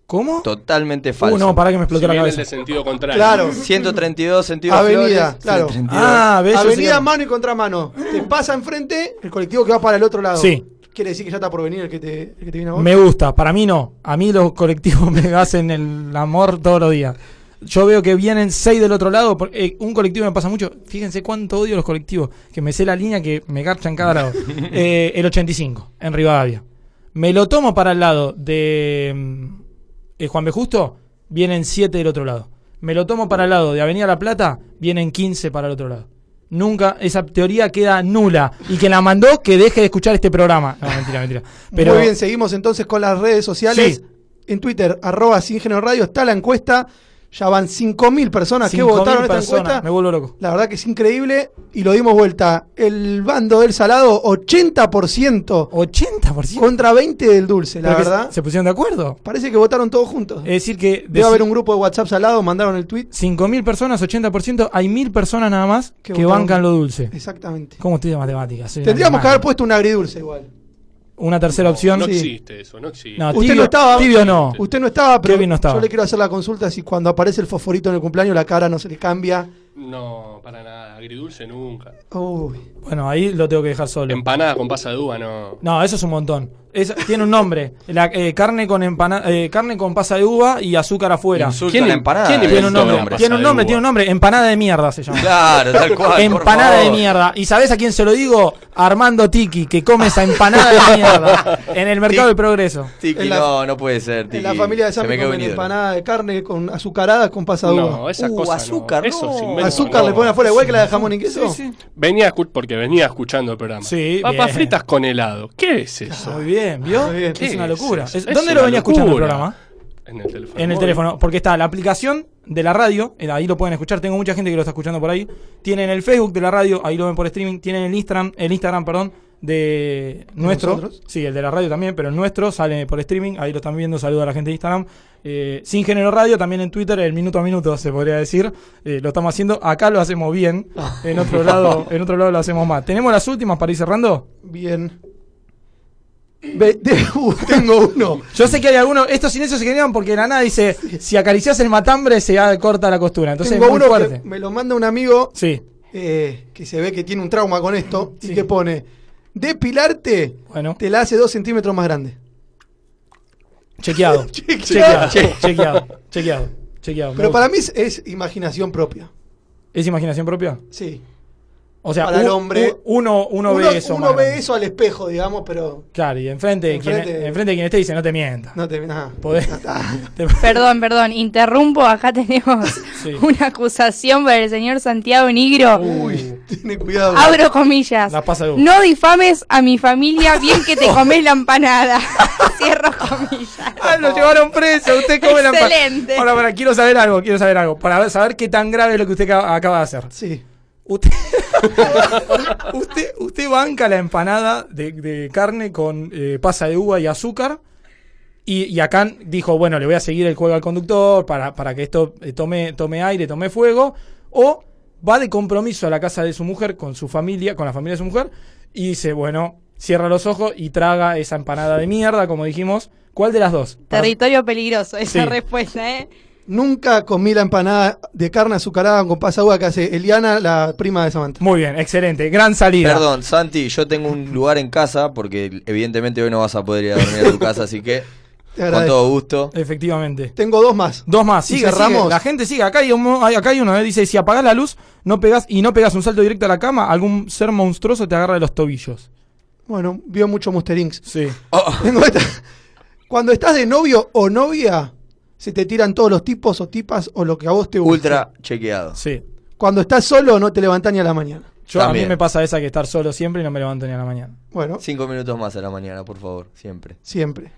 [SPEAKER 4] ¿Cómo?
[SPEAKER 5] Totalmente
[SPEAKER 4] Uh,
[SPEAKER 5] falso.
[SPEAKER 4] no, para que me
[SPEAKER 10] Si
[SPEAKER 4] explotó la
[SPEAKER 10] viene el
[SPEAKER 4] cabeza.
[SPEAKER 10] de sentido contrario.
[SPEAKER 3] Claro.
[SPEAKER 5] 132 sentido
[SPEAKER 3] Avenida,
[SPEAKER 5] Flores,
[SPEAKER 3] claro.
[SPEAKER 5] 132.
[SPEAKER 4] Ah, ¿ves? Yo
[SPEAKER 3] Avenida
[SPEAKER 4] sé que-
[SPEAKER 3] mano y contramano. Te pasa enfrente el colectivo que va para el otro lado.
[SPEAKER 4] Sí.
[SPEAKER 3] Quiere decir que ya está por venir el que te, el que te viene a vos.
[SPEAKER 4] Me gusta. Para mí no. A mí los colectivos [laughs] me hacen el amor todos los días. Yo veo que vienen seis del otro lado. por- eh, un colectivo me pasa mucho. Fíjense cuánto odio los colectivos. Que me sé la línea que me garchan cada
[SPEAKER 3] [laughs]
[SPEAKER 4] lado. Eh, el 85, en Rivadavia. Me lo tomo para el lado de mm, eh, Juan B. Justo. Vienen siete del otro lado. Me lo tomo para el lado de Avenida La Plata. Vienen 15 para el otro lado. Nunca, esa teoría queda nula. Y que la mandó, que deje de escuchar este programa. No, mentira, mentira. Pero,
[SPEAKER 3] Muy bien, seguimos entonces con las redes sociales.
[SPEAKER 4] Sí.
[SPEAKER 3] En Twitter, arroba Sin Género Radio, está la encuesta. Ya van 5.000 personas que
[SPEAKER 4] 5.000
[SPEAKER 3] votaron esta
[SPEAKER 4] personas,
[SPEAKER 3] encuesta.
[SPEAKER 4] Me vuelvo loco.
[SPEAKER 3] La verdad que es increíble y lo dimos vuelta. El bando del salado, 80%
[SPEAKER 4] 80%.
[SPEAKER 3] contra 20% del dulce, la
[SPEAKER 4] Pero que
[SPEAKER 3] verdad.
[SPEAKER 4] se- ¿Se pusieron de acuerdo?
[SPEAKER 3] Parece que votaron todos juntos.
[SPEAKER 4] Es decir, que de
[SPEAKER 3] Debe haber un grupo de WhatsApp salado, mandaron el tweet.
[SPEAKER 4] 5.000 personas, 80%, hay 1.000 personas nada más
[SPEAKER 3] Que
[SPEAKER 4] que,
[SPEAKER 3] votaron.
[SPEAKER 4] bancan lo dulce.
[SPEAKER 3] Exactamente.
[SPEAKER 4] ¿Cómo estudia matemáticas? Soy un
[SPEAKER 3] Tendríamos que
[SPEAKER 4] animal.
[SPEAKER 3] haber puesto un agridulce igual.
[SPEAKER 4] Una tercera
[SPEAKER 10] No,
[SPEAKER 4] opción.
[SPEAKER 10] No
[SPEAKER 4] Sí.
[SPEAKER 10] existe eso, no existe.
[SPEAKER 4] No,
[SPEAKER 3] Usted
[SPEAKER 4] tibio,
[SPEAKER 3] no estaba.
[SPEAKER 4] tibio no.
[SPEAKER 3] Usted no estaba, pero
[SPEAKER 4] Kevin no estaba.
[SPEAKER 3] yo le quiero hacer la consulta si cuando aparece el fosforito en el cumpleaños la cara no se le cambia.
[SPEAKER 10] No, para nada. Agridulce nunca.
[SPEAKER 3] Uy.
[SPEAKER 4] Bueno, ahí lo tengo que dejar solo.
[SPEAKER 10] Empanada con pasa de uva, no.
[SPEAKER 4] No, eso es un montón. Eso- tiene un nombre. La, eh, carne con empana- eh, carne con pasa de uva y azúcar afuera.
[SPEAKER 5] Insulto
[SPEAKER 10] ¿Quién
[SPEAKER 5] a la
[SPEAKER 10] in-
[SPEAKER 5] empanada.
[SPEAKER 10] quién
[SPEAKER 4] Tiene un
[SPEAKER 10] inventó
[SPEAKER 4] nombre,
[SPEAKER 10] la pasa
[SPEAKER 4] tiene un
[SPEAKER 10] de
[SPEAKER 4] nombre,
[SPEAKER 10] uva?
[SPEAKER 4] tiene un nombre. Empanada de mierda se llama.
[SPEAKER 5] Claro, tal cual. por
[SPEAKER 4] empanada de
[SPEAKER 5] favor.
[SPEAKER 4] mierda. ¿Y sabes a quién se lo digo? Armando Tiki, que come esa empanada de
[SPEAKER 5] [laughs]
[SPEAKER 4] mierda en el mercado
[SPEAKER 5] Tiki.
[SPEAKER 4] del progreso.
[SPEAKER 5] Tiki,
[SPEAKER 3] En la-
[SPEAKER 5] no, no puede ser.
[SPEAKER 3] En
[SPEAKER 5] Tiki.
[SPEAKER 3] la familia de
[SPEAKER 5] Se me
[SPEAKER 3] Sammy
[SPEAKER 5] quedó
[SPEAKER 3] comen
[SPEAKER 5] un ídolo.
[SPEAKER 3] empanada de carne con azucaradas con pasadura.
[SPEAKER 10] No, esas
[SPEAKER 5] Uh,
[SPEAKER 10] cosas.
[SPEAKER 5] azúcar,
[SPEAKER 10] no. Eso
[SPEAKER 5] no.
[SPEAKER 10] se
[SPEAKER 4] Oh,
[SPEAKER 10] inventa,
[SPEAKER 3] Azúcar
[SPEAKER 10] no.
[SPEAKER 3] le ponen afuera igual que la de jamón y queso.
[SPEAKER 10] Venía escu- porque venía escuchando el programa.
[SPEAKER 4] Sí,
[SPEAKER 10] Papas
[SPEAKER 4] bien.
[SPEAKER 10] fritas con helado. ¿Qué es eso?
[SPEAKER 4] Muy bien, ¿vio?
[SPEAKER 3] Muy Ah, bien.
[SPEAKER 4] Es una
[SPEAKER 10] ¿Qué
[SPEAKER 4] locura.
[SPEAKER 10] eso?
[SPEAKER 4] Es-
[SPEAKER 10] Es
[SPEAKER 4] ¿Dónde
[SPEAKER 10] una
[SPEAKER 4] lo venía escuchando el
[SPEAKER 10] locura.
[SPEAKER 4] programa?
[SPEAKER 10] En el teléfono.
[SPEAKER 4] En el
[SPEAKER 10] móvil.
[SPEAKER 4] teléfono, porque está la aplicación de la radio, eh, ahí lo pueden escuchar, tengo mucha gente que lo está escuchando por ahí. Tienen el Facebook de la radio, ahí lo ven por streaming, tienen el Instagram, el Instagram, perdón, de nuestro.
[SPEAKER 3] nosotros?
[SPEAKER 4] Sí, el de la radio también, pero el nuestro sale por streaming, ahí lo están viendo, saludo a la gente de Instagram. Eh, sin género radio, también en Twitter, el minuto a minuto se podría decir, eh, lo estamos haciendo, acá lo hacemos bien, en
[SPEAKER 3] [laughs]
[SPEAKER 4] otro lado, en otro lado lo hacemos mal. ¿Tenemos las últimas para ir cerrando?
[SPEAKER 3] Bien. Ve- de- [laughs] uh, tengo uno.
[SPEAKER 4] Yo sé que hay algunos, estos silencios se generan porque la nada dice, si acaricias el matambre se ah, corta la costura. Entonces
[SPEAKER 3] tengo
[SPEAKER 4] es muy
[SPEAKER 3] uno
[SPEAKER 4] fuerte.
[SPEAKER 3] que me lo manda un amigo
[SPEAKER 4] Sí.
[SPEAKER 3] eh, que se ve que tiene un trauma con esto y que pone: Depilarte
[SPEAKER 4] Bueno.
[SPEAKER 3] te la hace dos centímetros más grande.
[SPEAKER 4] Chequeado.
[SPEAKER 3] [laughs] Chequeado.
[SPEAKER 4] [laughs] chequeado. Chequeado. Chequeado. Chequeado. Me
[SPEAKER 3] Pero
[SPEAKER 4] gusta.
[SPEAKER 3] para mí es, es imaginación propia.
[SPEAKER 4] ¿Es imaginación propia?
[SPEAKER 3] Sí.
[SPEAKER 4] O sea,
[SPEAKER 3] Para el hombre-
[SPEAKER 4] uno, uno, ve eso.
[SPEAKER 3] uno
[SPEAKER 4] más
[SPEAKER 3] ve
[SPEAKER 4] grande.
[SPEAKER 3] eso al espejo, digamos, pero
[SPEAKER 4] Claro, y enfrente, de quien,
[SPEAKER 3] Enfrente-
[SPEAKER 4] enfrente de quien esté dice, no te mientas.
[SPEAKER 3] no te nada.
[SPEAKER 4] Podés- [laughs] te-
[SPEAKER 6] Perdón, perdón, interrumpo, acá tenemos
[SPEAKER 4] Sí.
[SPEAKER 6] una acusación para el señor Santiago Nigro.
[SPEAKER 3] Uy, tiene cuidado.
[SPEAKER 6] Abro comillas.
[SPEAKER 4] La pasa de uva.
[SPEAKER 6] No difames a mi familia bien que te comes la empanada. Cierro comillas.
[SPEAKER 4] Ah, [laughs] lo llevaron preso, usted come la empa-
[SPEAKER 6] Excelente.
[SPEAKER 4] Ahora, ahora, quiero saber algo, quiero saber algo. Para ver- saber qué tan grave es lo que usted acaba, acaba de hacer.
[SPEAKER 3] Sí.
[SPEAKER 4] Usted, [laughs] usted, usted banca la empanada de, de carne con eh, pasa de uva y azúcar Y, y acá dijo, bueno, le voy a seguir el juego al conductor para, para que esto eh, tome, tome aire, tome fuego. O va de compromiso a la casa de su mujer con su familia, con la familia de su mujer, y dice, bueno, cierra los ojos y traga esa empanada de mierda, como dijimos. ¿Cuál de las dos? Para-
[SPEAKER 6] Territorio peligroso, esa
[SPEAKER 4] Sí.
[SPEAKER 6] respuesta, ¿eh?
[SPEAKER 3] Nunca comí la empanada de carne azucarada con pasagua que hace Eliana, la prima de Samantha.
[SPEAKER 4] Muy bien, excelente. Gran salida.
[SPEAKER 5] Perdón, Santi, yo tengo un lugar en casa porque evidentemente hoy no vas a poder ir a dormir a tu casa, así que
[SPEAKER 3] Te
[SPEAKER 5] con
[SPEAKER 3] agradezco.
[SPEAKER 5] todo gusto.
[SPEAKER 4] Efectivamente.
[SPEAKER 3] Tengo dos más.
[SPEAKER 4] Dos más,
[SPEAKER 3] Y
[SPEAKER 4] sigue,
[SPEAKER 3] cerramos.
[SPEAKER 4] sigue. La gente sigue. Acá hay, un- hay- acá hay uno, eh, dice, si apagás la luz no pegás, y no pegás un salto directo a la cama, algún ser monstruoso te agarra de los tobillos.
[SPEAKER 3] Bueno, vio mucho Monster Inc. Oh.
[SPEAKER 4] Sí.
[SPEAKER 3] Tengo esta. Cuando estás de novio o novia, se te tiran todos los tipos o tipas o lo que a vos te gusta.
[SPEAKER 5] Ultra chequeado.
[SPEAKER 4] Sí.
[SPEAKER 3] Cuando estás solo, no te levantás ni a la mañana.
[SPEAKER 4] Yo, a mí
[SPEAKER 5] También.
[SPEAKER 4] me pasa esa que estar solo siempre y no me levanto ni a la mañana.
[SPEAKER 3] Bueno,
[SPEAKER 5] Cinco minutos más a la mañana, por favor, siempre.
[SPEAKER 3] siempre.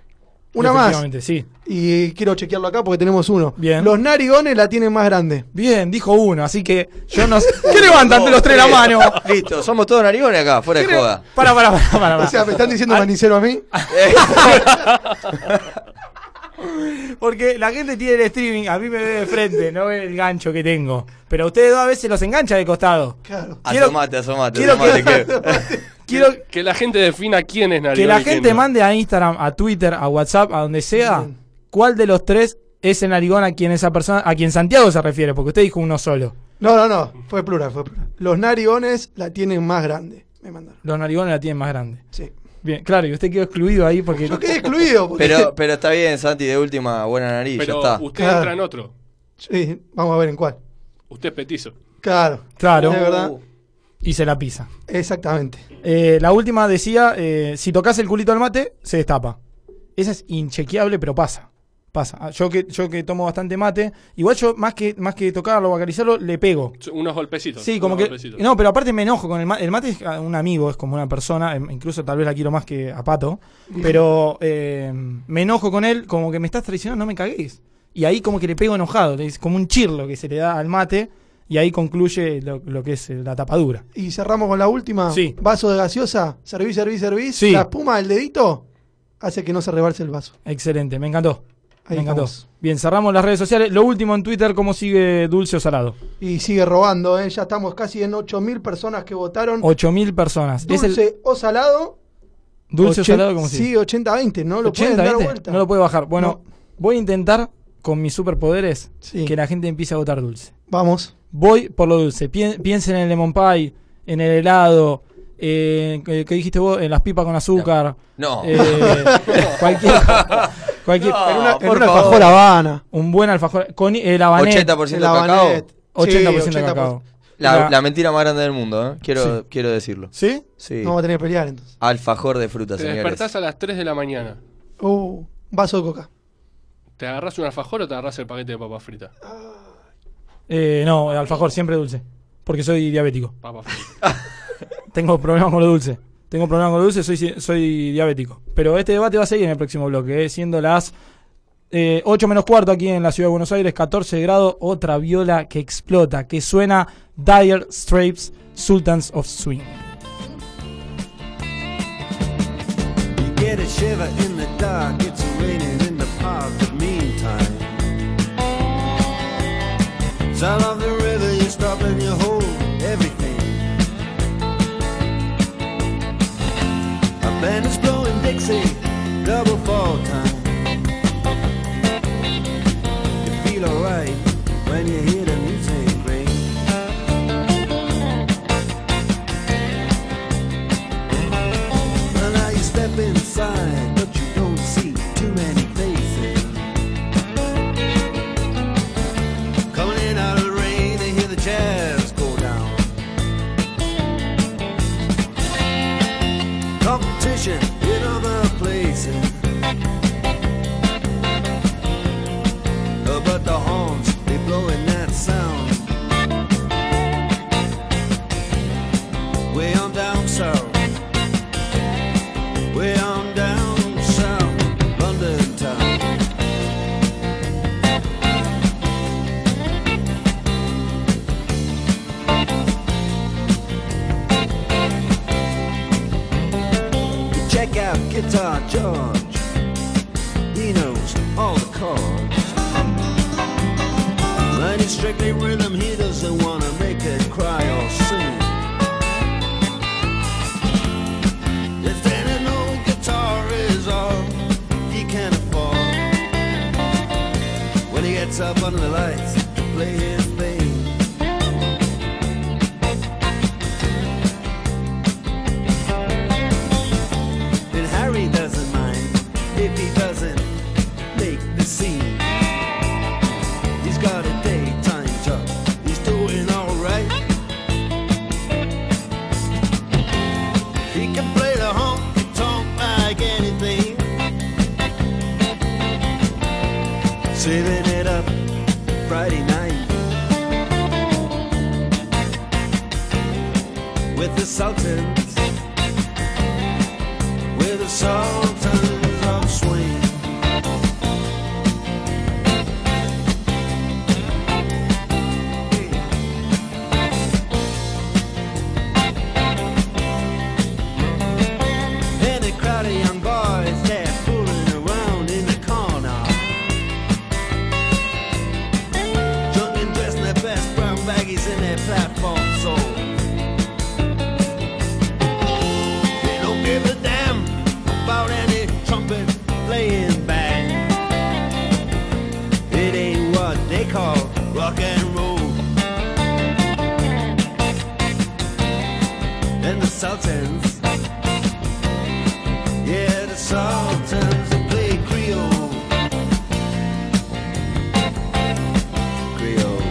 [SPEAKER 3] Una más.
[SPEAKER 4] Efectivamente, sí.
[SPEAKER 3] Y quiero chequearlo acá porque tenemos uno.
[SPEAKER 4] Bien.
[SPEAKER 3] Los narigones la tienen más grande.
[SPEAKER 4] Bien, dijo uno, así que
[SPEAKER 3] [laughs]
[SPEAKER 4] yo no sé. ¿Qué levantan de los tres la
[SPEAKER 5] Dos,
[SPEAKER 4] mano?
[SPEAKER 5] tres. [laughs] Listo, somos todos narigones acá, fuera de joda.
[SPEAKER 4] Para, para, para, para.
[SPEAKER 3] O sea, me están
[SPEAKER 4] Ah.
[SPEAKER 3] diciendo manicero a mí.
[SPEAKER 4] Porque la gente tiene el streaming, a mí me ve de frente, no ve el gancho que tengo. Pero a ustedes dos a veces los engancha de costado.
[SPEAKER 3] Claro.
[SPEAKER 4] Quiero-
[SPEAKER 5] Asomate, asomate,
[SPEAKER 4] quiero
[SPEAKER 5] asomate,
[SPEAKER 4] que-
[SPEAKER 5] que-
[SPEAKER 4] [laughs]
[SPEAKER 5] [laughs]
[SPEAKER 4] Quiero
[SPEAKER 10] Que la gente defina quién es
[SPEAKER 4] que
[SPEAKER 10] Narigón
[SPEAKER 4] la
[SPEAKER 10] y quién
[SPEAKER 4] gente
[SPEAKER 10] no.
[SPEAKER 4] mande a Instagram, a Twitter, a WhatsApp, a donde sea, cuál de los tres es el narigón a quien esa persona, a quien Santiago se refiere, porque usted dijo uno solo.
[SPEAKER 3] No, no, no. Fue plural, fue plural. Los narigones la tienen más grande. Me mandaron.
[SPEAKER 4] Los narigones la tienen más grande.
[SPEAKER 3] Sí.
[SPEAKER 4] Bien, claro, y usted quedó excluido ahí porque.
[SPEAKER 3] Yo quedé excluido. porque-
[SPEAKER 5] Pero, pero está bien, Santi, de última, buena nariz, ya
[SPEAKER 10] Pero
[SPEAKER 5] está.
[SPEAKER 10] usted
[SPEAKER 3] Claro.
[SPEAKER 10] entra en otro.
[SPEAKER 3] Sí, vamos a ver en cuál.
[SPEAKER 10] Usted es petizo.
[SPEAKER 3] Claro.
[SPEAKER 4] Claro.
[SPEAKER 3] Es verdad.
[SPEAKER 4] Y se la pisa.
[SPEAKER 3] Exactamente.
[SPEAKER 4] Eh, la última decía: eh, si tocas el culito al mate, se destapa. Esa es inchequeable, pero pasa. Pasa. Ah, Yo que, yo que tomo bastante mate, igual yo más que, más que tocarlo o acariciarlo, le pego.
[SPEAKER 10] Unos golpecitos.
[SPEAKER 4] Sí, como
[SPEAKER 10] unos
[SPEAKER 4] que.
[SPEAKER 10] golpecitos.
[SPEAKER 4] No, pero aparte me enojo con el mate. El mate es ah, un amigo, es como una persona. em, Incluso tal vez la quiero más que a Pato. Pero eh, me enojo con él, como que me estás traicionando, no me cagues. Y ahí como que le pego enojado, le- es como un chirlo que se le da al mate. Y ahí concluye lo, lo que es eh, la tapadura.
[SPEAKER 3] Y cerramos con la última.
[SPEAKER 4] Sí.
[SPEAKER 3] Vaso de gaseosa. Serví, serví, serví.
[SPEAKER 4] Sí.
[SPEAKER 3] La espuma del dedito hace que no se rebalse el vaso.
[SPEAKER 4] Excelente, me encantó.
[SPEAKER 3] Ahí
[SPEAKER 4] me encantó.
[SPEAKER 3] estamos.
[SPEAKER 4] Bien, cerramos las redes sociales. Lo último en Twitter, ¿cómo sigue Dulce o Salado?
[SPEAKER 3] Y sigue robando, ¿eh? Ya estamos casi en 8.000 personas que votaron.
[SPEAKER 4] 8.000 personas.
[SPEAKER 3] Dulce
[SPEAKER 4] es el
[SPEAKER 3] o salado.
[SPEAKER 4] Dulce o
[SPEAKER 3] Ochen-
[SPEAKER 4] Salado, ¿cómo sigue?
[SPEAKER 3] Sí, 80-20. No lo
[SPEAKER 4] 80,
[SPEAKER 3] pueden dar
[SPEAKER 4] 20,
[SPEAKER 3] vuelta.
[SPEAKER 4] No lo puede bajar. Bueno, voy a intentar con mis superpoderes
[SPEAKER 3] Sí.
[SPEAKER 4] que la gente empiece a votar dulce.
[SPEAKER 3] Vamos.
[SPEAKER 4] Voy por lo dulce. Pien- piensen en el lemon pie, en el helado, eh, que que dijiste vos? En las pipas con azúcar.
[SPEAKER 5] No. [laughs]
[SPEAKER 4] eh, cualquier. cualquier
[SPEAKER 5] No,
[SPEAKER 3] En una, en
[SPEAKER 5] por
[SPEAKER 3] una
[SPEAKER 5] favor.
[SPEAKER 3] alfajor Habana.
[SPEAKER 4] Un buen alfajor. Con el habanero.
[SPEAKER 5] 80% de
[SPEAKER 3] El
[SPEAKER 5] cacao.
[SPEAKER 3] Habanet.
[SPEAKER 4] 80%
[SPEAKER 3] Sí,
[SPEAKER 4] de
[SPEAKER 3] 80%.
[SPEAKER 4] cacao.
[SPEAKER 5] La,
[SPEAKER 4] Una-
[SPEAKER 5] la mentira más grande del mundo, ¿eh? quiero,
[SPEAKER 4] Sí.
[SPEAKER 5] quiero decirlo.
[SPEAKER 4] ¿Sí?
[SPEAKER 5] Sí.
[SPEAKER 3] No vamos a tener que pelear entonces.
[SPEAKER 5] Alfajor de fruta,
[SPEAKER 10] Te
[SPEAKER 5] señores.
[SPEAKER 10] despertás a las 3 de la mañana.
[SPEAKER 3] Uh, vaso de coca.
[SPEAKER 10] ¿Te agarras un alfajor o te agarras el paquete de papas fritas?
[SPEAKER 4] Eh, no, alfajor, siempre dulce. Porque soy diabético.
[SPEAKER 10] Papas fritas.
[SPEAKER 4] [laughs] Tengo problemas con lo dulce. Tengo problemas con lo dulce, soy, soy diabético. Pero este debate va a seguir en el próximo bloque, eh, siendo las eh, 8 menos cuarto aquí en la ciudad de Buenos Aires, 14 grados, otra viola que explota, que suena Dire Straits, Sultans of Swing.
[SPEAKER 11] You get a shiver in the dark, it's raining in the park, but meantime. Sound of the river, you stop and you hold everything. A band is blowing Dixie, double fall time. You feel alright when you hear the music ring. Well, now you step inside, but you don't see too many faces. Coming in out of the rain, they hear the jazz go down. Competition in other places. It's strictly rhythm, he doesn't wanna make it cry or sing. If any old guitar is all he can afford, when he gets up under the lights to play his thing. And Harry doesn't mind if he doesn't make the scene. He's got a daytime job, he's doing alright. He can play the honky tonk like anything. Saving it up Friday night with the Sultans, with the Sultans of Swing. And a crowd of young boys there fooling around in the corner. Drunk and dressed in their best brown baggies in their platform soles. They don't give a damn about any trumpet playing band. It ain't what they call rock and roll. And the Sultans. Yeah, the Sultans they play Creole. Creole.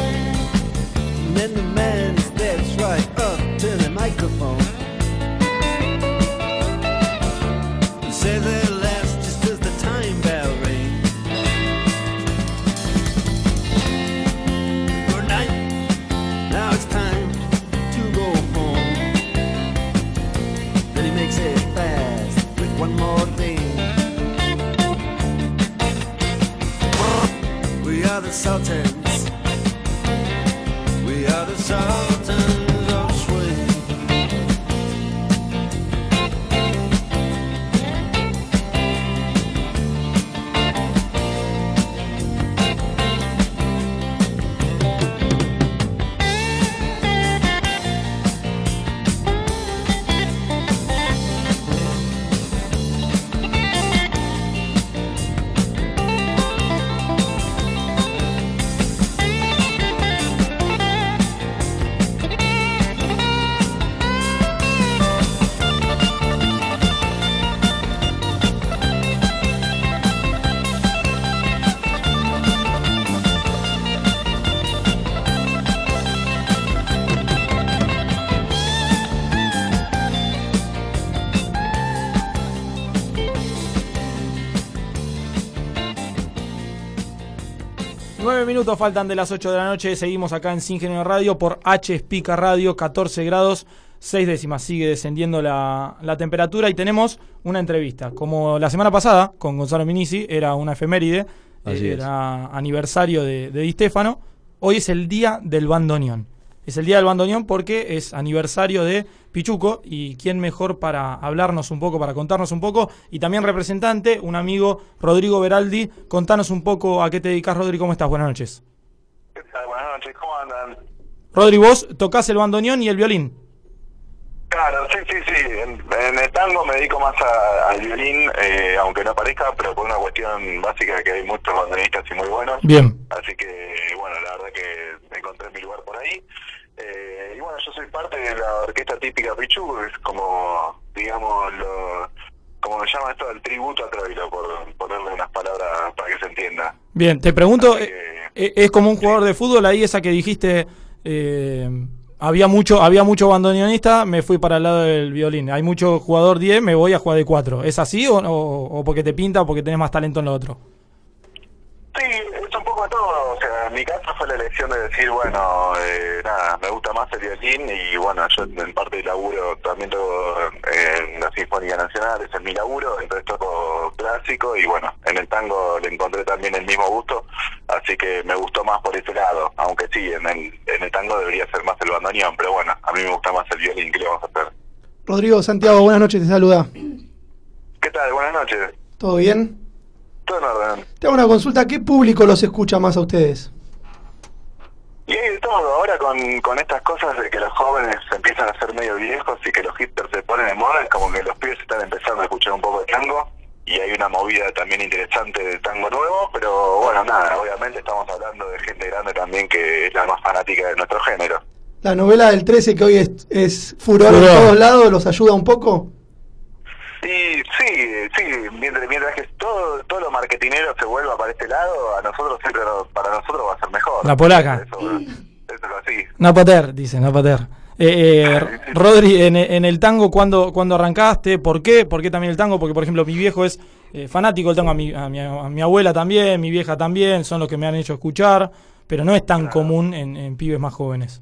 [SPEAKER 11] And then the man steps right up to the microphone. He says at last just as the time bell rings. Good night, now it's time to go home. Then he makes it fast with one more thing. We are the Sultans. We are the sultans of swing.
[SPEAKER 4] Nueve minutos faltan de las 8 de la noche. Seguimos acá en Sin Género Radio por H Pica Radio, 14 grados, 6 décimas. Sigue descendiendo la, la temperatura y tenemos una entrevista. Como la semana pasada con Gonzalo Minisi, era una efeméride,
[SPEAKER 5] Así
[SPEAKER 4] eh,
[SPEAKER 5] es.
[SPEAKER 4] era aniversario de, de Di Stefano. Hoy es el día del bandoneón. Es el día del bandoneón porque es aniversario de Pichuco y quién mejor para hablarnos un poco, para contarnos un poco y también representante, un amigo Rodrigo Beraldi. Contanos un poco a qué te dedicas, Rodrigo, ¿cómo estás? Buenas noches.
[SPEAKER 12] Buenas noches, ¿cómo andan?
[SPEAKER 4] Rodrigo, vos tocas el bandoneón y el violín.
[SPEAKER 12] Claro, sí, sí, sí. En, en el tango me dedico más a- al violín, eh, aunque no parezca, pero por una cuestión básica que hay muchos bandoneonistas y muy buenos.
[SPEAKER 4] Bien.
[SPEAKER 12] Así que, bueno, la verdad que encontré mi lugar por ahí. Eh, y bueno, yo soy parte de la orquesta típica Pichu, es como, digamos, lo- como se llama esto del tributo a Troilo, por ponerle unas palabras para que se entienda.
[SPEAKER 4] Bien, te pregunto, eh, ¿es como un jugador de fútbol ahí esa que dijiste, eh, había mucho había mucho bandoneonista, me fui para el lado del violín, hay mucho jugador 10, me voy a jugar de 4, ¿es así o, o, o porque te pinta o porque tenés más talento en lo otro?
[SPEAKER 12] Sí, es un poco de todo. O sea, en mi caso fue la elección de decir, bueno, eh, nada, me gusta más el violín y bueno, yo en parte laburo, también toco en la Sinfónica Nacional, es en mi laburo, entonces toco clásico y bueno, en el tango le encontré también el mismo gusto, así que me gustó más por ese lado, aunque sí, en el, en el tango debería ser más el bandoneón, pero bueno, a mí me gusta más el violín, ¿qué le vamos a hacer?
[SPEAKER 3] Rodrigo Santiago, buenas noches, te saluda.
[SPEAKER 12] ¿Qué tal? Buenas noches.
[SPEAKER 3] ¿Todo bien?
[SPEAKER 12] Todo en orden.
[SPEAKER 3] Te hago una consulta, ¿qué público los escucha más a ustedes?
[SPEAKER 12] Y hay de todo, ahora con, con estas cosas de que los jóvenes se empiezan a ser medio viejos y que los hipsters se ponen de moda, es como que los pibes están empezando a escuchar un poco de tango y hay una movida también interesante de tango nuevo, pero bueno, nada, obviamente estamos hablando de gente grande también que es la más fanática de nuestro género.
[SPEAKER 3] La novela del 13 que hoy es, es furor en
[SPEAKER 12] Furor.
[SPEAKER 3] todos lados, ¿los ayuda un poco?
[SPEAKER 12] Y sí, sí, mientras, mientras que todo, todo lo marketinero se vuelva para este lado, a nosotros siempre, nos- para nosotros va a ser mejor.
[SPEAKER 4] La polaca.
[SPEAKER 12] Eso, eso es así.
[SPEAKER 4] No pater, dice, no pater. Eh, eh, R- Rodri, en, en el tango, ¿cuándo, cuándo arrancaste? ¿Por qué? ¿Por qué también el tango? Porque, por ejemplo, mi viejo es eh, fanático del tango, a mi, a mi- a mi abuela también, mi vieja también, son los que me han hecho escuchar, pero no es tan común en, en pibes más jóvenes.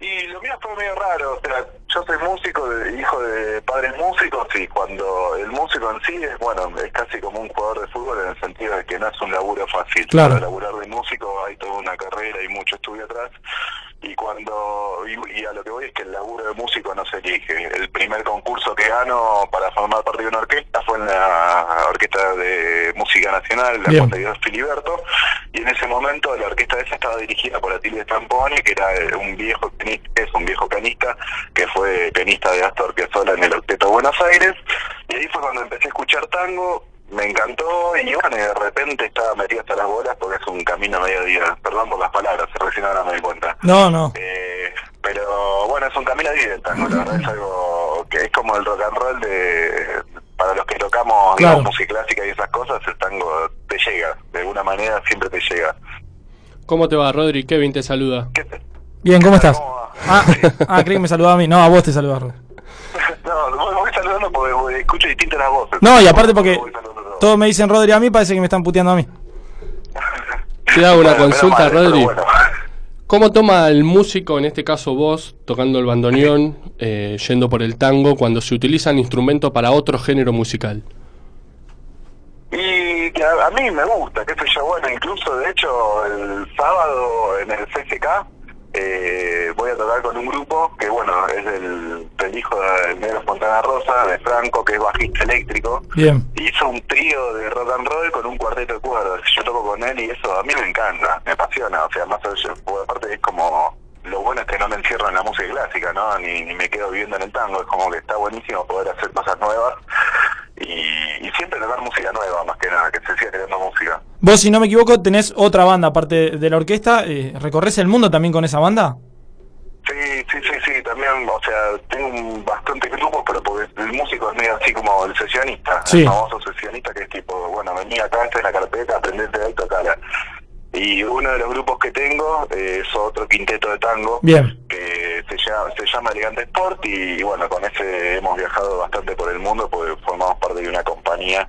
[SPEAKER 12] Y lo mío fue medio raro, o sea, yo soy músico, de- hijo de padres músicos, y cuando el músico en sí es, bueno, es casi como un jugador de fútbol en el sentido de que no es un laburo fácil.
[SPEAKER 13] Claro.
[SPEAKER 12] Para laburar de músico hay toda una carrera y mucho estudio atrás, y cuando, y, y a lo que voy es que el laburo de músico no se elige. El primer concurso que gano para formar parte de una orquesta fue en la Orquesta de Música Nacional, la
[SPEAKER 13] Bien.
[SPEAKER 12] Montevideo Filiberto, y en ese momento la orquesta esa estaba dirigida por Atilio Stampone, que era eh, un viejo pianista, es un viejo pianista, que fue pianista de Astor Piazzolla en el Octeto Buenos Aires, y ahí fue cuando empecé a escuchar tango, me encantó, y bueno, y de repente estaba metido hasta las bolas porque es un camino medio día, perdón por las palabras, recién ahora me doy cuenta.
[SPEAKER 4] No, no.
[SPEAKER 12] Eh, pero bueno, es un camino directo, ¿no? La verdad es algo que es como el rock and roll de para los que tocamos
[SPEAKER 4] Claro.
[SPEAKER 12] digamos, música clásica y esas cosas, el tango te llega, de alguna manera siempre te llega.
[SPEAKER 10] ¿Cómo te va, Rodri? Kevin te saluda.
[SPEAKER 4] Bien, ¿cómo estás? Ah, ah, creí que me saludaba a mí. No, a vos te saludaba. Rodri.
[SPEAKER 12] [laughs] No, vos me voy saludando porque voy- escucho distintas las voces.
[SPEAKER 4] No, y aparte porque todos me dicen Rodri a mí, parece que me están puteando a mí.
[SPEAKER 10] Te hago una
[SPEAKER 4] Bueno, menos
[SPEAKER 10] consulta,
[SPEAKER 4] mal,
[SPEAKER 10] Rodri.
[SPEAKER 4] pero
[SPEAKER 10] ¿Cómo toma el músico, en este caso vos, tocando el bandoneón, eh, yendo por el tango, cuando se utilizan instrumentos para otro género musical?
[SPEAKER 12] Y que a, a mí me gusta, qué sé yo, bueno, incluso de hecho el sábado en el CSK eh, voy a tocar con un grupo que bueno, es del, del hijo del negro Fontana Rosa, de Franco, que es bajista eléctrico,
[SPEAKER 4] Bien.
[SPEAKER 12] hizo un trío de rock and roll con un cuarteto de cuerdas. Yo toco con él y eso a mí me encanta, me apasiona. O sea, más allá, porque aparte es como. Lo bueno es que no me encierro en la música clásica, ¿no? Ni, ni me quedo viviendo en el tango. Es como que está buenísimo poder hacer cosas nuevas y, y siempre tocar música nueva, más que nada, que se siga creando música.
[SPEAKER 4] Vos, si no me equivoco, tenés otra banda aparte de la orquesta. eh, ¿Recorres el mundo también con esa banda?
[SPEAKER 12] Sí, sí, sí, sí, también, o sea, tengo un- bastantes grupos, pero porque el músico es medio así como el sesionista,
[SPEAKER 4] Sí.
[SPEAKER 12] el famoso sesionista que es tipo, bueno, venía acá, esta es la carpeta, aprendete de alto cara. Y uno de los grupos que tengo eh, es otro quinteto de tango,
[SPEAKER 4] Bien.
[SPEAKER 12] que se llama, se llama Elegante Sport, y, bueno, con ese hemos viajado bastante por el mundo, porque formamos parte de una compañía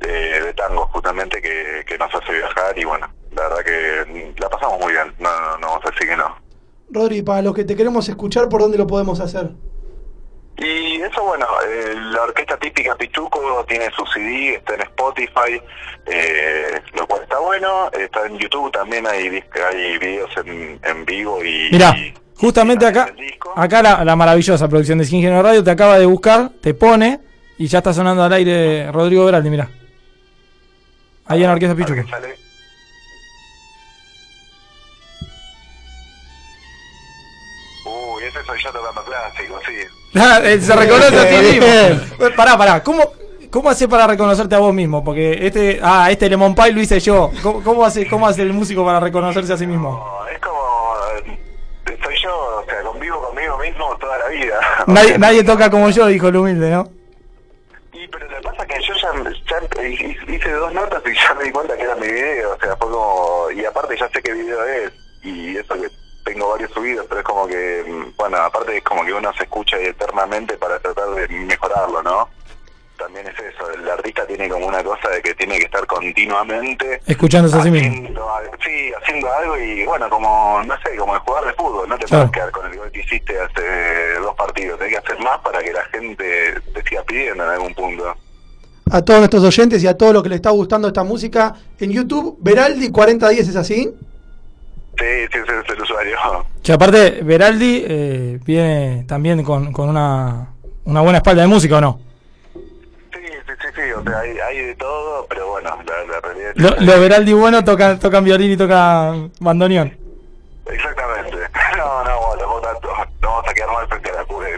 [SPEAKER 12] de, de tango justamente que, que nos hace viajar, y bueno, la verdad que mm, la pasamos muy bien, no, no, no vamos a decir que no.
[SPEAKER 3] Rodri, para los que te queremos escuchar, ¿por dónde lo podemos hacer?
[SPEAKER 12] Y eso, bueno, eh, la orquesta típica Pituco tiene su CD, está en Spotify, eh, lo cual está bueno. Está en YouTube también, hay, dis- hay videos en, en vivo y.
[SPEAKER 4] Mirá, justamente acá, acá la, la maravillosa producción de Sin Género Radio te acaba de buscar, te pone y ya está sonando al aire Rodrigo Veraldi, mirá. Ahí en la Orquesta Pichuco.
[SPEAKER 12] Uy, ese soy yo tocando clásico, sí.
[SPEAKER 4] Ah, eh, Se reconoce a ti
[SPEAKER 12] Bien.
[SPEAKER 4] mismo. Eh, Pará, pará, ¿cómo, cómo haces para reconocerte a vos mismo? Porque este, ah, este Lemon Pie lo hice yo. ¿Cómo, cómo hace, cómo hace el músico para reconocerse a sí mismo?
[SPEAKER 12] Soy eh, yo, o
[SPEAKER 4] [laughs]
[SPEAKER 12] sea, convivo conmigo mismo toda la vida.
[SPEAKER 4] Nadie, nadie toca como yo, dijo el humilde, ¿no?
[SPEAKER 12] Y pero ya, ya hi- hice dos notas y ya me di cuenta que era mi video, o sea, fue como, y aparte ya sé qué video es, y eso que tengo varios subidos, pero es como que, mm, bueno, aparte es como que uno se escucha eternamente para tratar de mejorarlo, ¿no? También es eso, el artista tiene como una cosa de que tiene que estar continuamente
[SPEAKER 4] Escuchándose a sí mismo.
[SPEAKER 12] haciendo al- sí, haciendo algo y bueno, como, no sé, como el jugar de fútbol, no te
[SPEAKER 4] Claro.
[SPEAKER 12] puedes quedar con el gol que hiciste hace dos partidos, tenés que hacer más para que la gente te siga pidiendo en algún punto.
[SPEAKER 3] A todos nuestros oyentes y a todos los que les está gustando esta música, en YouTube, Veraldi 4010 es así.
[SPEAKER 12] Sí, sí, ese es el usuario. [laughs]
[SPEAKER 4] Que aparte, Veraldi eh, viene también con, con una, una buena espalda de música, ¿o no?
[SPEAKER 12] Sí, sí, sí, o sea, hay, hay de todo, pero bueno, la, la realidad es...
[SPEAKER 4] Lo, lo Veraldi bueno toca, tocan violín y toca bandoneón.
[SPEAKER 12] Exactamente. [laughs] No, no, bueno, vos tanto, no vamos a quedar mal frente a
[SPEAKER 4] [laughs]
[SPEAKER 12] la pure.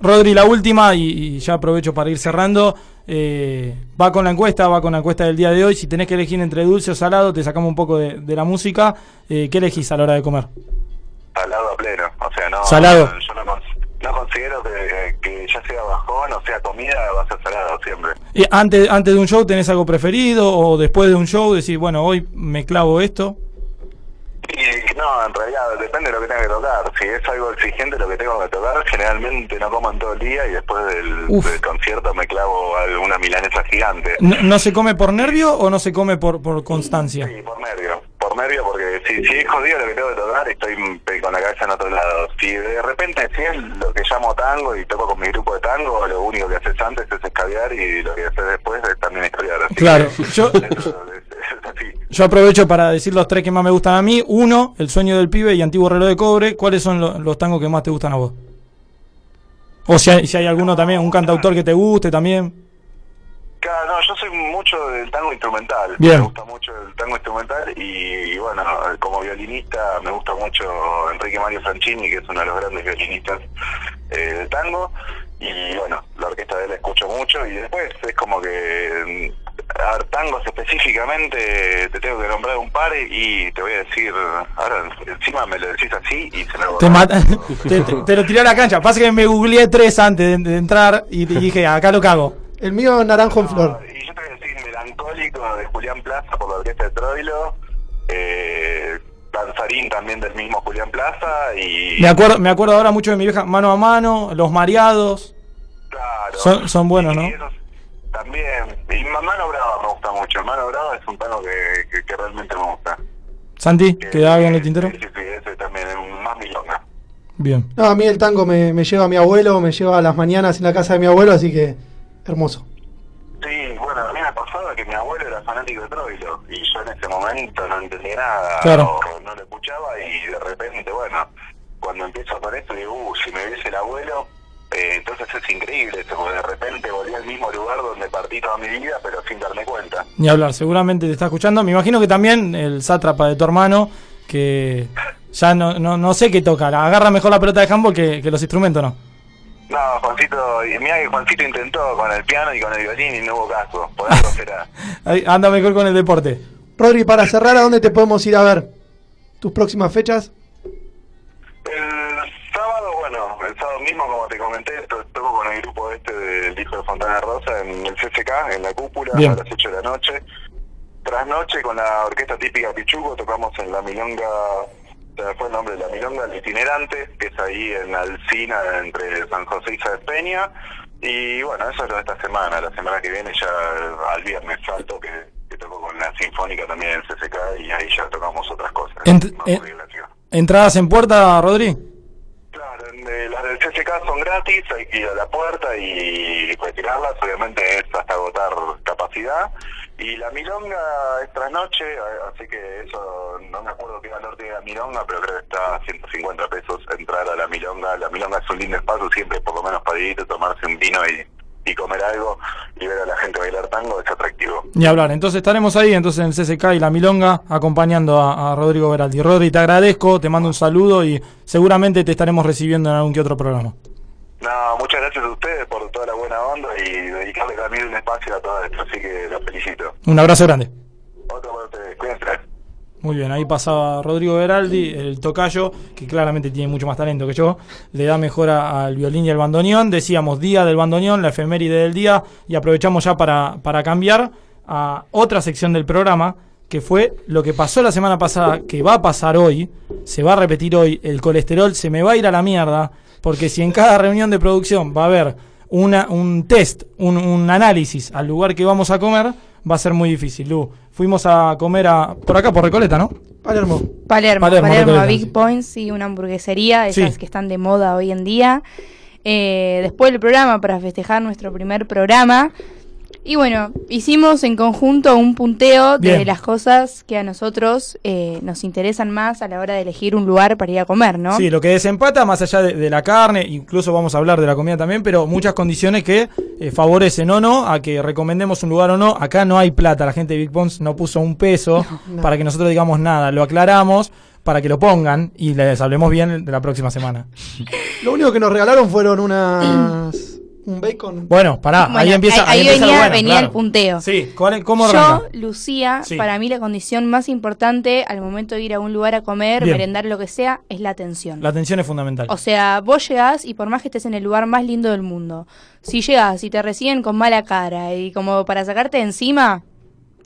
[SPEAKER 4] Rodri, la última, y, y ya aprovecho para ir cerrando. eh, va con la encuesta, va con la encuesta del día de hoy. Si tenés que elegir entre dulce o salado, te sacamos un poco de, de la música. Eh, ¿Qué elegís a la hora de comer?
[SPEAKER 12] Salado a pleno, o sea, no...
[SPEAKER 4] Salado.
[SPEAKER 12] Yo no, cons- no considero que, que ya sea bajón, o sea, comida va a ser salado siempre.
[SPEAKER 4] Eh, antes, antes de un show, ¿tenés algo preferido? ¿O después de un show decís, bueno, hoy me clavo esto?
[SPEAKER 12] Y no, en realidad depende de lo que tenga que tocar. Si es algo exigente lo que tengo que tocar, generalmente no como en todo el día y después del,
[SPEAKER 4] Uf.
[SPEAKER 12] del concierto me clavo alguna milanesa gigante.
[SPEAKER 4] ¿No, no se come por nervio o no se come por, por constancia?
[SPEAKER 12] Por nervio, por nervio, porque si, si es jodido lo que tengo que tocar, estoy mm, con la cabeza en otro lado. Si de repente, si es lo que llamo tango y toco con mi grupo de tango, lo único que haces antes es escabear y lo que haces después es también escabear. Así
[SPEAKER 4] Claro,
[SPEAKER 12] que-
[SPEAKER 4] yo- Yo aprovecho para decir los tres que más me gustan a mí. Uno, El sueño del pibe y Antiguo reloj de cobre. ¿Cuáles son lo- los tangos que más te gustan a vos? O si hay, si hay alguno también, un cantautor que te guste también.
[SPEAKER 12] Claro, no, yo soy mucho del tango instrumental.
[SPEAKER 4] Bien.
[SPEAKER 12] Me gusta mucho el tango instrumental y, y bueno, como violinista me gusta mucho Enrique Mario Sanchini, que es uno de los grandes violinistas eh, del tango. Y bueno, la orquesta de él la escucho mucho y después es como que... mm, A ver, tangos específicamente, te tengo que nombrar un par y te voy a decir, ahora encima me lo decís así y se me
[SPEAKER 4] Te, mata- [laughs] te, te- te lo tiré a la cancha. Pasa que me googleé tres antes de, de entrar y te dije, acá lo cago.
[SPEAKER 3] El mío naranjo en flor.
[SPEAKER 12] melancólico de Julián Plaza por la orquesta de Troilo, eh, danzarín también del mismo Julián Plaza y
[SPEAKER 4] Me acuerdo, me acuerdo ahora mucho de mi vieja Mano a Mano, Los Mareados. Son, son buenos, ¿no?
[SPEAKER 12] también y Ma- Mano Brava me gusta mucho, Mano Brava es un tango que, que- que realmente me gusta,
[SPEAKER 4] Santi, ¿queda algo en Ah, el tintero?
[SPEAKER 12] sí, sí, ese también es un más milonga.
[SPEAKER 4] Bien.
[SPEAKER 3] No, a mí el tango me, me lleva a mi abuelo, me lleva a las mañanas en la casa de mi abuelo, así que hermoso.
[SPEAKER 12] Sí, bueno, a mí me pasaba que mi abuelo era fanático de Troilo y yo en ese momento no entendía nada
[SPEAKER 4] Claro.
[SPEAKER 12] o no lo escuchaba y de repente, bueno, cuando empiezo con esto digo, uh, si me viese el abuelo, eh, entonces es increíble eso, porque de repente volví al mismo lugar donde partí toda mi vida pero sin darme cuenta.
[SPEAKER 4] Ni hablar, seguramente te está escuchando. Me imagino que también el sátrapa de tu hermano, que ya no, no, no sé qué toca. la- Agarra mejor la pelota de handball que, que los instrumentos, ¿no?
[SPEAKER 12] No, Juancito, y mira que Juancito intentó con el piano y con el violín y no hubo caso, por algo será.
[SPEAKER 4] Ay, Anda mejor con el deporte.
[SPEAKER 3] Rodri, para cerrar, ¿a dónde te podemos ir a ver? ¿Tus próximas fechas?
[SPEAKER 12] sábado, bueno, el sábado mismo, como te comenté, to- toco con el grupo este del hijo de Fontana Rosa en el CCK, en la cúpula,
[SPEAKER 4] Bien.
[SPEAKER 12] a las 8 de la noche. Tras noche, con la orquesta típica Pichuco, tocamos en la Milonga, se me fue el nombre de la Milonga, el itinerante, que es ahí en Alcina, entre San José y Sáenz Peña. Y bueno, eso es lo de esta semana. La semana que viene ya al viernes salto que, que toco con la Sinfónica también en el CCK y ahí ya tocamos otras cosas.
[SPEAKER 4] Ent- en- entradas en puerta, Rodri.
[SPEAKER 12] Eh, las del CCK son gratis, hay que ir a la puerta y retirarlas, obviamente es hasta agotar capacidad. Y la milonga es trasnoche, a- así que eso, no me acuerdo qué valor tiene la milonga, pero creo que está a 150 pesos entrar a la milonga. La milonga es un lindo espacio siempre, por lo menos para ir, tomarse un vino y, y comer algo y ver a la gente bailar tango es atractivo.
[SPEAKER 4] Ni hablar. Entonces estaremos ahí, entonces en el CSK y la Milonga, acompañando a, a Rodrigo Veraldi. Rodri, te agradezco, te mando un saludo y seguramente te estaremos recibiendo en algún que otro programa.
[SPEAKER 12] No, muchas gracias a ustedes por toda la buena onda y dedicarle también un espacio a todo esto, así que los felicito.
[SPEAKER 4] Un abrazo grande.
[SPEAKER 12] Otro para ustedes, cuídense.
[SPEAKER 4] Muy bien, ahí pasaba Rodrigo Beraldi, el tocayo, que claramente tiene mucho más talento que yo, le da mejor a- al violín y al bandoneón. Decíamos día del bandoneón, la efeméride del día, y aprovechamos ya para, para cambiar a otra sección del programa, que fue lo que pasó la semana pasada, que va a pasar hoy, se va a repetir hoy, el colesterol se me va a ir a la mierda, porque si en cada reunión de producción va a haber una, un test, un, un análisis al lugar que vamos a comer, va a ser muy difícil, Lu. Fuimos a comer a, por acá, por Recoleta, ¿no?
[SPEAKER 3] Palermo.
[SPEAKER 6] Palermo,
[SPEAKER 4] Palermo,
[SPEAKER 6] Palermo,
[SPEAKER 4] Recoleta,
[SPEAKER 6] Big
[SPEAKER 4] sí.
[SPEAKER 6] Points y una hamburguesería, esas
[SPEAKER 4] Sí.
[SPEAKER 6] que están de moda hoy en día. Eh, después del programa, para festejar nuestro primer programa. Y bueno, hicimos en conjunto un punteo de
[SPEAKER 13] Bien.
[SPEAKER 6] las cosas que a nosotros eh, nos interesan más a la hora de elegir un lugar para ir a comer, ¿no?
[SPEAKER 4] Sí, lo que desempata, más allá de, de la carne, incluso vamos a hablar de la comida también, pero muchas condiciones que eh, favorecen o no a que recomendemos un lugar o no. Acá no hay plata, la gente de Big Pons no puso un peso [laughs]
[SPEAKER 3] No.
[SPEAKER 4] para que nosotros digamos nada, lo aclaramos para que lo pongan y les hablemos bien de la próxima [laughs] semana.
[SPEAKER 3] Lo único que nos regalaron fueron unas. un bacon.
[SPEAKER 4] Bueno, pará,
[SPEAKER 6] Bueno,
[SPEAKER 4] ahí empieza,
[SPEAKER 6] ahí-
[SPEAKER 4] ahí
[SPEAKER 6] ahí
[SPEAKER 4] empieza lo
[SPEAKER 6] venía-
[SPEAKER 4] bueno,
[SPEAKER 6] venía
[SPEAKER 4] claro.
[SPEAKER 6] el punteo.
[SPEAKER 4] Sí, ¿cuál- ¿cómo
[SPEAKER 6] Yo,
[SPEAKER 4] arranca?
[SPEAKER 6] Lucía,
[SPEAKER 4] Sí.
[SPEAKER 6] para mí la condición más importante al momento de ir a un lugar a comer,
[SPEAKER 4] Bien.
[SPEAKER 6] merendar, lo que sea, es la atención.
[SPEAKER 4] La atención es fundamental.
[SPEAKER 6] O sea, vos llegás y por más que estés en el lugar más lindo del mundo, si llegás y te reciben con mala cara y como para sacarte de encima,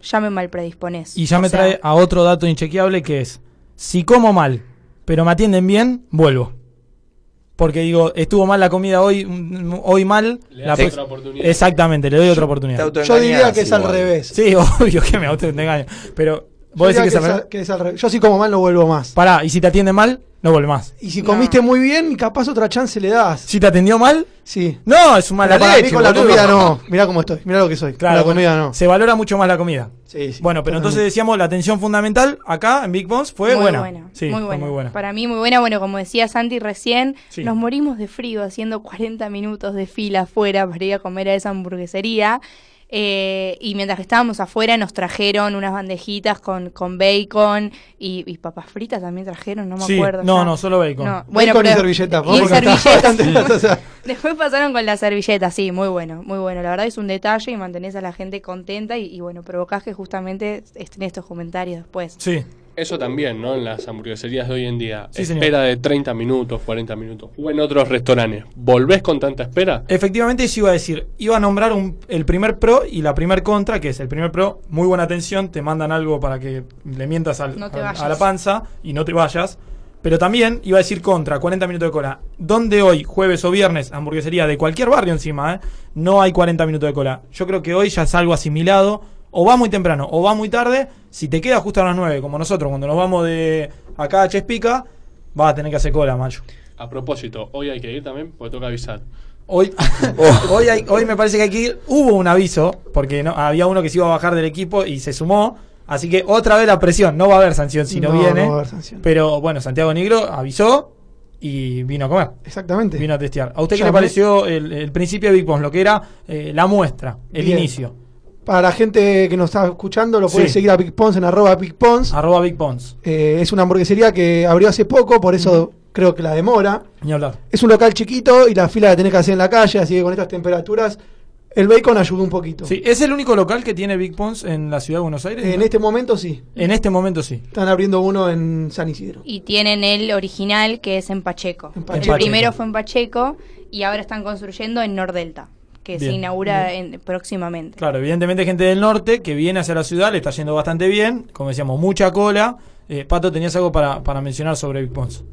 [SPEAKER 6] ya me mal predispones.
[SPEAKER 4] Y ya me trae a otro dato inchequeable que es, si como mal, pero me atienden bien, vuelvo. Porque digo, estuvo mal la comida hoy, mm, mm, hoy mal.
[SPEAKER 10] Le
[SPEAKER 4] la
[SPEAKER 10] das
[SPEAKER 4] pro-
[SPEAKER 10] otra oportunidad.
[SPEAKER 4] Exactamente, le doy otra oportunidad.
[SPEAKER 3] Yo diría que es al revés.
[SPEAKER 4] Sí, [laughs] obvio que me autoengaño. Pero
[SPEAKER 3] Yo
[SPEAKER 4] vos decís
[SPEAKER 3] diría
[SPEAKER 4] que es al
[SPEAKER 3] que es
[SPEAKER 4] revés.
[SPEAKER 3] al- que es al revés. Yo si como mal no vuelvo más.
[SPEAKER 4] Pará, y si te atiende mal, no vuelve más.
[SPEAKER 3] Y si comiste muy bien, capaz otra chance le das.
[SPEAKER 4] Si te atendió mal,
[SPEAKER 3] sí.
[SPEAKER 4] No, es un mala
[SPEAKER 3] Pero para mí
[SPEAKER 4] leche,
[SPEAKER 3] con la
[SPEAKER 4] boludo.
[SPEAKER 3] comida no. Mirá cómo estoy. Mirá lo que soy. Con
[SPEAKER 4] Claro,
[SPEAKER 3] la comida
[SPEAKER 4] bueno,
[SPEAKER 3] no.
[SPEAKER 4] Se valora mucho más la comida.
[SPEAKER 3] Sí, sí.
[SPEAKER 4] bueno, pero entonces
[SPEAKER 3] Totalmente.
[SPEAKER 4] decíamos, la atención fundamental acá en Big Bones fue
[SPEAKER 6] muy
[SPEAKER 4] buena.
[SPEAKER 6] buena.
[SPEAKER 4] Sí,
[SPEAKER 6] muy,
[SPEAKER 4] fue
[SPEAKER 6] buena.
[SPEAKER 4] muy buena.
[SPEAKER 6] Para mí muy buena. Bueno, como decía Santi recién,
[SPEAKER 4] Sí.
[SPEAKER 6] nos morimos de frío haciendo 40 minutos de fila afuera para ir a comer a esa hamburguesería. Eh, y mientras que estábamos afuera nos trajeron unas bandejitas con, con bacon y, y papas fritas también trajeron, no me
[SPEAKER 4] Sí,
[SPEAKER 6] acuerdo.
[SPEAKER 4] no,
[SPEAKER 6] ya.
[SPEAKER 4] no, solo bacon.
[SPEAKER 6] bueno,
[SPEAKER 3] Bacon y
[SPEAKER 6] pero-
[SPEAKER 3] servilleta,
[SPEAKER 6] y
[SPEAKER 3] vamos, porque está
[SPEAKER 4] [laughs]
[SPEAKER 6] servilletas.
[SPEAKER 3] bastante- o sea.
[SPEAKER 6] Después pasaron con la servilleta, sí, muy bueno, muy bueno. La verdad es un detalle y mantenés a la gente contenta y, y bueno, provocás que justamente estén estos comentarios después.
[SPEAKER 4] Sí.
[SPEAKER 10] Eso también, ¿no? En las hamburgueserías de hoy en día.
[SPEAKER 4] Sí, señor.
[SPEAKER 10] espera de 30 minutos, 40 minutos. O en otros restaurantes. ¿Volvés con tanta espera?
[SPEAKER 4] Efectivamente, eso iba a decir. Iba a nombrar un- el primer pro y la primer contra, que es el primer pro, muy buena atención, te mandan algo para que le mientas al-
[SPEAKER 6] No te
[SPEAKER 4] al-
[SPEAKER 6] vayas.
[SPEAKER 4] a la panza y no te vayas. Pero también iba a decir contra, 40 minutos de cola. Donde hoy, jueves o viernes, hamburguesería de cualquier barrio encima, ¿eh? no hay 40 minutos de cola. Yo creo que hoy ya es algo asimilado. O va muy temprano o va muy tarde. Si te queda justo a las 9, como nosotros, cuando nos vamos de acá a Chespica, vas a tener que hacer cola, macho.
[SPEAKER 10] A propósito, hoy hay que ir también porque toca avisar.
[SPEAKER 4] Hoy, hoy, hay- hoy me parece que hay que ir. Hubo un aviso, porque no, había uno que se iba a bajar del equipo y se sumó. Así que otra vez la presión. No va a haber sanción si no,
[SPEAKER 3] No,
[SPEAKER 4] viene.
[SPEAKER 3] no va a haber sanción.
[SPEAKER 4] Pero bueno, Santiago Negro avisó y vino a comer.
[SPEAKER 3] Exactamente.
[SPEAKER 4] Vino a testear. ¿A usted qué
[SPEAKER 3] Ya
[SPEAKER 4] le
[SPEAKER 3] me-
[SPEAKER 4] pareció el, el principio de Big Boss? Lo que era eh, la muestra, el
[SPEAKER 3] Bien.
[SPEAKER 4] inicio.
[SPEAKER 3] Para la gente que nos está escuchando, lo puede
[SPEAKER 4] Sí.
[SPEAKER 3] seguir a Big Pons en arroba Big Pons.
[SPEAKER 4] Arroba Big Pons.
[SPEAKER 3] Eh, es una hamburguesería que abrió hace poco, por eso creo que la demora.
[SPEAKER 4] Ni hablar.
[SPEAKER 3] Es un local chiquito y la fila la tenés que hacer en la calle, así que con estas temperaturas el bacon ayudó un poquito.
[SPEAKER 4] Sí, ¿Es el único local que tiene Big Pons en la ciudad de Buenos Aires?
[SPEAKER 3] En este momento sí.
[SPEAKER 4] En este momento sí.
[SPEAKER 3] Están abriendo uno en San Isidro.
[SPEAKER 6] Y tienen el original que es en Pacheco.
[SPEAKER 3] Pacheco.
[SPEAKER 6] El primero fue en Pacheco y ahora están construyendo en Nordelta, que se
[SPEAKER 4] Bien,
[SPEAKER 6] inaugura en- próximamente.
[SPEAKER 4] Claro, evidentemente gente del norte que viene hacia la ciudad, le está yendo bastante bien, como decíamos, mucha cola. Eh, Pato, ¿tenías algo para, para mencionar sobre Big Pons?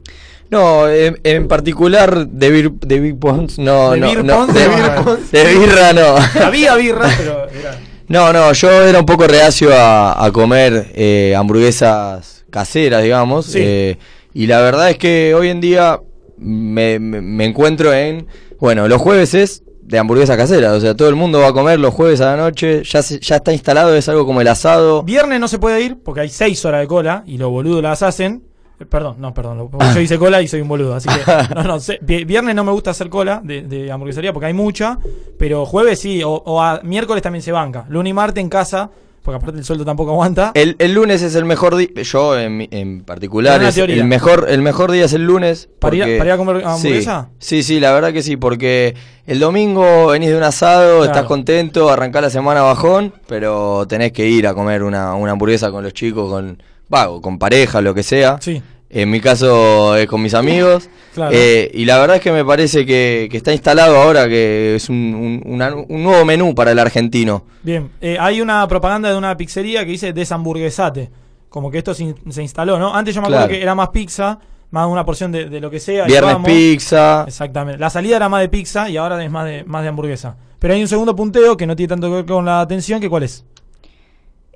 [SPEAKER 5] No, en, en particular de, bir- de Big Pons, no,
[SPEAKER 4] ¿De
[SPEAKER 5] no,
[SPEAKER 4] Beer
[SPEAKER 5] no,
[SPEAKER 4] Pons?
[SPEAKER 5] de,
[SPEAKER 4] De Beer Pons.
[SPEAKER 5] de birra
[SPEAKER 3] [laughs]
[SPEAKER 5] no.
[SPEAKER 4] [laughs] Había birra, pero era...
[SPEAKER 5] No, no, yo era un poco reacio a, a comer eh, hamburguesas caseras, digamos.
[SPEAKER 4] Sí.
[SPEAKER 5] eh, y la verdad es que hoy en día me, me- me encuentro en. Bueno, los jueves es de hamburguesa casera. O sea, todo el mundo va a comer los jueves a la noche. Ya, se- ya está instalado, es algo como el asado.
[SPEAKER 4] Viernes no se puede ir porque hay 6 horas de cola y los boludos las hacen. Eh, Perdón, no, perdón. lo- Yo hice cola y soy un boludo, así
[SPEAKER 5] Ah.
[SPEAKER 4] que. No, no, se- vi- viernes no me gusta hacer cola de, de hamburguesería porque hay mucha, pero jueves sí, o, o a- miércoles también se banca. Lunes y martes en casa, porque aparte el sueldo tampoco aguanta.
[SPEAKER 5] El, el lunes es el mejor día. Yo, en, mi- en particular,
[SPEAKER 4] Tengo una
[SPEAKER 5] es
[SPEAKER 4] teoría.
[SPEAKER 5] el mejor, el mejor día es el lunes.
[SPEAKER 4] ¿Para ir a-
[SPEAKER 5] porque-
[SPEAKER 4] para ir a comer hamburguesa?
[SPEAKER 5] Sí, sí, sí, la verdad que sí, porque el domingo venís de un asado,
[SPEAKER 4] Claro.
[SPEAKER 5] estás contento, arrancás la semana bajón, pero tenés que ir a comer una, una hamburguesa con los chicos, con, vago, con pareja, lo que sea.
[SPEAKER 4] Sí.
[SPEAKER 5] En mi caso es con mis amigos.
[SPEAKER 4] Claro.
[SPEAKER 5] Eh, y la verdad es que me parece que, que está instalado ahora que es un, un- una- un nuevo menú para el argentino.
[SPEAKER 4] Bien, eh, hay una propaganda de una pizzería que dice deshamburguesate. Como que esto se, in- se instaló, ¿no? Antes yo me acuerdo
[SPEAKER 5] Claro.
[SPEAKER 4] que era más pizza, más una porción de, de lo que sea. y
[SPEAKER 5] Viernes
[SPEAKER 4] vamos.
[SPEAKER 5] pizza.
[SPEAKER 4] Exactamente. La salida era más de pizza y ahora es más de, más de hamburguesa. Pero hay un segundo punteo que no tiene tanto que ver con la atención, que cuál es.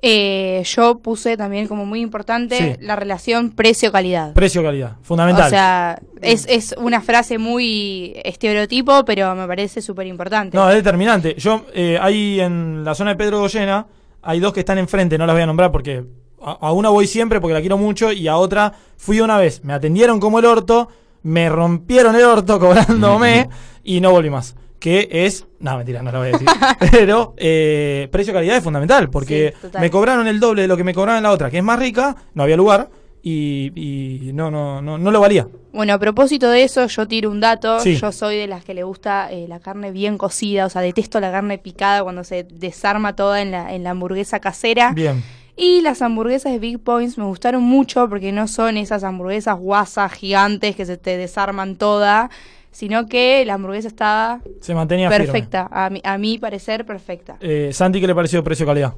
[SPEAKER 6] Eh, yo puse también como muy importante
[SPEAKER 4] Sí.
[SPEAKER 6] la relación precio-calidad.
[SPEAKER 4] Precio-calidad. Fundamental.
[SPEAKER 6] O sea, es, es una frase muy estereotipo, pero me parece súper importante.
[SPEAKER 4] No, es determinante. Yo, eh, ahí en la zona de Pedro Goyena, hay dos que están enfrente, no las voy a nombrar porque a, a una voy siempre porque la quiero mucho y a otra fui una vez. Me atendieron como el orto, me rompieron el
[SPEAKER 6] [laughs]
[SPEAKER 4] orto cobrándome y no volví más. Que es. No, mentira, no lo voy a decir. Pero eh, precio-calidad es fundamental porque
[SPEAKER 6] Sí, total.
[SPEAKER 4] me cobraron el doble de lo que me cobraban en la otra, que es más rica, no había lugar y, y no, no, no, no lo valía.
[SPEAKER 6] Bueno, a propósito de eso, yo tiro un dato.
[SPEAKER 4] Sí.
[SPEAKER 6] Yo soy de las que le gusta eh, la carne bien cocida, o sea, detesto la carne picada cuando se desarma toda en la, en la hamburguesa casera.
[SPEAKER 4] Bien.
[SPEAKER 6] Y las hamburguesas de Big Points me gustaron mucho porque no son esas hamburguesas guasas gigantes que se te desarman toda, sino que la hamburguesa estaba
[SPEAKER 4] Se mantenía firme.
[SPEAKER 6] perfecta, a mi, a mi parecer perfecta.
[SPEAKER 4] Eh, Santi, ¿qué le pareció precio-calidad?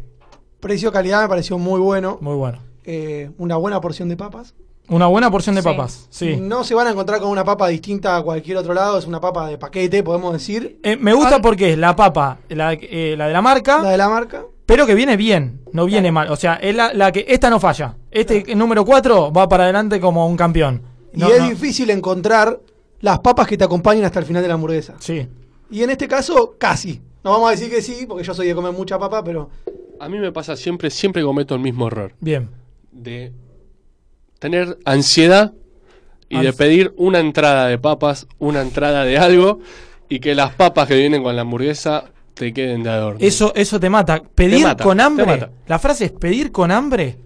[SPEAKER 3] Precio-calidad me pareció muy bueno.
[SPEAKER 4] Muy bueno.
[SPEAKER 3] Eh, una buena porción de papas.
[SPEAKER 4] Una buena porción de
[SPEAKER 3] Sí.
[SPEAKER 4] papas. Sí.
[SPEAKER 3] No se van a encontrar con una papa distinta a cualquier otro lado, es una papa de paquete, podemos decir.
[SPEAKER 4] Eh, me gusta porque es la papa, la, eh, la de la marca. La
[SPEAKER 3] de Ah. la marca.
[SPEAKER 4] Pero que viene bien, no viene mal. O sea, es la, la que esta no falla. Este número 4 va para adelante como un campeón. No,
[SPEAKER 3] Ah. y es
[SPEAKER 4] no.
[SPEAKER 3] difícil encontrar las papas que te acompañen hasta el final de la hamburguesa.
[SPEAKER 4] Sí.
[SPEAKER 3] Y en este caso, casi. No vamos a decir que sí, porque yo soy de comer mucha papa, pero
[SPEAKER 10] A mí me pasa siempre, siempre cometo el mismo error.
[SPEAKER 4] Bien.
[SPEAKER 10] De tener ansiedad y de
[SPEAKER 4] Ans-
[SPEAKER 10] pedir una entrada de papas, una entrada de algo y que las papas que vienen con la hamburguesa te queden de adorno.
[SPEAKER 4] Eso, eso te mata. Pedir
[SPEAKER 10] Te mata,
[SPEAKER 4] con
[SPEAKER 10] te
[SPEAKER 4] hambre.
[SPEAKER 10] mata.
[SPEAKER 4] La frase es pedir con hambre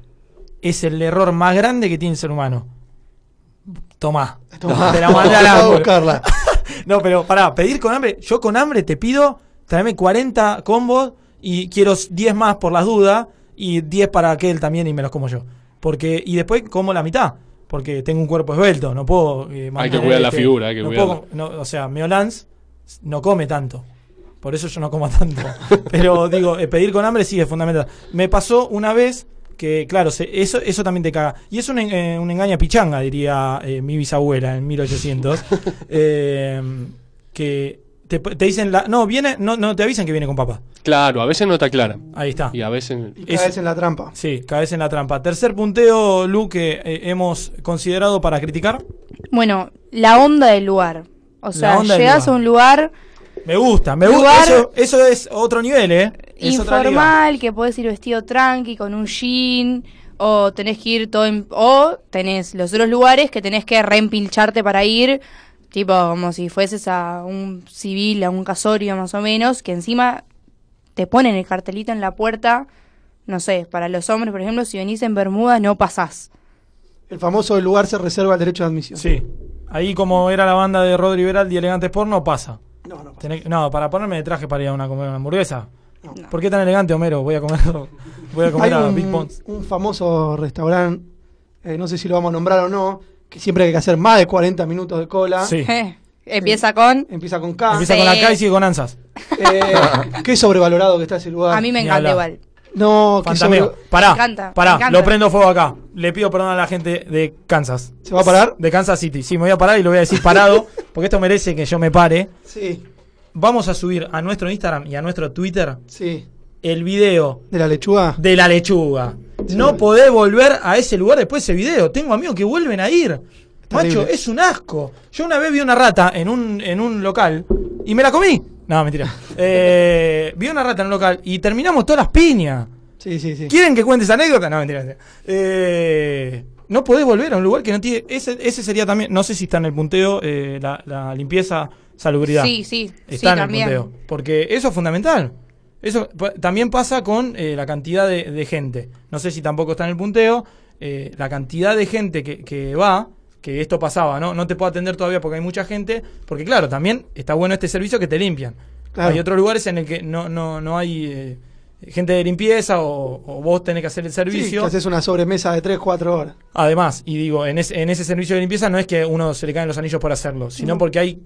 [SPEAKER 4] es el error más grande que tiene el ser humano. Tomá.
[SPEAKER 3] Tomá.
[SPEAKER 4] Te la mandé
[SPEAKER 10] [laughs]
[SPEAKER 4] al
[SPEAKER 3] Tomá,
[SPEAKER 4] hambre.
[SPEAKER 3] buscarla.
[SPEAKER 4] [laughs] no, pero pará, pedir con hambre. Yo con hambre te pido, tráeme 40 combos y quiero 10 más por las dudas y 10 para aquel también y me los como yo. Porque, y después como la mitad. Porque tengo un cuerpo esbelto, no puedo. eh, mantener
[SPEAKER 10] cuidar la figura, hay que
[SPEAKER 4] no
[SPEAKER 10] cuidarla.
[SPEAKER 4] puedo- no, o sea, Meolans no come tanto. Por eso yo no como [laughs] tanto. Pero digo, eh, pedir con hambre sí es fundamental. Me pasó una vez que, claro, se- eso, eso también te caga. Y es un, en- eh, un engaña pichanga, diría eh, mi bisabuela en 1800.
[SPEAKER 10] [laughs]
[SPEAKER 4] Eh, que te, te dicen, la, no, viene, no, no te avisan que viene con papá.
[SPEAKER 10] Claro, a veces no te aclaran.
[SPEAKER 4] Ahí está.
[SPEAKER 10] Y a veces...
[SPEAKER 3] cada vez en la trampa.
[SPEAKER 4] Sí, cada vez en la trampa. Tercer punteo, Lu, que eh, hemos considerado para criticar.
[SPEAKER 6] Bueno, la onda del lugar. O sea,
[SPEAKER 4] onda del
[SPEAKER 6] llegas a un lugar
[SPEAKER 4] Me gusta, me gusta.
[SPEAKER 6] Lugar-
[SPEAKER 4] Eso, eso es otro nivel, ¿eh? Es otra liga.
[SPEAKER 6] informal, que puedes ir vestido tranqui, con un jean, o tenés que ir todo en- O tenés los otros lugares que tenés que reempilcharte para ir, tipo como si fueses a un civil, a un casorio más o menos, que encima te ponen el cartelito en la puerta, no sé, para los hombres, por ejemplo, si venís en Bermuda no pasás.
[SPEAKER 3] el famoso el lugar se reserva el derecho de admisión.
[SPEAKER 4] Sí. Ahí como era la banda de Rodri Veraldi y Elegantes Porno, pasa. No, no no, para ponerme de traje para ir a una, comer una hamburguesa. ¿Por qué tan elegante, Homero? Voy a comer, voy a,
[SPEAKER 3] Hay
[SPEAKER 4] comer a Big
[SPEAKER 3] un,
[SPEAKER 4] Pons.
[SPEAKER 3] un famoso restaurante, eh, no sé si lo vamos a nombrar o no, que siempre hay que hacer más de 40 minutos de cola.
[SPEAKER 4] Sí.
[SPEAKER 6] [laughs] Empieza con...
[SPEAKER 3] Empieza con K.
[SPEAKER 4] Empieza con la K y sigue con Ansas. [laughs]
[SPEAKER 3] Eh, [laughs] qué sobrevalorado que está ese
[SPEAKER 4] Ah,
[SPEAKER 3] lugar.
[SPEAKER 6] A mí me encanta igual.
[SPEAKER 3] No, qué
[SPEAKER 4] Fantameo.
[SPEAKER 3] sobre-
[SPEAKER 4] Pará,
[SPEAKER 6] Me encanta, me
[SPEAKER 4] pará,
[SPEAKER 6] encanta.
[SPEAKER 4] lo prendo fuego acá. Le pido perdón a la gente de Kansas.
[SPEAKER 3] ¿Se va a parar?
[SPEAKER 4] De Kansas City. Sí, me voy a parar y lo voy a decir parado, [laughs] porque esto merece que yo me pare.
[SPEAKER 3] Sí,
[SPEAKER 4] Vamos a subir a nuestro Instagram y a nuestro Twitter
[SPEAKER 3] sí.
[SPEAKER 4] el video
[SPEAKER 3] De la lechuga.
[SPEAKER 4] de la lechuga. No podés volver a ese lugar después de ese video. Tengo amigos que vuelven a ir.
[SPEAKER 3] Terrible.
[SPEAKER 4] Macho, es un asco. Yo una vez vi una rata en un, en un local y me la comí. No, mentira. Eh, vi una rata en un local y terminamos todas las piñas.
[SPEAKER 3] Sí, sí, sí.
[SPEAKER 4] ¿Quieren que cuente esa anécdota? No, mentira. mentira. Eh, no podés volver a un lugar que no tiene. Ese, ese sería también. No sé si está en el punteo, eh, la, la limpieza, salubridad.
[SPEAKER 6] Sí, sí, sí,
[SPEAKER 4] Está en el
[SPEAKER 6] también.
[SPEAKER 4] punteo. Porque eso es fundamental. Eso pa- también pasa con eh, la cantidad de, de gente. No sé si tampoco está en el punteo. eh, la cantidad de gente que, que va, que esto pasaba, ¿no? No te puedo atender todavía porque hay mucha gente. Porque, claro, también está bueno este servicio que te limpian.
[SPEAKER 3] Claro.
[SPEAKER 4] Hay otros lugares en el que no, no, no hay eh, gente de limpieza o, o vos tenés que hacer el
[SPEAKER 3] Sí,
[SPEAKER 4] servicio.
[SPEAKER 3] que haces una sobremesa de 3, 4 horas.
[SPEAKER 4] Además, y digo, en, es- en ese servicio de limpieza no es que uno se le caen los anillos por hacerlo, sino
[SPEAKER 3] No.
[SPEAKER 4] porque hay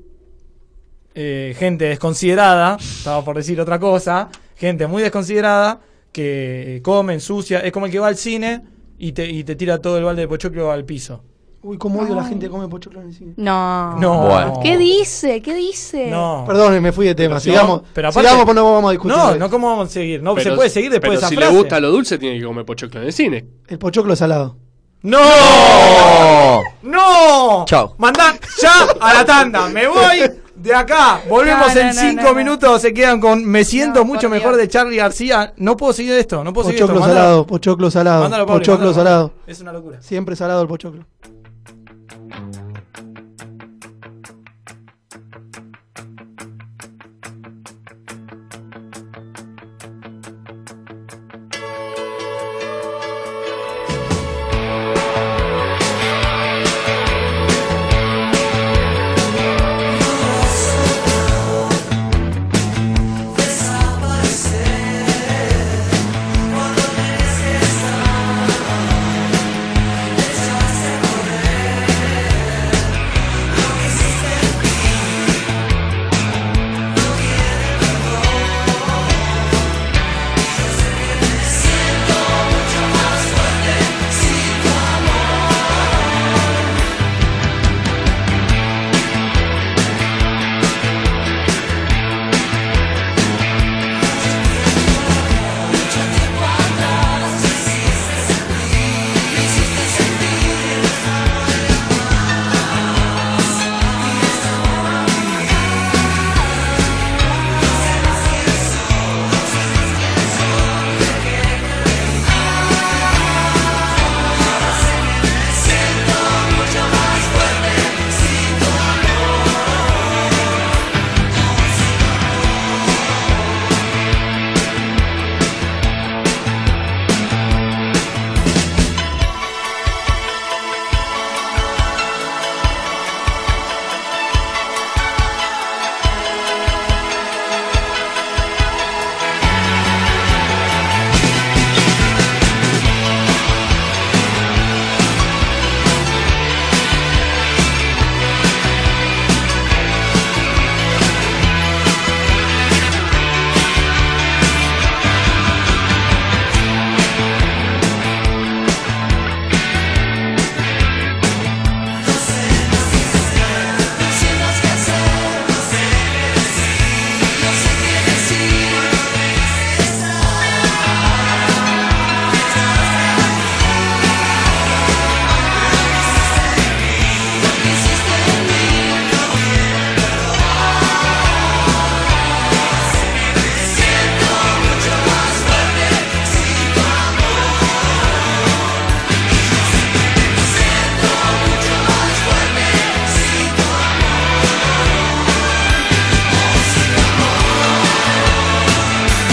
[SPEAKER 4] eh, gente desconsiderada, estaba por decir otra cosa, gente muy desconsiderada que eh, come, ensucia, es como el que va al cine y te, y te tira todo el balde de pochoclo al piso.
[SPEAKER 3] Uy, cómo odio la gente que come pochoclo en el cine.
[SPEAKER 6] No.
[SPEAKER 4] No. Bueno.
[SPEAKER 6] ¿Qué dice? ¿Qué dice?
[SPEAKER 4] No.
[SPEAKER 3] Perdón, me fui de tema. sigamos,
[SPEAKER 4] pero aparte-
[SPEAKER 3] sigamos, pues no vamos a discutir.
[SPEAKER 4] No,
[SPEAKER 3] hoy.
[SPEAKER 4] no, ¿cómo vamos a seguir? No
[SPEAKER 10] Pero-
[SPEAKER 4] se puede seguir después
[SPEAKER 10] pero
[SPEAKER 4] de esa
[SPEAKER 10] si
[SPEAKER 4] frase.
[SPEAKER 10] le gusta lo dulce, tiene que comer pochoclo en el cine.
[SPEAKER 3] El pochoclo es salado.
[SPEAKER 4] ¡No! ¡No!
[SPEAKER 5] Chau.
[SPEAKER 4] Mandá ya a la tanda. Me voy de acá. Volvemos
[SPEAKER 5] No, no,
[SPEAKER 4] en
[SPEAKER 5] no,
[SPEAKER 4] cinco
[SPEAKER 5] no, no.
[SPEAKER 4] minutos. Se quedan con Me siento mucho mejor de Charlie García. No puedo seguir esto. No puedo seguir
[SPEAKER 3] Pochoclo
[SPEAKER 4] esto. Mandá-
[SPEAKER 3] salado, pochoclo salado,
[SPEAKER 4] Mándalo, Pablo,
[SPEAKER 3] pochoclo
[SPEAKER 4] mándalo.
[SPEAKER 3] salado.
[SPEAKER 4] Es una locura.
[SPEAKER 3] Siempre salado el pochoclo.
[SPEAKER 7] Siento mucho más fuerte sin tu amor. No sé qué hacer, no sé qué decir, no sé qué decir. No quisiste venir, siento mucho más fuerte sin tu amor. Siento mucho más fuerte sin tu amor, sin tu amor, sin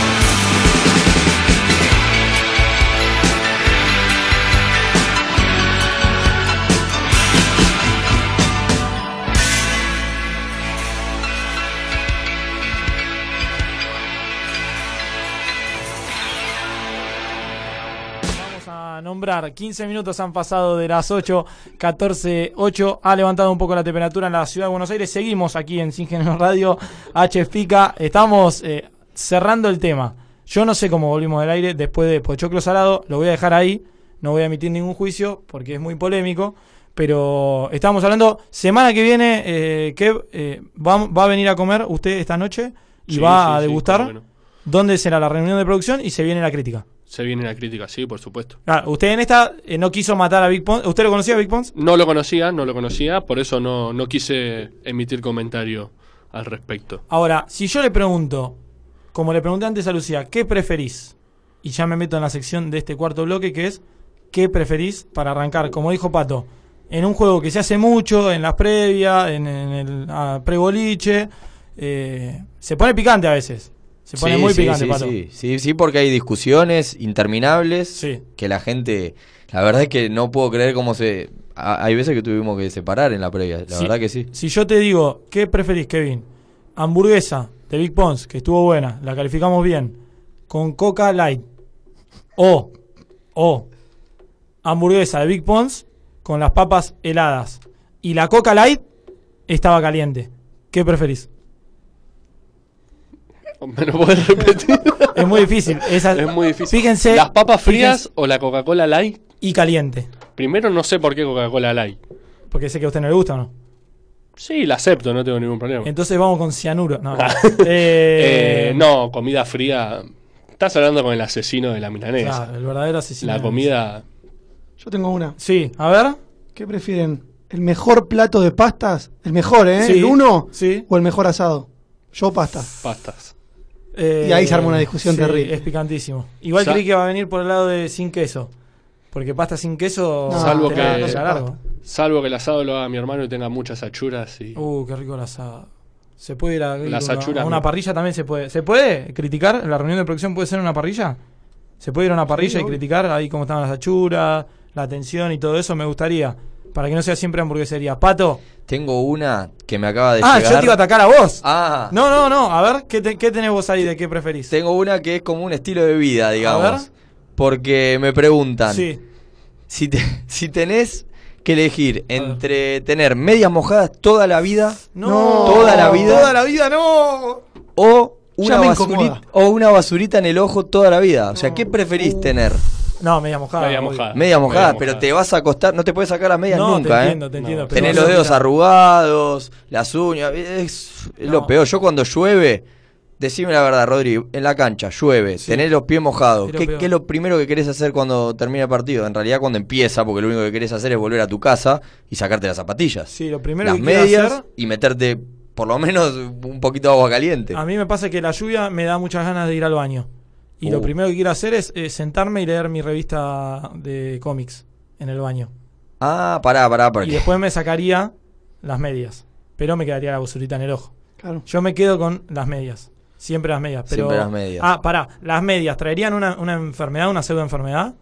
[SPEAKER 7] tu amor.
[SPEAKER 4] Vamos a nombrar. 15 minutos han pasado de las 8, 14, 8. Ha levantado un poco la temperatura en la ciudad de Buenos Aires. Seguimos aquí en Sin Género Radio. H. Pica. Estamos eh, cerrando el tema. Yo no sé cómo volvimos del aire después de Pochoclo Salado. Lo voy a dejar ahí. No voy a emitir ningún juicio porque es muy polémico. Pero estábamos hablando. Semana que viene, eh, que eh, va, va a venir a comer usted esta noche y
[SPEAKER 10] Sí,
[SPEAKER 4] va
[SPEAKER 10] sí,
[SPEAKER 4] a
[SPEAKER 10] sí,
[SPEAKER 4] degustar.
[SPEAKER 10] cómo no.
[SPEAKER 4] ¿Dónde será la reunión de producción? Y se viene la crítica.
[SPEAKER 10] Se viene la crítica, sí, por supuesto.
[SPEAKER 4] Claro, usted en esta eh, no quiso matar a Big Pons. ¿Usted lo conocía, Big Pons?
[SPEAKER 10] No lo conocía, no lo conocía, por eso no, no quise emitir comentario al respecto.
[SPEAKER 4] Ahora, si yo le pregunto, como le pregunté antes a Lucía, ¿qué preferís? Y ya me meto en la sección de este cuarto bloque que es ¿qué preferís para arrancar? Como dijo Pato, en un juego que se hace mucho, en las previas, en, en el ah, preboliche, eh, se pone picante a veces. Se pone
[SPEAKER 5] Sí,
[SPEAKER 4] muy
[SPEAKER 5] sí,
[SPEAKER 4] picante,
[SPEAKER 5] sí,
[SPEAKER 4] Pato.
[SPEAKER 5] Sí, sí, sí, porque hay discusiones interminables que la gente, la verdad es que no puedo creer cómo se... a- hay veces que tuvimos que separar en la previa, la
[SPEAKER 4] Sí.
[SPEAKER 5] verdad que sí.
[SPEAKER 4] Si yo te digo, ¿qué preferís, Kevin? ¿Hamburguesa de Big Pons, que estuvo buena, la calificamos bien, con Coca Light o, o hamburguesa de Big Pons con las papas heladas y la Coca Light estaba caliente. ¿Qué preferís?
[SPEAKER 10] ¿Me lo podés repetir?
[SPEAKER 4] [laughs] Es muy difícil. esa-
[SPEAKER 10] Es muy difícil.
[SPEAKER 4] Fíjense.
[SPEAKER 10] ¿Las papas frías
[SPEAKER 4] fíjense-
[SPEAKER 10] o la Coca-Cola Light?
[SPEAKER 4] Y caliente.
[SPEAKER 10] Primero no sé por qué Coca-Cola Light.
[SPEAKER 4] Porque sé que a usted no le gusta o no.
[SPEAKER 10] Sí, la acepto, no tengo ningún problema.
[SPEAKER 4] Entonces vamos con cianuro.
[SPEAKER 10] [laughs]
[SPEAKER 4] No,
[SPEAKER 10] Eh,
[SPEAKER 4] Eh,
[SPEAKER 10] no, comida fría. Estás hablando con el asesino de la milanesa.
[SPEAKER 4] Claro, el verdadero asesino.
[SPEAKER 10] la comida.
[SPEAKER 3] Yo tengo una.
[SPEAKER 4] Sí, a ver.
[SPEAKER 3] ¿Qué prefieren? ¿El mejor plato de pastas? ¿El mejor, eh?
[SPEAKER 10] Sí,
[SPEAKER 3] ¿El uno?
[SPEAKER 4] Sí.
[SPEAKER 3] ¿O el mejor asado? Yo pasta.
[SPEAKER 10] Pastas.
[SPEAKER 4] Eh,
[SPEAKER 3] Y ahí se arma una discusión
[SPEAKER 4] sí,
[SPEAKER 3] terrible.
[SPEAKER 4] Es picantísimo. Igual
[SPEAKER 10] Sa-
[SPEAKER 4] creí que va a venir por el lado de sin queso. Porque pasta sin queso.
[SPEAKER 10] salvo,
[SPEAKER 4] te la-
[SPEAKER 10] que,
[SPEAKER 4] te la largo.
[SPEAKER 10] salvo que el asado lo haga mi hermano y tenga muchas achuras. Y...
[SPEAKER 4] Uh, qué rico el asado. Se puede ir a, ir
[SPEAKER 10] Las
[SPEAKER 4] a una-
[SPEAKER 10] achuras,
[SPEAKER 4] a una
[SPEAKER 10] ¿no?
[SPEAKER 4] parrilla también se puede. ¿Se puede criticar? ¿La reunión de producción puede ser una parrilla? ¿Se puede ir a una parrilla y
[SPEAKER 3] obvio.
[SPEAKER 4] criticar ahí cómo están las achuras, la atención y todo eso? Me gustaría. Para que no sea siempre hamburguesería. Pato.
[SPEAKER 5] Tengo una que me acaba de
[SPEAKER 4] Ah,
[SPEAKER 5] llegar.
[SPEAKER 4] yo te iba a atacar a vos.
[SPEAKER 5] Ah.
[SPEAKER 4] No, no, no. A ver, ¿qué, te- qué tenés vos ahí de qué preferís?
[SPEAKER 5] Tengo una que es como un estilo de vida, digamos.
[SPEAKER 4] ver.
[SPEAKER 5] Porque me preguntan.
[SPEAKER 4] Sí.
[SPEAKER 5] Si, te- [laughs] si tenés que elegir entre tener medias mojadas toda la vida. Oh. Toda la vida.
[SPEAKER 4] Toda la vida, no.
[SPEAKER 5] O
[SPEAKER 4] Ya
[SPEAKER 5] una,
[SPEAKER 4] me
[SPEAKER 5] basurita,
[SPEAKER 4] incomoda. Uh.
[SPEAKER 5] o una basurita en el ojo toda la vida. O sea, ¿qué preferís tener?
[SPEAKER 4] No, media mojada.
[SPEAKER 10] Ah, Media
[SPEAKER 4] obvio.
[SPEAKER 10] mojada.
[SPEAKER 5] Medias mojadas,
[SPEAKER 10] media
[SPEAKER 5] pero
[SPEAKER 10] mojada.
[SPEAKER 5] te vas a acostar. No te puedes sacar las medias
[SPEAKER 4] No, te
[SPEAKER 5] nunca, ¿eh?
[SPEAKER 4] entiendo, te entiendo, pero
[SPEAKER 5] Tenés
[SPEAKER 4] vas a
[SPEAKER 5] los dedos
[SPEAKER 4] mirar.
[SPEAKER 5] arrugados, las uñas. Es es
[SPEAKER 4] No.
[SPEAKER 5] lo peor. Yo cuando llueve. Decime la verdad, Rodri, en la cancha llueve, tenés los pies mojados.
[SPEAKER 4] Es lo
[SPEAKER 5] ¿Qué,
[SPEAKER 4] peor.
[SPEAKER 5] qué es lo primero que querés hacer cuando termina el partido? En realidad, cuando empieza, porque lo único que querés hacer es volver a tu casa y sacarte las zapatillas.
[SPEAKER 4] Sí, lo primero
[SPEAKER 5] las
[SPEAKER 4] que quiero
[SPEAKER 5] medias
[SPEAKER 4] hacer-
[SPEAKER 5] y meterte por lo menos un poquito de agua caliente.
[SPEAKER 4] A mí me pasa que la lluvia me da muchas ganas de ir al baño. Y lo
[SPEAKER 5] Uh.
[SPEAKER 4] primero que quiero hacer es eh, sentarme y leer mi revista de cómics en el baño.
[SPEAKER 5] Ah, pará, pará,
[SPEAKER 4] Y
[SPEAKER 5] porque
[SPEAKER 4] después me sacaría las medias. Pero me quedaría la basurita en el ojo.
[SPEAKER 3] Claro.
[SPEAKER 4] Yo me quedo con las medias. Siempre las medias. Pero...
[SPEAKER 5] Siempre las medias.
[SPEAKER 4] Ah, pará. Las medias. ¿Traerían una, una enfermedad, una pseudoenfermedad?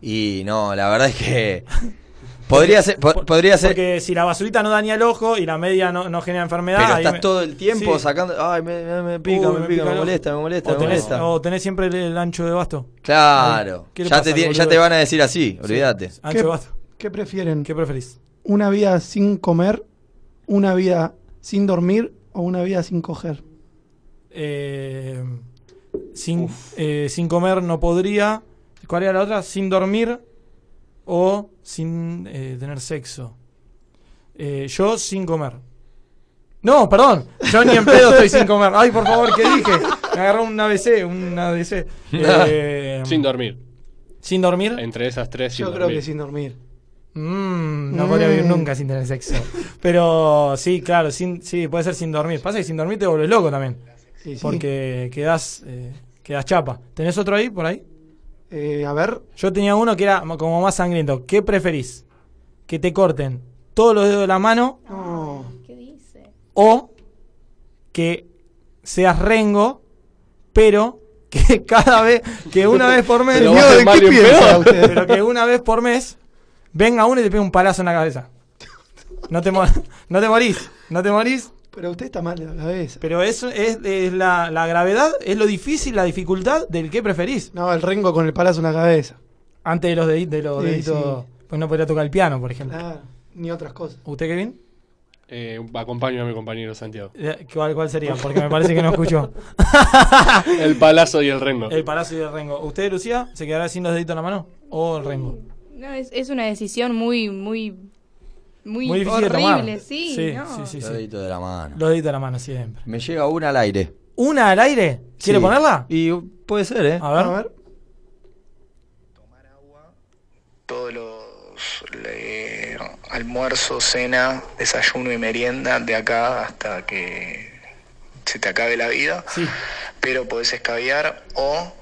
[SPEAKER 5] Y no, la verdad es que. Podría ser. po-
[SPEAKER 4] Por-
[SPEAKER 5] podría ser
[SPEAKER 4] Porque si la basurita no daña el ojo y la media no, no genera enfermedad.
[SPEAKER 5] pero
[SPEAKER 4] ahí
[SPEAKER 5] estás
[SPEAKER 4] me-
[SPEAKER 5] todo el tiempo
[SPEAKER 4] Sí.
[SPEAKER 5] sacando. Ay, me, me- me pica,
[SPEAKER 4] Uy,
[SPEAKER 5] me, pica, me
[SPEAKER 4] el
[SPEAKER 5] molesta,
[SPEAKER 4] ojo.
[SPEAKER 5] me molesta,
[SPEAKER 4] o
[SPEAKER 5] me
[SPEAKER 4] tenés,
[SPEAKER 5] molesta.
[SPEAKER 4] O tenés siempre el, el ancho de basto.
[SPEAKER 5] Claro.
[SPEAKER 4] Ay, ¿qué le
[SPEAKER 5] Ya,
[SPEAKER 4] pasa
[SPEAKER 5] te,
[SPEAKER 4] al
[SPEAKER 5] tiene- ya
[SPEAKER 4] boludo?
[SPEAKER 5] te van a decir así, olvídate.
[SPEAKER 4] Ancho
[SPEAKER 3] ¿Qué,
[SPEAKER 4] de basto.
[SPEAKER 3] qué prefieren?
[SPEAKER 4] ¿Qué preferís?
[SPEAKER 3] ¿Una vida sin comer? ¿Una vida sin dormir? ¿O una vida sin coger?
[SPEAKER 4] Eh, sin, eh, sin comer no podría. ¿Cuál era la otra? Sin dormir o sin eh, tener sexo. Eh, yo sin comer. No, perdón. Yo ni en pedo estoy sin comer. Ay, por favor, ¿qué dije? Me agarró un ABC, un ADC. Eh,
[SPEAKER 10] [laughs] Sin dormir.
[SPEAKER 4] sin dormir.
[SPEAKER 10] Entre esas tres, sin
[SPEAKER 3] Yo creo
[SPEAKER 10] dormir.
[SPEAKER 3] que sin dormir.
[SPEAKER 4] Mm, no podría vivir
[SPEAKER 3] Mm.
[SPEAKER 4] nunca sin tener sexo. Pero sí, claro, sin, sí, puede ser sin dormir. Pasa que sin dormir te vuelves loco también.
[SPEAKER 3] Sí, sí.
[SPEAKER 4] Porque quedás, eh, quedás chapa. ¿Tenés otro ahí, por ahí?
[SPEAKER 3] Eh, a ver,
[SPEAKER 4] Yo tenía uno que era mo- como más sangriento. ¿Qué preferís? ¿Que te corten todos los dedos de la mano
[SPEAKER 3] no.
[SPEAKER 6] ¿Qué dice?
[SPEAKER 4] o que seas rengo, pero que [laughs] cada vez, que una vez por mes,
[SPEAKER 10] Pero va a
[SPEAKER 3] Dios,
[SPEAKER 10] ser
[SPEAKER 3] ¿en
[SPEAKER 10] mal
[SPEAKER 3] qué
[SPEAKER 10] y en
[SPEAKER 3] piensa
[SPEAKER 10] peor.
[SPEAKER 3] usted?
[SPEAKER 4] pero que una vez por mes venga uno y te pegue un palazo en la cabeza. No te, mo- no te morís, no te morís.
[SPEAKER 3] Pero usted está mal de la cabeza.
[SPEAKER 4] Pero eso es, es la, la gravedad, es lo difícil, la dificultad del que preferís.
[SPEAKER 3] No, el rengo con el palazo en la cabeza.
[SPEAKER 4] Antes de los deditos, de los
[SPEAKER 3] Sí,
[SPEAKER 4] deditos, pues no podría tocar el piano, por ejemplo.
[SPEAKER 3] Claro, ni otras cosas.
[SPEAKER 4] ¿Usted, Kevin?
[SPEAKER 10] Eh, acompaño a mi compañero Santiago.
[SPEAKER 4] Eh, ¿Cuál, cuál sería? Porque me parece que no escuchó.
[SPEAKER 10] [laughs] El palazo y el rengo.
[SPEAKER 4] El palacio y el rengo. ¿Usted, Lucía, se quedará sin los deditos en la mano? ¿O el rengo?
[SPEAKER 6] No, es, es una decisión muy, muy, muy,
[SPEAKER 4] Muy difícil de tomar.
[SPEAKER 6] horrible, sí,
[SPEAKER 4] Sí,
[SPEAKER 6] no.
[SPEAKER 4] sí, sí,
[SPEAKER 5] Los
[SPEAKER 4] sí.
[SPEAKER 5] deditos de la mano.
[SPEAKER 4] Los deditos en la mano, siempre.
[SPEAKER 5] Me llega una al aire.
[SPEAKER 4] ¿Una al aire? ¿Quiere
[SPEAKER 5] Sí.
[SPEAKER 4] ponerla?
[SPEAKER 5] Y puede ser, ¿eh?
[SPEAKER 4] A ver.
[SPEAKER 3] A ver.
[SPEAKER 13] todos los eh, almuerzo, cena, desayuno y merienda de acá hasta que se te acabe la vida. Pero podés escabiar o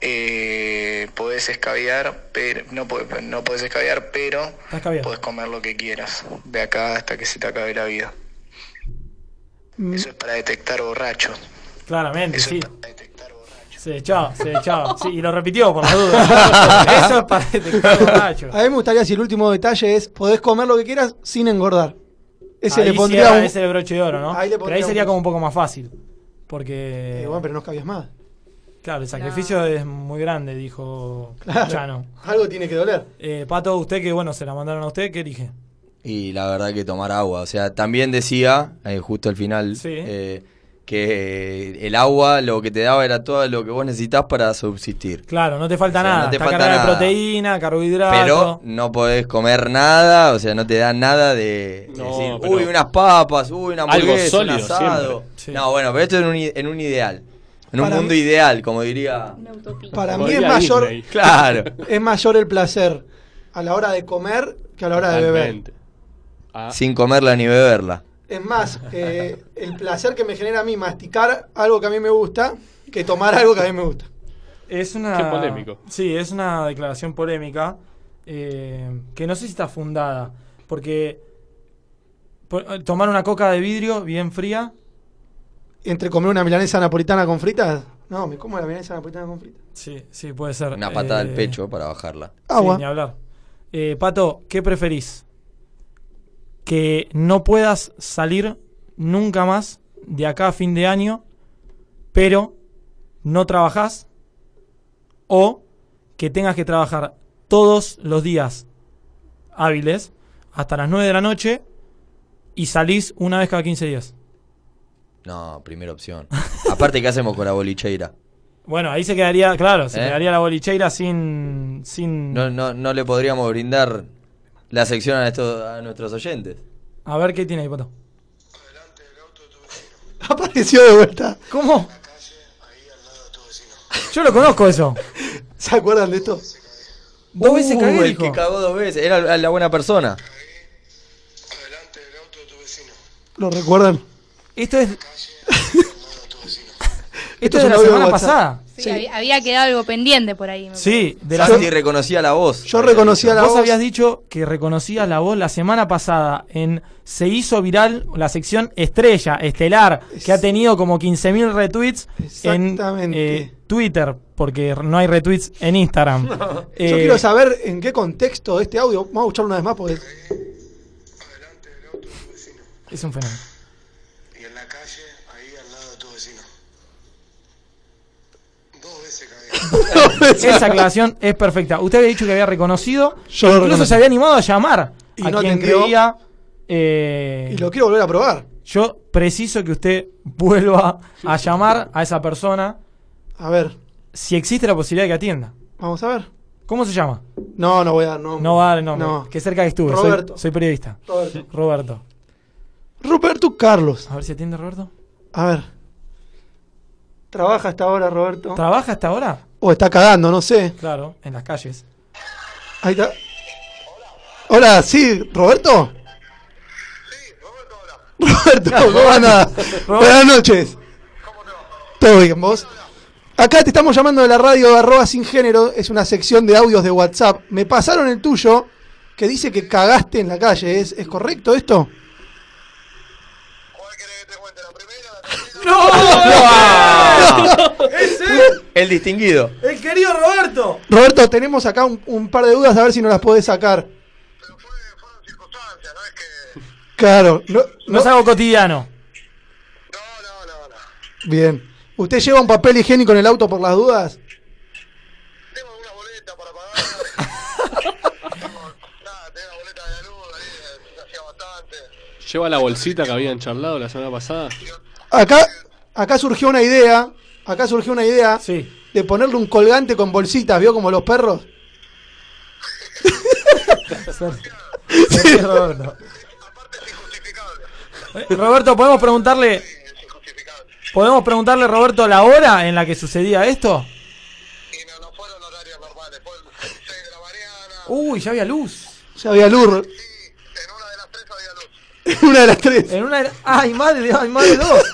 [SPEAKER 13] eh, podés escabiar, pero no, po- no podés escabiar, pero
[SPEAKER 3] [laughs]
[SPEAKER 4] Está escabiado.
[SPEAKER 13] podés comer lo que quieras de acá hasta que se te acabe la vida.
[SPEAKER 3] Mm.
[SPEAKER 13] Eso es para detectar borrachos.
[SPEAKER 4] Claramente,
[SPEAKER 13] Eso
[SPEAKER 4] sí.
[SPEAKER 13] es para detectar borrachos.
[SPEAKER 4] Se echaba, se echaba. Sí, y lo repitió por
[SPEAKER 13] [laughs]
[SPEAKER 4] la duda. Eso es para detectar borracho.
[SPEAKER 3] A mí me gustaría si el último detalle es, podés comer lo que quieras sin engordar. Ese
[SPEAKER 4] ahí
[SPEAKER 3] le pondría
[SPEAKER 4] cierra
[SPEAKER 3] un...
[SPEAKER 4] ese broche de oro, ¿no?
[SPEAKER 3] Ahí le
[SPEAKER 4] Pero ahí
[SPEAKER 3] pondría
[SPEAKER 4] sería
[SPEAKER 3] un-
[SPEAKER 4] como un poco más fácil. Porque.
[SPEAKER 3] Eh, bueno, pero no cabías más.
[SPEAKER 4] Claro, el sacrificio es muy grande, dijo
[SPEAKER 3] [laughs] Claro.
[SPEAKER 4] Chano.
[SPEAKER 3] Algo tiene que doler.
[SPEAKER 4] Eh, Pato, usted que bueno, se la mandaron a usted, ¿qué dije?
[SPEAKER 5] Y la verdad que tomar agua. O sea, también decía, eh, justo al final,
[SPEAKER 4] Sí.
[SPEAKER 5] eh, que el agua lo que te daba era todo lo que vos necesitas para subsistir.
[SPEAKER 4] Claro, no te falta
[SPEAKER 5] O sea,
[SPEAKER 4] nada.
[SPEAKER 5] no te
[SPEAKER 4] Está
[SPEAKER 5] falta
[SPEAKER 4] cargada de
[SPEAKER 5] nada.
[SPEAKER 4] proteína, carbohidratos.
[SPEAKER 5] Pero no podés comer nada, o sea, no te da nada de de decir,
[SPEAKER 4] pero-
[SPEAKER 5] uy, unas papas, uy, una
[SPEAKER 4] Algo
[SPEAKER 5] hamburguesa, un
[SPEAKER 4] sólido
[SPEAKER 5] asado.
[SPEAKER 4] siempre. Sí.
[SPEAKER 5] No, bueno, pero esto en un, i- en un ideal. En un
[SPEAKER 3] Para
[SPEAKER 5] mundo
[SPEAKER 3] mí-
[SPEAKER 5] ideal, como diría.
[SPEAKER 3] Para mí
[SPEAKER 5] Volví
[SPEAKER 3] es
[SPEAKER 5] a
[SPEAKER 3] mayor,
[SPEAKER 5] Disney. [laughs] Claro.
[SPEAKER 3] es mayor el placer a la hora de comer que a la hora de beber.
[SPEAKER 10] Totalmente.
[SPEAKER 4] Ah.
[SPEAKER 5] Sin comerla ni beberla.
[SPEAKER 3] Es más, eh, el placer que me genera a mí masticar algo que a mí me gusta que tomar algo que a mí me gusta.
[SPEAKER 4] Es una.
[SPEAKER 10] Qué polémico.
[SPEAKER 4] Sí, es una declaración polémica. eh, que no sé si está fundada. Porque. por- eh, tomar una coca de vidrio bien fría.
[SPEAKER 3] Entre comer una milanesa napolitana con fritas, no, me como la milanesa napolitana con fritas.
[SPEAKER 4] Sí, sí, puede ser.
[SPEAKER 5] Una patada
[SPEAKER 4] Eh,
[SPEAKER 5] al pecho para bajarla.
[SPEAKER 4] Sí, ni hablar. Eh, Pato, ¿qué preferís? Que no puedas salir nunca más de acá a fin de año, pero no trabajás, o que tengas que trabajar todos los días hábiles hasta las 9 de la noche y salís una vez cada 15 días.
[SPEAKER 5] No, primera opción. Aparte, ¿qué hacemos con la bolicheira?
[SPEAKER 4] Bueno, ahí se quedaría, claro, se
[SPEAKER 5] ¿Eh?
[SPEAKER 4] quedaría la bolicheira sin... sin
[SPEAKER 5] No, no, no le podríamos brindar la sección a, estos, a nuestros oyentes.
[SPEAKER 4] A ver qué tiene ahí, Pato. [laughs]
[SPEAKER 3] Apareció de vuelta.
[SPEAKER 4] ¿Cómo? Yo lo conozco eso.
[SPEAKER 3] [laughs] ¿Se acuerdan de esto?
[SPEAKER 5] Dos veces
[SPEAKER 3] Uh,
[SPEAKER 5] cagué,
[SPEAKER 3] el
[SPEAKER 5] el que cagó dos veces. Era la- la buena persona.
[SPEAKER 3] ¿Lo recuerdan?
[SPEAKER 4] Esto es.
[SPEAKER 3] Esto
[SPEAKER 4] Esto
[SPEAKER 3] es
[SPEAKER 4] es de
[SPEAKER 3] un
[SPEAKER 4] la
[SPEAKER 3] audio de
[SPEAKER 4] semana
[SPEAKER 3] WhatsApp.
[SPEAKER 4] pasada.
[SPEAKER 6] Sí, Había, había quedado algo pendiente por ahí. me
[SPEAKER 4] Sí, de la
[SPEAKER 5] Santi reconocía la voz.
[SPEAKER 3] Yo reconocía la
[SPEAKER 4] Vos
[SPEAKER 3] voz.
[SPEAKER 4] habías dicho que reconocías la voz la semana pasada en Se hizo viral la sección estrella, estelar, que ha tenido como 15.000 retweets en
[SPEAKER 3] Exactamente.
[SPEAKER 4] eh, Twitter, porque no hay retweets
[SPEAKER 3] [laughs]
[SPEAKER 4] en Instagram. Eh,
[SPEAKER 3] Yo quiero saber en qué contexto este audio. Vamos a escucharlo una vez más porque
[SPEAKER 4] Es un fenómeno. [laughs] Esa aclaración es perfecta. Usted había dicho que había reconocido.
[SPEAKER 3] Yo lo
[SPEAKER 4] incluso
[SPEAKER 3] reconocí.
[SPEAKER 4] se había animado a llamar
[SPEAKER 3] Y
[SPEAKER 4] a
[SPEAKER 3] no
[SPEAKER 4] quien
[SPEAKER 3] atendió.
[SPEAKER 4] creía. eh,
[SPEAKER 3] Y lo quiero volver a probar.
[SPEAKER 4] Yo preciso que usted vuelva a llamar a esa persona
[SPEAKER 3] A ver,
[SPEAKER 4] si existe la posibilidad de que atienda.
[SPEAKER 3] vamos a ver.
[SPEAKER 4] ¿Cómo se llama?
[SPEAKER 3] No, no voy a dar nombre.
[SPEAKER 4] No va a dar el nombre.
[SPEAKER 3] No.
[SPEAKER 4] Que cerca que estuve. Soy-
[SPEAKER 3] Roberto.
[SPEAKER 4] Soy, periodista.
[SPEAKER 3] Roberto.
[SPEAKER 4] Roberto.
[SPEAKER 3] Roberto Carlos.
[SPEAKER 4] A ver si atiende Roberto.
[SPEAKER 3] A ver. ¿Trabaja hasta ahora, Roberto?
[SPEAKER 4] ¿Trabaja hasta ahora?
[SPEAKER 3] O está cagando, no sé.
[SPEAKER 4] Claro, en las calles.
[SPEAKER 3] Ahí está. Hola, sí, Roberto. Roberto, ¿cómo andas? Buenas noches. ¿Todo bien, vos? Acá te estamos llamando de la radio de arroba sin género, es una sección de audios de WhatsApp. Me pasaron el tuyo que dice que cagaste en la calle, ¿es, es correcto esto?
[SPEAKER 5] [laughs]
[SPEAKER 4] [laughs]
[SPEAKER 5] El distinguido.
[SPEAKER 4] ¡El querido Roberto!
[SPEAKER 3] Roberto, tenemos acá un, un par de dudas a ver si nos las podés sacar. Claro, no,
[SPEAKER 4] No es algo cotidiano.
[SPEAKER 3] bien. ¿Usted lleva un papel higiénico en el auto por las dudas?
[SPEAKER 10] Lleva la bolsita que habían charlado la semana pasada.
[SPEAKER 3] Acá, acá surgió una idea, acá surgió una idea
[SPEAKER 4] Sí.
[SPEAKER 3] de ponerle un colgante con bolsitas, ¿vio como los perros?
[SPEAKER 4] Sí, Roberto. Eh, Roberto, ¿podemos preguntarle. ¿Podemos preguntarle, Roberto, la hora en la que sucedía esto? Uy, ya había luz.
[SPEAKER 3] Ya había luz. en [laughs] una de las tres había luz. en una de las tres.
[SPEAKER 4] En una era- ¡Ay, más de, ay, más
[SPEAKER 3] [laughs]
[SPEAKER 4] de dos!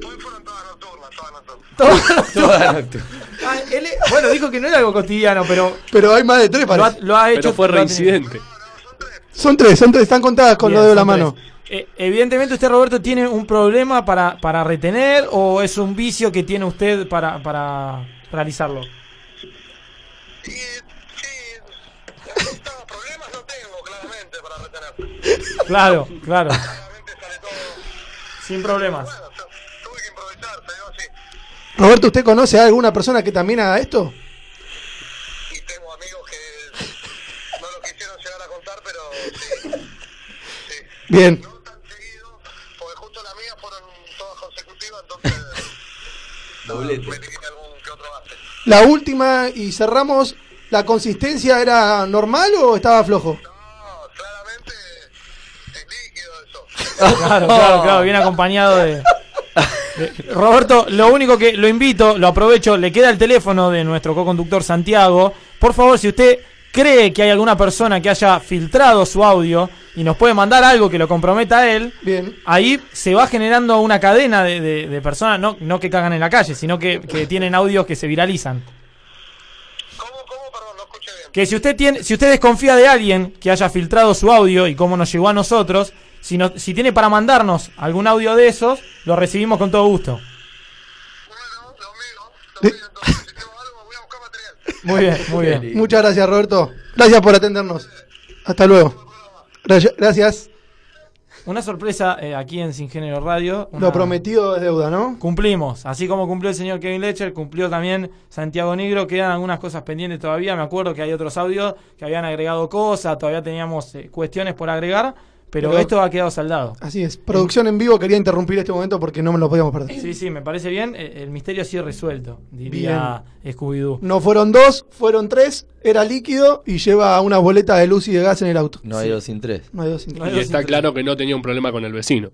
[SPEAKER 4] Todas nocturnas,
[SPEAKER 5] todas nocturnas.
[SPEAKER 4] Ah, él es- bueno, dijo que no era algo cotidiano, pero
[SPEAKER 3] Pero hay más de tres,
[SPEAKER 4] lo ha,
[SPEAKER 3] parece.
[SPEAKER 4] lo ha hecho.
[SPEAKER 10] Pero fue
[SPEAKER 4] lo ha tenido.
[SPEAKER 10] reincidente.
[SPEAKER 3] Son tres, son tres, están contadas con
[SPEAKER 4] Bien,
[SPEAKER 3] lo de la
[SPEAKER 4] son
[SPEAKER 3] mano.
[SPEAKER 4] tres. Eh, evidentemente usted, Roberto, tiene un problema para, para retener o es un vicio que tiene usted para, para realizarlo. Claro, claro. Sin problemas.
[SPEAKER 3] Roberto, ¿usted conoce a alguna persona que también haga esto? Bien. La última y cerramos. ¿La consistencia era normal o estaba flojo?
[SPEAKER 4] Claro, claro, claro, bien acompañado de, de- Roberto, lo único que lo invito, lo aprovecho, le queda el teléfono de nuestro co-conductor Santiago. Por favor, si usted cree que hay alguna persona que haya filtrado su audio y nos puede mandar algo que lo comprometa a él, ahí se va generando una cadena de, de- de personas, no, no que cagan en la calle, sino que, que tienen audios que se viralizan. Que si usted tiene, si usted desconfía de alguien que haya filtrado su audio y cómo nos llegó a nosotros, si, no- si tiene para mandarnos algún audio de esos, lo recibimos con todo gusto. Muy bien, muy bien.
[SPEAKER 3] Muchas gracias, Roberto. Gracias por atendernos. Hasta luego. Gra- Gracias.
[SPEAKER 4] Una sorpresa eh, aquí en Sin Género Radio.
[SPEAKER 3] Lo prometido es deuda, ¿no?
[SPEAKER 4] Cumplimos, así como cumplió el señor Kevin Lecher, cumplió también Santiago Negro, quedan algunas cosas pendientes todavía, me acuerdo que hay otros audios que habían agregado cosas, todavía teníamos eh, cuestiones por agregar, pero,
[SPEAKER 3] Pero-
[SPEAKER 4] esto ha quedado saldado.
[SPEAKER 3] Así es. Producción en vivo quería interrumpir este momento porque no me lo podíamos perder.
[SPEAKER 4] Sí, sí, me parece bien, eh, el misterio sí resuelto, diría Scooby-Doo.
[SPEAKER 3] No fueron dos, fueron tres. Era líquido y lleva unas boletas de luz y de gas en el auto.
[SPEAKER 5] No hay dos sin tres.
[SPEAKER 3] No hay dos sin tres.
[SPEAKER 10] Y está claro que no tenía un problema con el vecino.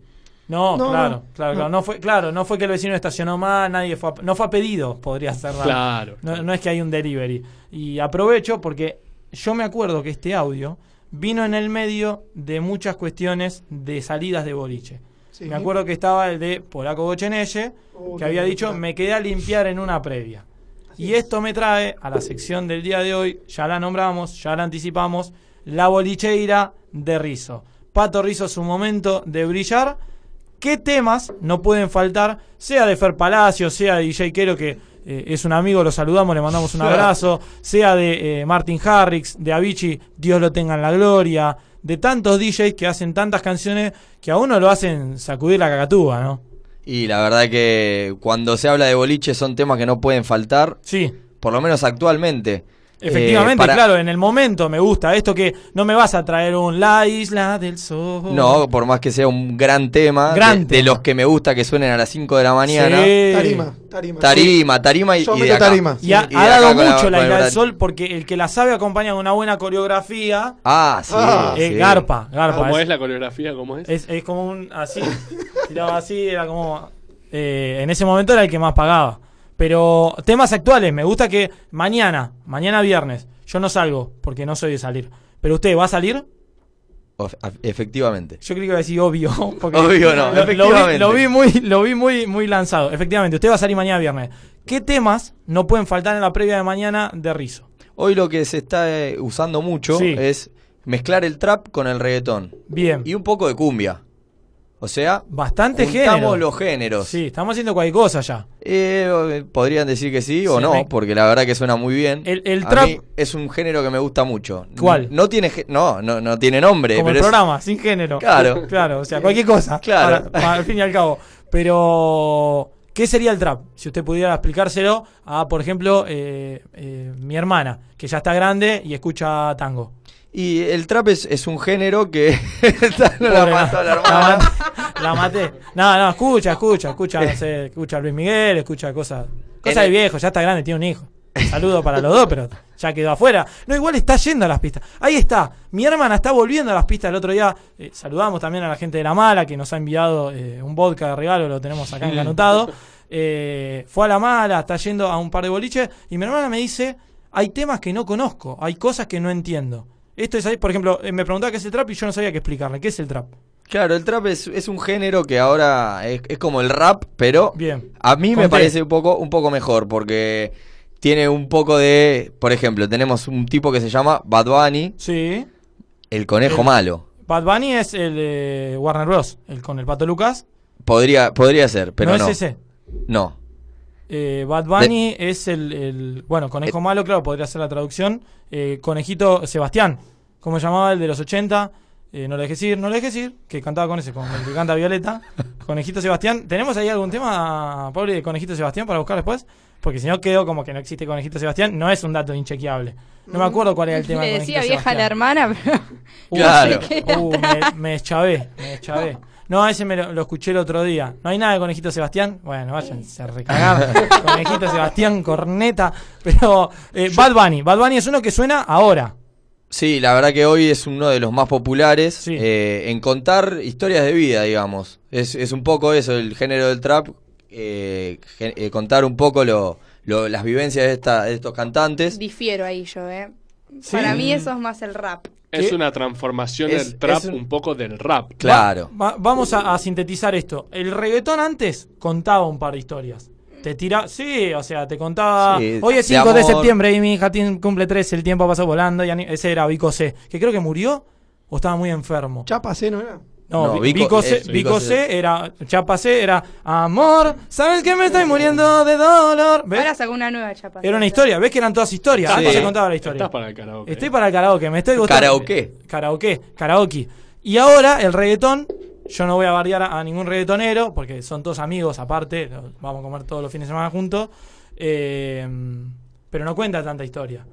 [SPEAKER 4] No,
[SPEAKER 3] No,
[SPEAKER 4] claro,
[SPEAKER 3] no,
[SPEAKER 4] claro,
[SPEAKER 3] no.
[SPEAKER 4] claro, no fue, claro, no fue que el vecino estacionó más, nadie fue a, no fue a pedido, podría ser raro.
[SPEAKER 10] Claro,
[SPEAKER 4] No, no es que hay un delivery. Y aprovecho porque yo me acuerdo que este audio vino en el medio de muchas cuestiones de salidas de boliche.
[SPEAKER 3] Sí.
[SPEAKER 4] Me acuerdo que estaba el de Polaco Goyeneye,
[SPEAKER 3] Uh,
[SPEAKER 4] que había dicho, me quedé a limpiar en una previa. Y esto me trae a la sección del día de hoy, ya la nombramos, ya la anticipamos, la bolicheira de Rizo. Pato Rizo, su momento de brillar. ¿Qué temas no pueden faltar? Sea de Fer Palacio, sea de DJ Quero, que eh, es un amigo, lo saludamos, le mandamos un
[SPEAKER 5] Claro.
[SPEAKER 4] abrazo, sea de eh, Martin Harrix, de Avicii, Dios lo tenga en la gloria, de tantos DJs que hacen tantas canciones que a uno lo hacen sacudir la cacatúa, ¿no?
[SPEAKER 5] Y la verdad que cuando se habla de boliche son temas que no pueden faltar.
[SPEAKER 4] Sí.
[SPEAKER 5] Por lo menos actualmente.
[SPEAKER 4] Efectivamente,
[SPEAKER 5] Eh, para-
[SPEAKER 4] claro, en el momento me gusta esto que no me vas a traer un La Isla del Sol.
[SPEAKER 5] No, por más que sea un gran tema.
[SPEAKER 4] Gran
[SPEAKER 5] de, de los que me gusta que suenen a las 5 de la mañana.
[SPEAKER 4] Sí.
[SPEAKER 3] Tarima, tarima.
[SPEAKER 5] Tarima, tarima y,
[SPEAKER 3] Yo
[SPEAKER 5] y
[SPEAKER 3] meto
[SPEAKER 5] de acá.
[SPEAKER 3] tarima.
[SPEAKER 4] Y ha,
[SPEAKER 5] Y de
[SPEAKER 4] ha
[SPEAKER 5] acá
[SPEAKER 4] dado
[SPEAKER 5] con la-
[SPEAKER 4] mucho la,
[SPEAKER 5] con el
[SPEAKER 4] Isla del
[SPEAKER 5] horario.
[SPEAKER 4] Sol porque el que la sabe acompaña con una buena coreografía.
[SPEAKER 5] Ah, sí.
[SPEAKER 4] Ah, eh,
[SPEAKER 5] sí.
[SPEAKER 4] garpa, garpa.
[SPEAKER 10] ¿Cómo es la coreografía? ¿Cómo es?
[SPEAKER 4] Es, es como un así, [laughs] tiraba así, era como... eh, en ese momento era el que más pagaba. Pero temas actuales, me gusta que mañana, mañana viernes, yo no salgo porque no soy de salir. Pero usted va a salir,
[SPEAKER 5] O- a- Efectivamente.
[SPEAKER 4] yo creo que iba a decir obvio. [laughs] porque
[SPEAKER 5] Obvio no,
[SPEAKER 4] lo- lo vi-
[SPEAKER 5] efectivamente.
[SPEAKER 4] Lo vi, muy, lo vi muy, muy lanzado. Efectivamente, usted va a salir mañana viernes. ¿Qué temas no pueden faltar en la previa de mañana de Rizo?
[SPEAKER 5] Hoy lo que se está eh, usando mucho
[SPEAKER 4] Sí.
[SPEAKER 5] es mezclar el trap con el reggaetón.
[SPEAKER 4] Bien.
[SPEAKER 5] Y un poco de cumbia. O sea,
[SPEAKER 4] Bastante
[SPEAKER 5] juntamos
[SPEAKER 4] género.
[SPEAKER 5] los géneros.
[SPEAKER 4] Sí, estamos haciendo cualquier cosa ya.
[SPEAKER 5] Eh, eh, podrían decir que sí o
[SPEAKER 4] Sí,
[SPEAKER 5] no,
[SPEAKER 4] me-
[SPEAKER 5] porque la verdad que suena muy bien.
[SPEAKER 4] El- el
[SPEAKER 5] A
[SPEAKER 4] trap-
[SPEAKER 5] mí es un género que me gusta mucho.
[SPEAKER 4] ¿Cuál?
[SPEAKER 5] No, tiene gé- no, no, no tiene nombre,
[SPEAKER 4] Como el
[SPEAKER 5] pero es-
[SPEAKER 4] programa, sin género.
[SPEAKER 5] Claro.
[SPEAKER 4] [laughs] Claro, o sea, cualquier cosa.
[SPEAKER 5] Claro.
[SPEAKER 4] Para- para- al fin y al cabo. Pero, ¿qué sería el trap? Si usted pudiera explicárselo a, por ejemplo, eh, eh, mi hermana, que ya está grande y escucha tango.
[SPEAKER 5] Y el trap es, es un género que [laughs] Esta no la
[SPEAKER 4] Pobre,
[SPEAKER 5] mató
[SPEAKER 4] no.
[SPEAKER 5] la hermana.
[SPEAKER 4] mat- la maté. No, no, escucha, escucha, escucha, no sé, escucha a Luis Miguel, escucha cosas. Cosas de viejo, ya está grande, tiene un hijo. Saludo para los dos, pero ya quedó afuera. No, igual está yendo a las pistas. Ahí está. Mi hermana está volviendo a las pistas. El otro día eh, saludamos también a la gente de La Mala que nos ha enviado eh, un vodka de regalo, lo tenemos acá
[SPEAKER 5] Mm.
[SPEAKER 4] encanotado. Eh, fue a La Mala, está yendo a un par de boliches. Y mi hermana me dice: Hay temas que no conozco, hay cosas que no entiendo. Esto es ahí, por ejemplo, eh, me preguntaba qué es el trap y yo no sabía qué explicarle. ¿Qué es el trap?
[SPEAKER 5] Claro, el trap es, es un género que ahora es, es como el rap, pero
[SPEAKER 4] Bien.
[SPEAKER 5] a mí
[SPEAKER 4] Conté.
[SPEAKER 5] me parece un poco, un poco mejor, porque tiene un poco de. Por ejemplo, tenemos un tipo que se llama Bad Bunny,
[SPEAKER 4] Sí.
[SPEAKER 5] el conejo
[SPEAKER 4] El-
[SPEAKER 5] malo.
[SPEAKER 4] Bad Bunny es el eh, Warner Bros. El con el pato Lucas.
[SPEAKER 5] Podría, podría ser, pero
[SPEAKER 4] no,
[SPEAKER 5] no.
[SPEAKER 4] es ese.
[SPEAKER 5] No.
[SPEAKER 4] Eh, Bad Bunny es el, el- Bueno, conejo malo, claro, podría ser la traducción. Eh, conejito Sebastián. ¿Cómo se llamaba el de los 80? Eh, no le dejes ir, no le dejes ir. Que cantaba con ese, con el que canta Violeta. Conejito Sebastián. ¿Tenemos ahí algún tema, Pablo, de Conejito Sebastián para buscar después? Porque si no quedó como que no existe Conejito Sebastián, no es un dato inchequeable. No me acuerdo cuál era el tema. de
[SPEAKER 6] Mm, [laughs] Le decía
[SPEAKER 4] Conejito
[SPEAKER 6] vieja a la hermana, pero. [laughs]
[SPEAKER 4] Uh,
[SPEAKER 6] Claro.
[SPEAKER 4] sí. Uh, me, me deschavé, me deschavé. No, ese me lo, lo escuché el otro día. ¿No hay nada de Conejito Sebastián? Bueno, váyanse a recagar. Conejito Sebastián, corneta. Pero eh, Bad Bunny. Bad Bunny es uno que suena ahora.
[SPEAKER 5] Sí, la verdad que hoy es uno de los más populares eh, en contar historias de vida, digamos. Es, es un poco eso, el género del trap, eh, gen- eh, contar un poco lo, lo- las vivencias de, esta, de estos cantantes.
[SPEAKER 6] Difiero ahí yo, ¿eh?
[SPEAKER 10] Sí.
[SPEAKER 6] Para mí eso es más el rap.
[SPEAKER 10] Es una transformación
[SPEAKER 5] Es-
[SPEAKER 10] del trap
[SPEAKER 5] es un-
[SPEAKER 10] un... poco del rap.
[SPEAKER 4] Va- va- vamos a, a sintetizar esto. El reggaetón antes contaba un par de historias. Te tiraba. Sí, o sea, te contaba.
[SPEAKER 5] Sí,
[SPEAKER 4] Hoy es
[SPEAKER 5] de
[SPEAKER 4] 5 de,
[SPEAKER 5] amor.
[SPEAKER 4] septiembre y mi hija tiene- cumple 3, el tiempo pasa volando. Y ani- ese era Vico C, que creo que murió o estaba muy enfermo.
[SPEAKER 3] Chapa C, ¿no era?
[SPEAKER 4] No,
[SPEAKER 5] No,
[SPEAKER 4] Vi-
[SPEAKER 5] Vico-
[SPEAKER 4] Vico, C,
[SPEAKER 5] es-
[SPEAKER 4] Vico
[SPEAKER 5] Vico
[SPEAKER 4] C era. Chapa C era. ah, Amor, ¿sabes que me estoy muriendo de dolor? ¿Ves?
[SPEAKER 6] Ahora sacó una nueva chapa.
[SPEAKER 4] Era una historia, ¿ves que eran todas historias?
[SPEAKER 5] Sí.
[SPEAKER 4] Antes se contaba la historia.
[SPEAKER 10] Estás para el karaoke.
[SPEAKER 4] Estoy para el karaoke, me estoy gustando.
[SPEAKER 5] Karaoke.
[SPEAKER 4] Karaoke, karaoke. Y ahora el reggaetón, yo no voy a bardear a, a ningún reggaetonero, porque son todos amigos aparte, lo- vamos a comer todos los fines de semana juntos. eh, pero no cuenta tanta historia.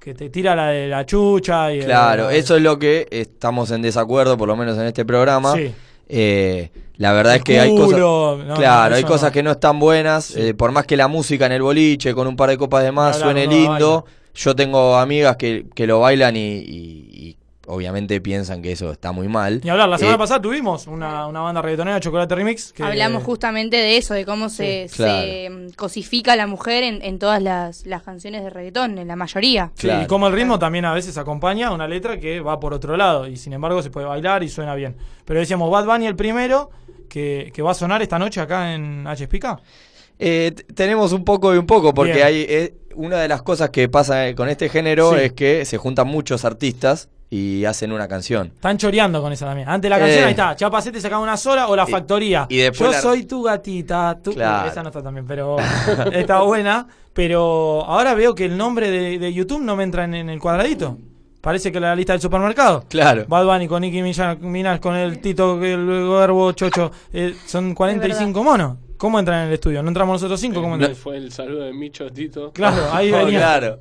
[SPEAKER 4] Que te tira la de la chucha y... el-
[SPEAKER 5] Claro, eso es lo que estamos en desacuerdo, por lo menos en este programa.
[SPEAKER 4] Sí.
[SPEAKER 5] Eh, la verdad
[SPEAKER 4] El
[SPEAKER 5] es que hay cosas,
[SPEAKER 4] culo, no,
[SPEAKER 5] claro,
[SPEAKER 4] no,
[SPEAKER 5] hay
[SPEAKER 4] eso
[SPEAKER 5] cosas
[SPEAKER 4] no.
[SPEAKER 5] que no están buenas. eh, por más que la música en el boliche, con un par de copas de más,
[SPEAKER 4] Hablar,
[SPEAKER 5] suene
[SPEAKER 4] no,
[SPEAKER 5] lindo. Yo tengo amigas que, que lo bailan y, y- y obviamente piensan que eso está muy mal.
[SPEAKER 4] Ni hablar, la semana
[SPEAKER 5] Eh,
[SPEAKER 4] pasada tuvimos una, una banda reggaetonera, Chocolate Remix. Que,
[SPEAKER 6] Hablamos justamente de eso, de cómo se,
[SPEAKER 5] Sí, claro.
[SPEAKER 6] se, mm, cosifica la mujer en, en todas las, las canciones de reggaetón, en la mayoría.
[SPEAKER 4] Sí, y como el ritmo también a veces acompaña una letra que va por otro lado y sin embargo se puede bailar y suena bien. Pero decíamos Bad Bunny el primero que, que va a sonar esta noche acá en HSPK.
[SPEAKER 5] Eh, t- tenemos un poco y un poco, porque
[SPEAKER 4] Bien.
[SPEAKER 5] hay eh, una de las cosas que pasa eh, con este género
[SPEAKER 4] Sí.
[SPEAKER 5] es que se juntan muchos artistas y hacen una canción.
[SPEAKER 4] Están choreando con esa también. Antes la canción
[SPEAKER 5] Eh.
[SPEAKER 4] ahí está, Chapacete sacaba una sola o La
[SPEAKER 5] Y-
[SPEAKER 4] Factoría.
[SPEAKER 5] y después
[SPEAKER 4] Yo
[SPEAKER 5] la-
[SPEAKER 4] soy tu gatita. tú-
[SPEAKER 5] Claro.
[SPEAKER 4] Esa no está
[SPEAKER 5] [laughs]
[SPEAKER 4] también, pero está buena. Pero ahora veo que el nombre de, de YouTube no me entra en, en el cuadradito. Parece que la lista del supermercado.
[SPEAKER 5] Claro.
[SPEAKER 4] Bad Bunny con Nicki Mina- Minaj, con el Tito, el Verbo, Chocho. eh, son 45 monos. ¿Cómo entran en el estudio? ¿No entramos nosotros
[SPEAKER 5] Eh,
[SPEAKER 4] cinco? ¿Cómo entran?
[SPEAKER 10] Eh, Fue el saludo de Micho Tito.
[SPEAKER 4] Claro, ahí
[SPEAKER 5] [laughs] Oh,
[SPEAKER 4] venía.
[SPEAKER 5] claro.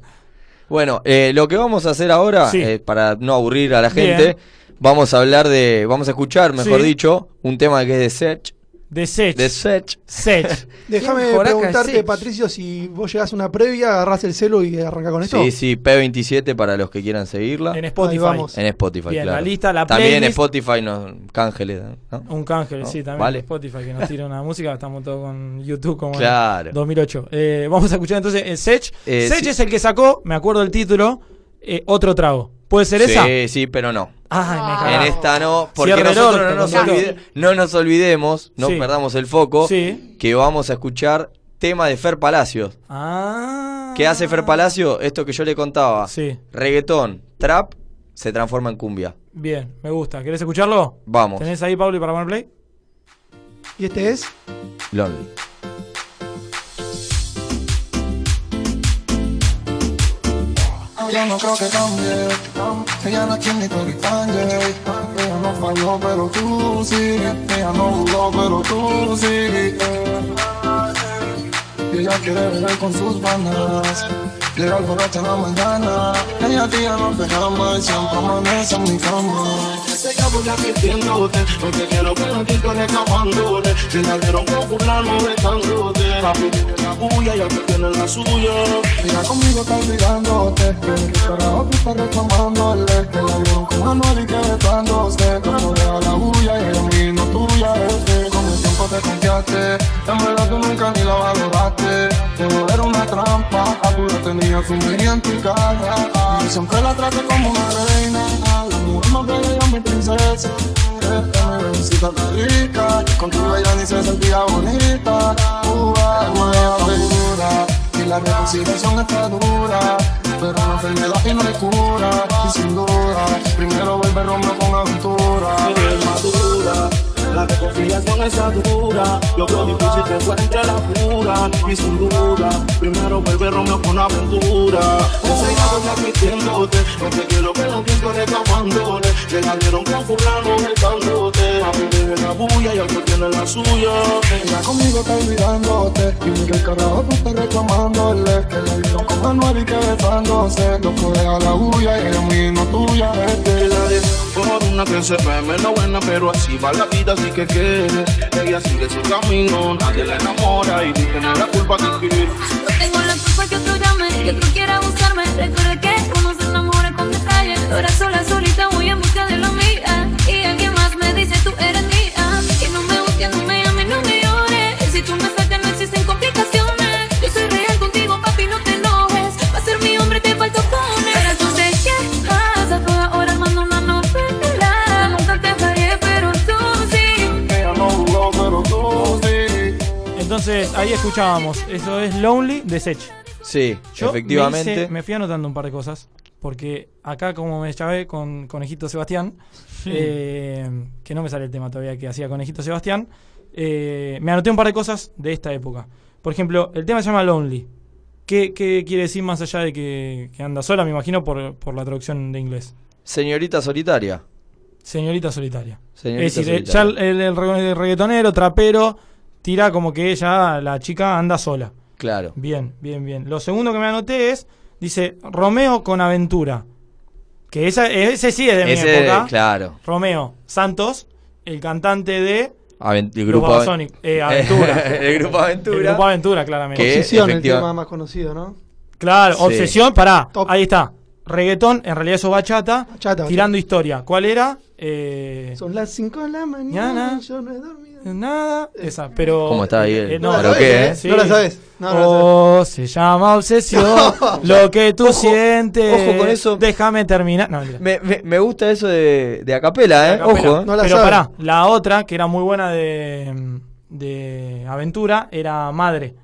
[SPEAKER 5] Bueno, eh, lo que vamos a hacer ahora,
[SPEAKER 4] Sí.
[SPEAKER 5] eh, para no aburrir a la
[SPEAKER 4] Bien.
[SPEAKER 5] gente, vamos a hablar de, vamos a escuchar, mejor
[SPEAKER 4] Sí.
[SPEAKER 5] dicho, un tema que es de Sech.
[SPEAKER 4] De Sech.
[SPEAKER 5] De Sech.
[SPEAKER 4] Sech.
[SPEAKER 3] [laughs] Déjame
[SPEAKER 4] ¿Quién joraca
[SPEAKER 3] preguntarte,
[SPEAKER 4] es?
[SPEAKER 3] Patricio, si vos llegás a una previa, agarrás el celo y arranca con esto.
[SPEAKER 5] Sí, sí, P27 para los que quieran seguirla.
[SPEAKER 4] En Spotify. Ahí vamos.
[SPEAKER 5] En Spotify,
[SPEAKER 4] Bien,
[SPEAKER 5] claro.
[SPEAKER 4] la lista, la
[SPEAKER 5] También en
[SPEAKER 4] playlist.
[SPEAKER 5] Spotify, no, cángeles, ¿no?
[SPEAKER 4] Un cángel,
[SPEAKER 5] ¿No?
[SPEAKER 4] sí, también
[SPEAKER 5] Oh, Vale.
[SPEAKER 4] Spotify que nos tira una música, estamos todos con YouTube como en
[SPEAKER 5] Claro.
[SPEAKER 4] 2008. Eh, vamos a escuchar entonces eh, Sech.
[SPEAKER 5] Eh,
[SPEAKER 4] Sech
[SPEAKER 5] sí.
[SPEAKER 4] es el que sacó, me acuerdo el título, eh, Otro Trago. ¿Puede ser esa?
[SPEAKER 5] Sí, sí, pero no.
[SPEAKER 4] Ay, me
[SPEAKER 5] En
[SPEAKER 4] cagaste.
[SPEAKER 5] esta no, porque
[SPEAKER 4] Cierre el
[SPEAKER 5] nosotros
[SPEAKER 4] orto,
[SPEAKER 5] no nos,
[SPEAKER 4] Gonzalo.
[SPEAKER 5] olvide- no nos olvidemos, no
[SPEAKER 4] Sí.
[SPEAKER 5] perdamos el foco,
[SPEAKER 4] Sí.
[SPEAKER 5] que vamos a escuchar tema de Fer Palacios.
[SPEAKER 4] Ah.
[SPEAKER 5] ¿Qué hace Fer Palacio? Esto que yo le contaba.
[SPEAKER 4] Sí.
[SPEAKER 5] Reggaetón, trap, se transforma en cumbia.
[SPEAKER 4] Bien, me gusta. ¿Querés escucharlo?
[SPEAKER 5] Vamos.
[SPEAKER 4] ¿Tenés ahí, Pablo, para poner play?
[SPEAKER 3] ¿Y este es?
[SPEAKER 5] Lonely.
[SPEAKER 14] Yo no creo que cambie, ella no tiene tu rectangle. Ella no falló, pero tú sí. Ella no jugó, pero tú sí. Y ella quiere beber con sus panas. Llega al borracho en la mañana. Ella tira no te cama y siempre amanece en mi cama.
[SPEAKER 15] Se acabó la mintiéndote, no te quiero ver aquí con escapándote. Si la dieron con fulano besándote, papi tiene la bulla y otro tiene la suya.
[SPEAKER 14] Mira conmigo está olvidándote, pero otro está reclamándole. Que la vieron con Manuel y quebrantándose. Pero deja la bulla y ella a mí no tuya este. Con el tiempo te confiaste, en verdad tú nunca ni la valoraste. Todo era una trampa, a tú la tenías un en tu cara. Yo siempre la traté como una reina, la mujer más bella y mi princesa. Esta mi bebecita está rica, contigo ella ni se sentía bonita. Uh, ah, nueva figura. Y la reconciliación está dura Pero una enfermedad y no hay cura Y sin duda Primero vuelve Romeo con aventura
[SPEAKER 15] madura, la que Ellas con esa dura Yo creo difícil que encuentre la pura Y sin duda Primero vuelve Romeo con una aventura Enseñado que admitiéndote No te quiero que lo pienso reclamándote Que la dieron con fulano retándote A mí me la bulla y al que tiene la suya
[SPEAKER 14] Ella conmigo está olvidándote Y mira el carajo tú estás reclamándole Que la vieron con Manuel y que besándose Loco deja la bulla y el mismo tuya
[SPEAKER 15] Que la dieron por una que se ve menos buena Pero así va la vida, así que quiere Ella sigue su camino, nadie la enamora Y ni tiene la culpa de escribir
[SPEAKER 9] No tengo la culpa que otro llame, que otro quiera abusarme. Recuerda que uno se enamora con detalle. Ahora sola, solita, voy en busca de lo mía. Y alguien más me dice tú eres mía. Que no me busque, no me llame, no me llore. Si tú me sacas, no existen complicaciones. Yo soy real contigo, papi, no te enojes. Va a ser mi hombre, te falta poner. Ahora tú te quejas, a toda hora mando una novela. Nunca te fallé, pero tú sí.
[SPEAKER 14] Ella no jugó pero tú sí
[SPEAKER 4] Entonces, ahí escuchábamos. Eso es Lonely de Sech.
[SPEAKER 5] Sí,
[SPEAKER 4] Yo
[SPEAKER 5] efectivamente.
[SPEAKER 4] Me, hice- me fui anotando un par de cosas. Porque acá, como me chavé con Conejito Sebastián,
[SPEAKER 5] Sí.
[SPEAKER 4] eh, que no me sale el tema todavía que hacía Conejito Sebastián, eh, me anoté un par de cosas de esta época. Por ejemplo, el tema se llama Lonely. ¿Qué, qué quiere decir más allá de que, que anda sola? Me imagino por, por la traducción de inglés.
[SPEAKER 5] Señorita solitaria.
[SPEAKER 4] Señorita solitaria.
[SPEAKER 5] Señorita
[SPEAKER 4] es decir, eh, ya
[SPEAKER 5] solitaria.
[SPEAKER 4] el, el re- el reggaetonero, trapero, tira como que ella, la chica, anda sola.
[SPEAKER 5] Claro.
[SPEAKER 4] Bien, bien, bien. Lo segundo que me anoté es, dice, Romeo con aventura. Que esa, ese sí es de mi
[SPEAKER 5] Ese,
[SPEAKER 4] época.
[SPEAKER 5] claro.
[SPEAKER 4] Romeo Santos, el cantante de
[SPEAKER 5] Aven- el
[SPEAKER 4] Los
[SPEAKER 5] grupo
[SPEAKER 4] Babasónic, eh, Aventura.
[SPEAKER 5] [laughs] el grupo Aventura.
[SPEAKER 4] El grupo Aventura, claramente.
[SPEAKER 5] Que
[SPEAKER 3] Obsesión, el
[SPEAKER 5] efectiva-
[SPEAKER 3] tema más conocido, ¿no?
[SPEAKER 4] Claro,
[SPEAKER 5] Sí.
[SPEAKER 4] obsesión, pará. Ahí está. Reggaetón, en realidad eso bachata,
[SPEAKER 3] Bachata,
[SPEAKER 4] tirando historia. ¿Cuál era? Eh,
[SPEAKER 3] Son las 5 de la mañana, yo no he dormido. Eh.
[SPEAKER 4] Nada, esa, pero.
[SPEAKER 5] ¿Cómo está ahí el-
[SPEAKER 4] eh, no,
[SPEAKER 5] ¿Pero
[SPEAKER 4] no,
[SPEAKER 5] qué, eh?
[SPEAKER 4] sí.
[SPEAKER 3] No la sabes. No, no la
[SPEAKER 4] oh, se llama
[SPEAKER 3] [laughs]
[SPEAKER 4] obsesión. lo que tú sientes.
[SPEAKER 5] ojo con eso.
[SPEAKER 4] Déjame terminar. No, mentira.
[SPEAKER 5] Me, me- me gusta eso de, de acapela, ¿eh?
[SPEAKER 4] Capela.
[SPEAKER 5] Ojo, ¿eh?
[SPEAKER 4] Pero pará, la otra, que era muy buena de, de aventura, era Madre.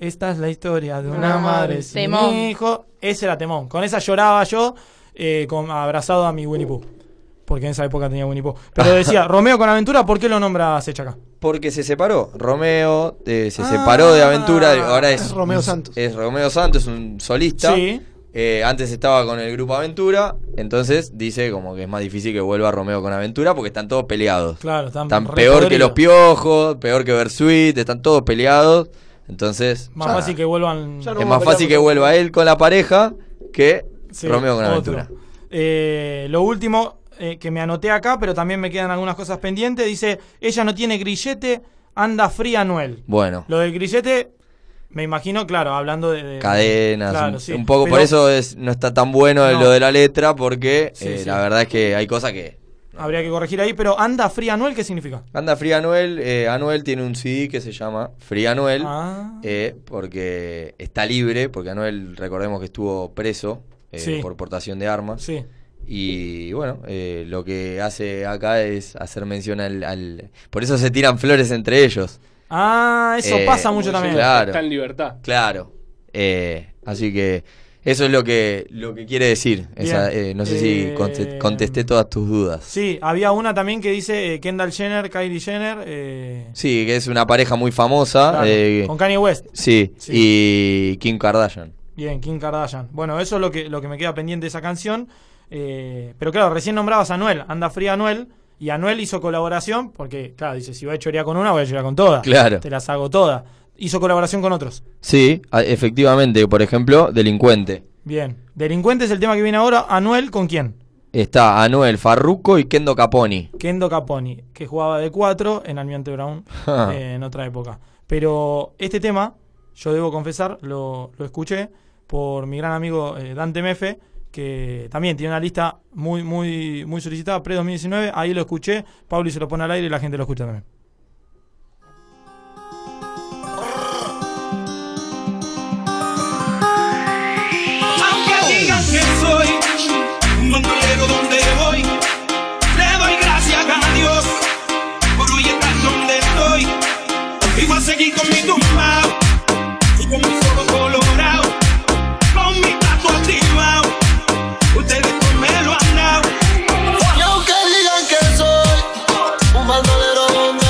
[SPEAKER 4] Esta es la historia de una
[SPEAKER 6] Ah,
[SPEAKER 4] madre sin
[SPEAKER 6] temón.
[SPEAKER 4] hijo. Ese era Temón. Con esa lloraba yo, eh, con, abrazado a mi Winnie Pooh. Porque en esa época tenía Winnie Pooh. Pero
[SPEAKER 5] [laughs]
[SPEAKER 4] decía, Romeo con aventura, ¿por qué lo nombra Secha acá?
[SPEAKER 5] Porque se separó. Romeo eh, se separó
[SPEAKER 4] Ah.
[SPEAKER 5] de Aventura. Ahora es,
[SPEAKER 3] es Romeo Santos.
[SPEAKER 5] Es Romeo Santos, un solista.
[SPEAKER 4] Sí.
[SPEAKER 5] Eh, antes estaba con el grupo Aventura. Entonces dice como que es más difícil que vuelva Romeo con Aventura porque están todos peleados.
[SPEAKER 4] Claro, están
[SPEAKER 5] Están
[SPEAKER 4] re
[SPEAKER 5] peor que
[SPEAKER 4] podridos.
[SPEAKER 5] los piojos, peor que Bersuit. Están todos peleados. Entonces
[SPEAKER 4] Más
[SPEAKER 5] nada,
[SPEAKER 4] fácil que vuelvan.
[SPEAKER 5] es más fácil que vuelva él con la pareja que
[SPEAKER 4] Sí,
[SPEAKER 5] Romeo con
[SPEAKER 4] otro.
[SPEAKER 5] Aventura.
[SPEAKER 4] Eh, lo último eh, que me anoté acá, pero también me quedan algunas cosas pendientes. Dice, ella no tiene grillete, anda fría Anuel.
[SPEAKER 5] Bueno.
[SPEAKER 4] Lo del grillete, me imagino, claro, hablando de... de-
[SPEAKER 5] cadenas.
[SPEAKER 4] Em, Claro,
[SPEAKER 5] un,
[SPEAKER 4] sí.
[SPEAKER 5] un poco
[SPEAKER 4] Pero
[SPEAKER 5] por eso es, no está tan bueno
[SPEAKER 4] No.
[SPEAKER 5] lo de la letra, porque
[SPEAKER 4] Sí,
[SPEAKER 5] eh,
[SPEAKER 4] sí.
[SPEAKER 5] la verdad es que hay cosas que.
[SPEAKER 4] Habría que corregir ahí, pero anda fría Anuel, ¿qué significa?
[SPEAKER 5] Anda Free Anuel, eh, Anuel tiene un CD que se llama Free Anuel,
[SPEAKER 4] Ah.
[SPEAKER 5] eh, porque está libre, porque Anuel, recordemos que estuvo preso eh,
[SPEAKER 4] Sí.
[SPEAKER 5] por portación de armas.
[SPEAKER 4] Sí.
[SPEAKER 5] Y bueno, eh, lo que hace acá es hacer mención al, al- Por eso se tiran flores entre ellos.
[SPEAKER 4] Ah, eso
[SPEAKER 5] Eh,
[SPEAKER 4] pasa mucho también.
[SPEAKER 5] Claro.
[SPEAKER 10] Está en libertad.
[SPEAKER 5] Claro. Eh, así que eso es lo que, lo que quiere decir. Esa,
[SPEAKER 4] Bien.
[SPEAKER 5] eh, no sé
[SPEAKER 4] Eh,
[SPEAKER 5] si conte- contesté todas tus dudas.
[SPEAKER 4] Sí, había una también que dice eh, Kendall Jenner, Kylie Jenner, eh,
[SPEAKER 5] Sí, que es una pareja muy famosa.
[SPEAKER 4] Claro,
[SPEAKER 5] eh,
[SPEAKER 4] con Kanye West.
[SPEAKER 5] Sí, y Kim Kardashian.
[SPEAKER 4] Bien, Kim Kardashian. Bueno, eso es lo que, lo que me queda pendiente de esa canción. Eh, pero claro, recién nombrabas a Anuel, anda fría Anuel. Y Anuel hizo colaboración, porque, claro, dice, si voy a chorear con una, voy a chorear con todas.
[SPEAKER 5] Claro.
[SPEAKER 4] Te las hago todas. Hizo colaboración con otros.
[SPEAKER 5] Sí, a- efectivamente, por ejemplo, Delincuente.
[SPEAKER 4] Bien. Delincuente es el tema que viene ahora. Anuel con quién?
[SPEAKER 5] Está Anuel, Farruco y Kendo Caponi.
[SPEAKER 4] Kendo Caponi, que jugaba de 4 en Almirante Brown
[SPEAKER 5] Ja.
[SPEAKER 4] eh, en otra época. Pero este tema, yo debo confesar, lo, lo escuché por mi gran amigo eh, Dante Mefe, que también tiene una lista muy, muy, muy solicitada, pre-2019. Ahí lo escuché, Pauli se lo pone al aire y la gente lo escucha también.
[SPEAKER 7] Aunque digan que soy un bandolero donde voy, le doy gracias a Dios por hoy estar donde estoy. Y voy a seguir con mi tumba y con mis ojos colorados, con mi tato activado. Ustedes no me lo han dado.
[SPEAKER 16] Y aunque digan que soy un bandolero donde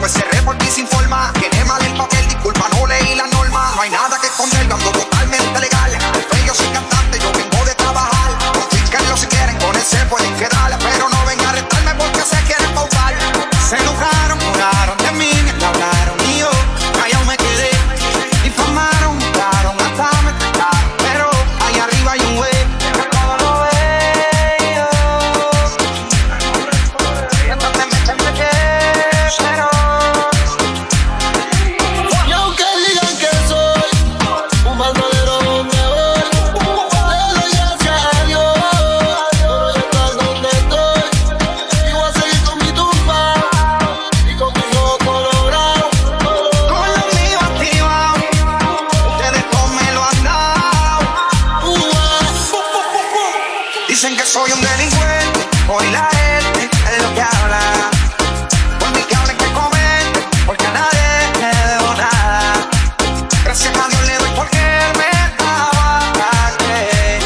[SPEAKER 16] pues Uh, soy un delincuente, hoy la gente es lo que habla. Por mi cable que comete, porque a nadie le debo nada. Gracias a Dios le doy porque él me daba que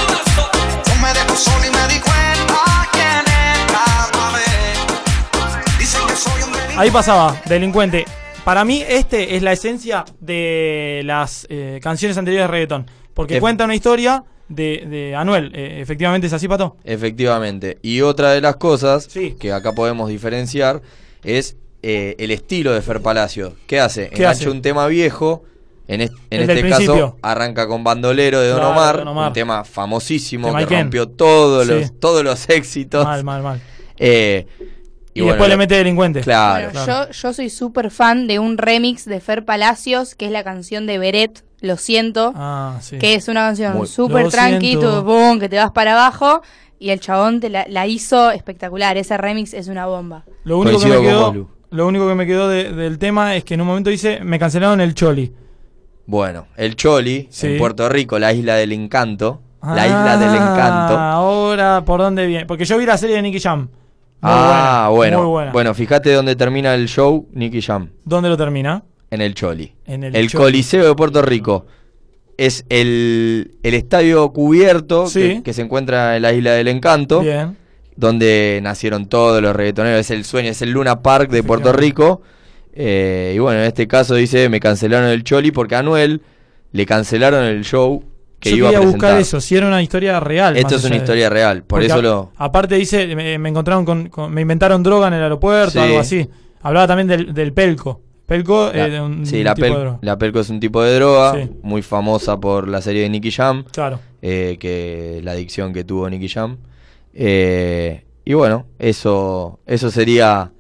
[SPEAKER 16] No me dejó solo y me di cuenta quién era pa' ver. Dicen que soy un delincuente.
[SPEAKER 4] Ahí pasaba, delincuente. Para mí, este es la esencia de las eh, canciones anteriores de reggaetón. Porque
[SPEAKER 5] Ef-
[SPEAKER 4] cuenta una historia de, de Anuel. Eh, efectivamente es así, Pato.
[SPEAKER 5] Efectivamente. Y otra de las cosas que acá podemos diferenciar es eh, el estilo de Fer Palacio. ¿Qué hace?
[SPEAKER 4] ¿Qué
[SPEAKER 5] Engancha
[SPEAKER 4] hace?
[SPEAKER 5] un tema viejo. En, est- en
[SPEAKER 4] El del
[SPEAKER 5] este caso,
[SPEAKER 4] principio.
[SPEAKER 5] arranca con Bandolero de Don,
[SPEAKER 4] Claro,
[SPEAKER 5] Omar,
[SPEAKER 4] Don Omar.
[SPEAKER 5] Un tema famosísimo
[SPEAKER 4] Tema
[SPEAKER 5] que
[SPEAKER 4] Iken.
[SPEAKER 5] rompió todos,
[SPEAKER 4] Sí.
[SPEAKER 5] los, todos los éxitos.
[SPEAKER 4] Mal, mal, mal.
[SPEAKER 5] Eh,
[SPEAKER 4] Y después le mete delincuente.
[SPEAKER 5] Claro.
[SPEAKER 4] Bueno,
[SPEAKER 6] Yo, yo soy súper fan de un remix de Fer Palacios, que es la canción de Beret, Lo Siento,
[SPEAKER 4] Ah, sí.
[SPEAKER 6] que es una canción
[SPEAKER 4] Muy-
[SPEAKER 6] súper
[SPEAKER 4] Lo
[SPEAKER 6] tranqui,
[SPEAKER 4] siento.
[SPEAKER 6] tu- boom, que te vas para abajo, y el chabón te la, la hizo espectacular, ese remix es una bomba.
[SPEAKER 4] Lo único, que
[SPEAKER 5] Coincido
[SPEAKER 4] me
[SPEAKER 5] con
[SPEAKER 4] quedó,
[SPEAKER 5] Malu.
[SPEAKER 4] lo único que me quedó de- del tema es que en un momento dice, me cancelaron el choli.
[SPEAKER 5] Bueno, el Choli,
[SPEAKER 4] Sí.
[SPEAKER 5] en Puerto Rico, la isla del encanto. La
[SPEAKER 4] Ah,
[SPEAKER 5] isla del encanto.
[SPEAKER 4] Ahora, ¿por dónde viene? Porque yo vi la serie de Nicky Jam. Muy
[SPEAKER 5] ah,
[SPEAKER 4] buena,
[SPEAKER 5] bueno.
[SPEAKER 4] Muy buena.
[SPEAKER 5] Bueno, fíjate dónde termina el show, Nicky Jam.
[SPEAKER 4] ¿Dónde lo termina?
[SPEAKER 5] En el Choli.
[SPEAKER 4] En el
[SPEAKER 5] el
[SPEAKER 4] Choli.
[SPEAKER 5] Coliseo de Puerto Rico. Es el, el estadio cubierto
[SPEAKER 4] Sí.
[SPEAKER 5] que, que se encuentra en la isla del encanto.
[SPEAKER 4] Bien.
[SPEAKER 5] Donde nacieron todos los reggaetoneros. Es el sueño, es el Luna Park de Puerto Rico. Eh, y bueno, en este caso dice, me cancelaron el Choli porque a Anuel le cancelaron el show que
[SPEAKER 4] Yo
[SPEAKER 5] iba a
[SPEAKER 4] quería
[SPEAKER 5] presentar.
[SPEAKER 4] buscar eso, si era una historia real.
[SPEAKER 5] Esto
[SPEAKER 4] más
[SPEAKER 5] es una
[SPEAKER 4] allá de-
[SPEAKER 5] historia real, por
[SPEAKER 4] Porque
[SPEAKER 5] eso
[SPEAKER 4] a-
[SPEAKER 5] lo-
[SPEAKER 4] Aparte dice, me, me encontraron con, con- Me inventaron droga en el aeropuerto,
[SPEAKER 5] Sí.
[SPEAKER 4] algo así. Hablaba también del, del pelco. Pelco,
[SPEAKER 5] La-
[SPEAKER 4] eh, de un
[SPEAKER 5] sí, la,
[SPEAKER 4] tipo de
[SPEAKER 5] pel-
[SPEAKER 4] droga.
[SPEAKER 5] la Pelco es un tipo de droga
[SPEAKER 4] Sí.
[SPEAKER 5] muy famosa por la serie de Nicky Jam.
[SPEAKER 4] Claro.
[SPEAKER 5] eh, que la adicción que tuvo Nicky Jam. Eh, y bueno, eso, eso sería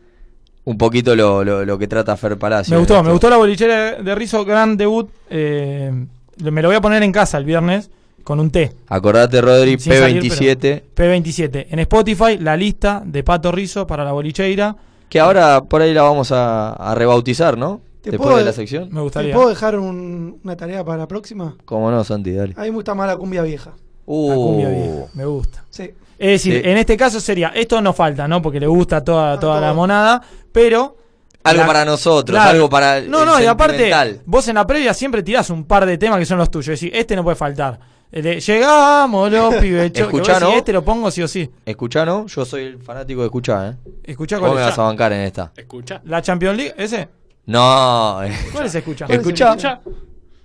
[SPEAKER 5] un poquito lo, lo- lo que trata Fer Palacio.
[SPEAKER 4] Me gustó, me gustó la bolichera de Rizo, gran debut. eh, me lo voy a poner en casa el viernes con un té.
[SPEAKER 5] Acordate, Rodri,
[SPEAKER 4] Sin salir,
[SPEAKER 5] P27.
[SPEAKER 4] pero- P27. En Spotify, la lista de Pato Rizo para la bolicheira.
[SPEAKER 5] que ahora por ahí la vamos a, a rebautizar, ¿no?
[SPEAKER 3] ¿Te
[SPEAKER 5] Después
[SPEAKER 3] puedo-
[SPEAKER 5] de la sección.
[SPEAKER 4] Me gustaría.
[SPEAKER 3] ¿Te puedo dejar un- una tarea para la próxima?
[SPEAKER 5] Como no, Santi, dale.
[SPEAKER 3] A mí me gusta más la cumbia vieja.
[SPEAKER 5] Uh,
[SPEAKER 4] cumbia vieja. Me gusta.
[SPEAKER 3] Sí.
[SPEAKER 4] Es decir,
[SPEAKER 5] Sí.
[SPEAKER 4] en este caso sería, esto no falta, ¿no? Porque le gusta toda, toda la monada, pero...
[SPEAKER 5] Algo
[SPEAKER 4] la-
[SPEAKER 5] para nosotros,
[SPEAKER 4] Claro.
[SPEAKER 5] algo para. el
[SPEAKER 4] No, no, y aparte,
[SPEAKER 5] sentimental.
[SPEAKER 4] vos en la previa siempre tirás un par de temas que son los tuyos. Es decir, este no puede faltar. El de, Llegamos
[SPEAKER 5] [laughs]
[SPEAKER 4] los pibes. cho-", que vos
[SPEAKER 5] Escuchá,
[SPEAKER 4] decís,
[SPEAKER 5] ¿no?
[SPEAKER 4] Este lo pongo sí o sí.
[SPEAKER 5] Escuchá, ¿no? Yo soy el fanático de escuchar, ¿eh?
[SPEAKER 4] Escuchá
[SPEAKER 5] ¿Cómo
[SPEAKER 4] cuál
[SPEAKER 5] me
[SPEAKER 4] es.
[SPEAKER 5] vas a bancar en esta?
[SPEAKER 10] Escucha.
[SPEAKER 4] La Champions League, ese.
[SPEAKER 5] No. eh,
[SPEAKER 4] [laughs] ¿Cuál es escucha?
[SPEAKER 5] Escuchá.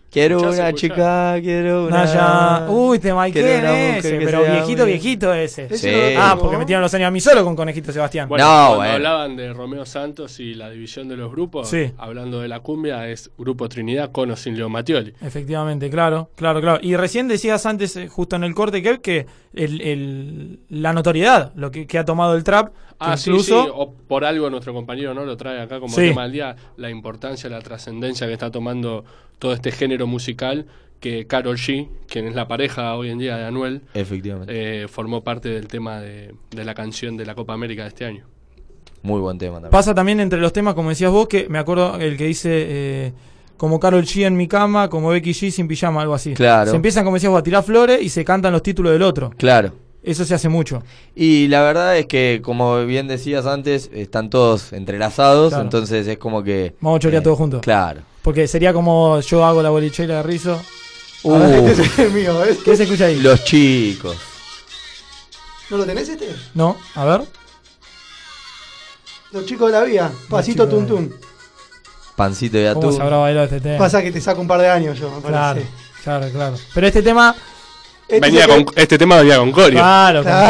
[SPEAKER 5] Quiero
[SPEAKER 4] Escuchá,
[SPEAKER 5] una
[SPEAKER 4] escuchá.
[SPEAKER 5] chica, quiero una.
[SPEAKER 4] Naya. Uh. Uy, te
[SPEAKER 5] Quiero
[SPEAKER 4] Maiken
[SPEAKER 5] una mujer
[SPEAKER 4] ese,
[SPEAKER 5] que
[SPEAKER 4] pero
[SPEAKER 5] sea
[SPEAKER 4] viejito,
[SPEAKER 5] muy-
[SPEAKER 4] viejito ese.
[SPEAKER 5] Ese Sí. lo-
[SPEAKER 4] Ah, porque metieron los años a mí solo con Conejito Sebastián.
[SPEAKER 10] Bueno, cuando hablaban de Romeo Santos y la división de los grupos,
[SPEAKER 4] Sí.
[SPEAKER 10] hablando de la cumbia, es Grupo Trinidad con o sin Leo Matioli.
[SPEAKER 4] Efectivamente, claro, claro, claro. Y recién decías antes, eh, justo en el corte, que, que el- el- la notoriedad, lo que, que ha tomado el trap, que
[SPEAKER 10] Ah, sí,
[SPEAKER 4] incluso
[SPEAKER 10] sí, o por algo nuestro compañero no lo trae acá como
[SPEAKER 4] Sí.
[SPEAKER 10] tema del día, la importancia, la trascendencia que está tomando todo este género musical que Carol G, quien es la pareja hoy en día de Anuel,
[SPEAKER 5] Efectivamente.
[SPEAKER 10] eh, formó parte del tema de, de la canción de la Copa América de este año.
[SPEAKER 5] Muy buen tema también.
[SPEAKER 4] pasa también entre los temas, como decías vos, que me acuerdo el que dice eh, como Carol G en mi cama, como Becky G sin pijama, algo así.
[SPEAKER 5] Claro.
[SPEAKER 4] Se empiezan, como decías vos, a tirar flores y se cantan los títulos del otro.
[SPEAKER 5] Claro.
[SPEAKER 4] Eso se hace mucho.
[SPEAKER 5] Y la verdad es que, como bien decías antes, están todos entrelazados,
[SPEAKER 4] Claro.
[SPEAKER 5] entonces es como que. eh,
[SPEAKER 4] Vamos a chorear todos juntos.
[SPEAKER 5] Claro.
[SPEAKER 4] Porque sería como yo hago la bolichera de rizo.
[SPEAKER 5] Uh. Este es
[SPEAKER 3] el mío, ¿eh?
[SPEAKER 4] ¿Qué se escucha ahí?
[SPEAKER 5] Los chicos.
[SPEAKER 3] ¿No lo tenés este?
[SPEAKER 4] No, a ver.
[SPEAKER 3] Los chicos de la vía. Pasito tum
[SPEAKER 4] chicos de-
[SPEAKER 3] tum.
[SPEAKER 5] Pancito y
[SPEAKER 4] ¿Cómo
[SPEAKER 5] atún.
[SPEAKER 4] se habrá bailado este tema?
[SPEAKER 3] Pasa que te saco un par de años yo, me
[SPEAKER 4] Claro,
[SPEAKER 3] parece.
[SPEAKER 4] claro, claro. Pero este tema.
[SPEAKER 10] Venía con, este tema venía con Corio.
[SPEAKER 4] Claro, este con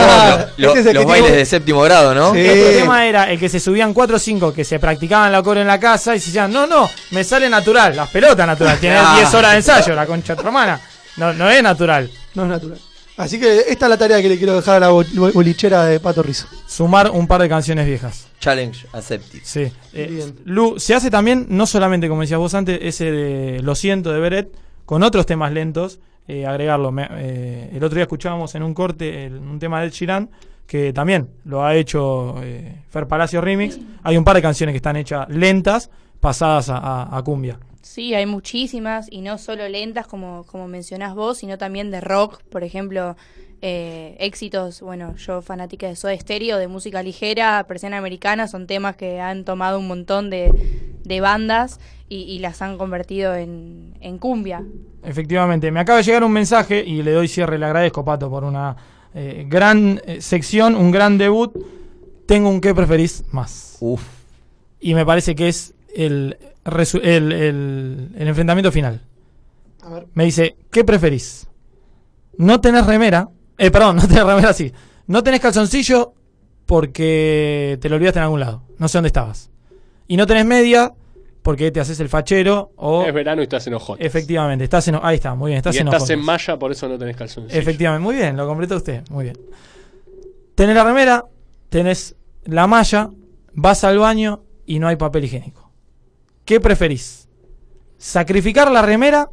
[SPEAKER 5] Lo-
[SPEAKER 4] Corio.
[SPEAKER 5] lo- los bailes de séptimo grado, ¿no? Este
[SPEAKER 4] El otro Este tema era el que se subían 4 o 5, que se practicaban la core en la casa y se decían, no, no, me sale natural, las pelotas natural, tiene
[SPEAKER 3] Ah.
[SPEAKER 4] 10 horas de ensayo, la concha de tu hermana. No, no es natural.
[SPEAKER 3] No es natural. Así que esta es la tarea que le quiero dejar a la bo- bo- bolichera de Pato Rizo.
[SPEAKER 4] Sumar un par de canciones viejas.
[SPEAKER 5] Challenge accepted.
[SPEAKER 4] Sí. Eh, Lu, se hace también, no solamente como decías vos antes, ese de Lo siento de Beret, con otros temas lentos, eh, agregarlo. Me- eh, el otro día escuchábamos en un corte el- un tema del Chirán, que también lo ha hecho eh, Fer Palacio Remix. Hay un par de canciones que están hechas lentas, pasadas a, a- a cumbia.
[SPEAKER 6] Sí, hay muchísimas, y no solo lentas como, como mencionás vos, sino también de rock, por ejemplo, eh, éxitos, bueno, yo fanática de Soda Stereo, de música ligera, persiana americana, son temas que han tomado un montón de, de bandas y, y las han convertido en, en cumbia.
[SPEAKER 4] Efectivamente, me acaba de llegar un mensaje y le doy cierre, le agradezco Pato por una eh, gran eh, sección, un gran debut. Tengo un qué preferís más. Y me parece que es el, resu- el, el- el enfrentamiento final.
[SPEAKER 3] A ver.
[SPEAKER 4] Me dice, ¿qué preferís? No tenés remera, eh, perdón, [laughs] no tenés remera, sí. No tenés calzoncillo porque te lo olvidaste en algún lado, no sé dónde estabas. Y no tenés media porque te haces el fachero o...
[SPEAKER 10] Es verano y estás enojado.
[SPEAKER 4] Efectivamente, estás en... ahí está, muy bien, estás
[SPEAKER 10] y
[SPEAKER 4] en
[SPEAKER 10] estás
[SPEAKER 4] Ojotas.
[SPEAKER 10] en malla, por eso no tenés calzoncillo.
[SPEAKER 4] Efectivamente, muy bien, lo completó usted, muy bien. Tenés la remera, tenés la malla, vas al baño y no hay papel higiénico. ¿Qué preferís? ¿Sacrificar la remera?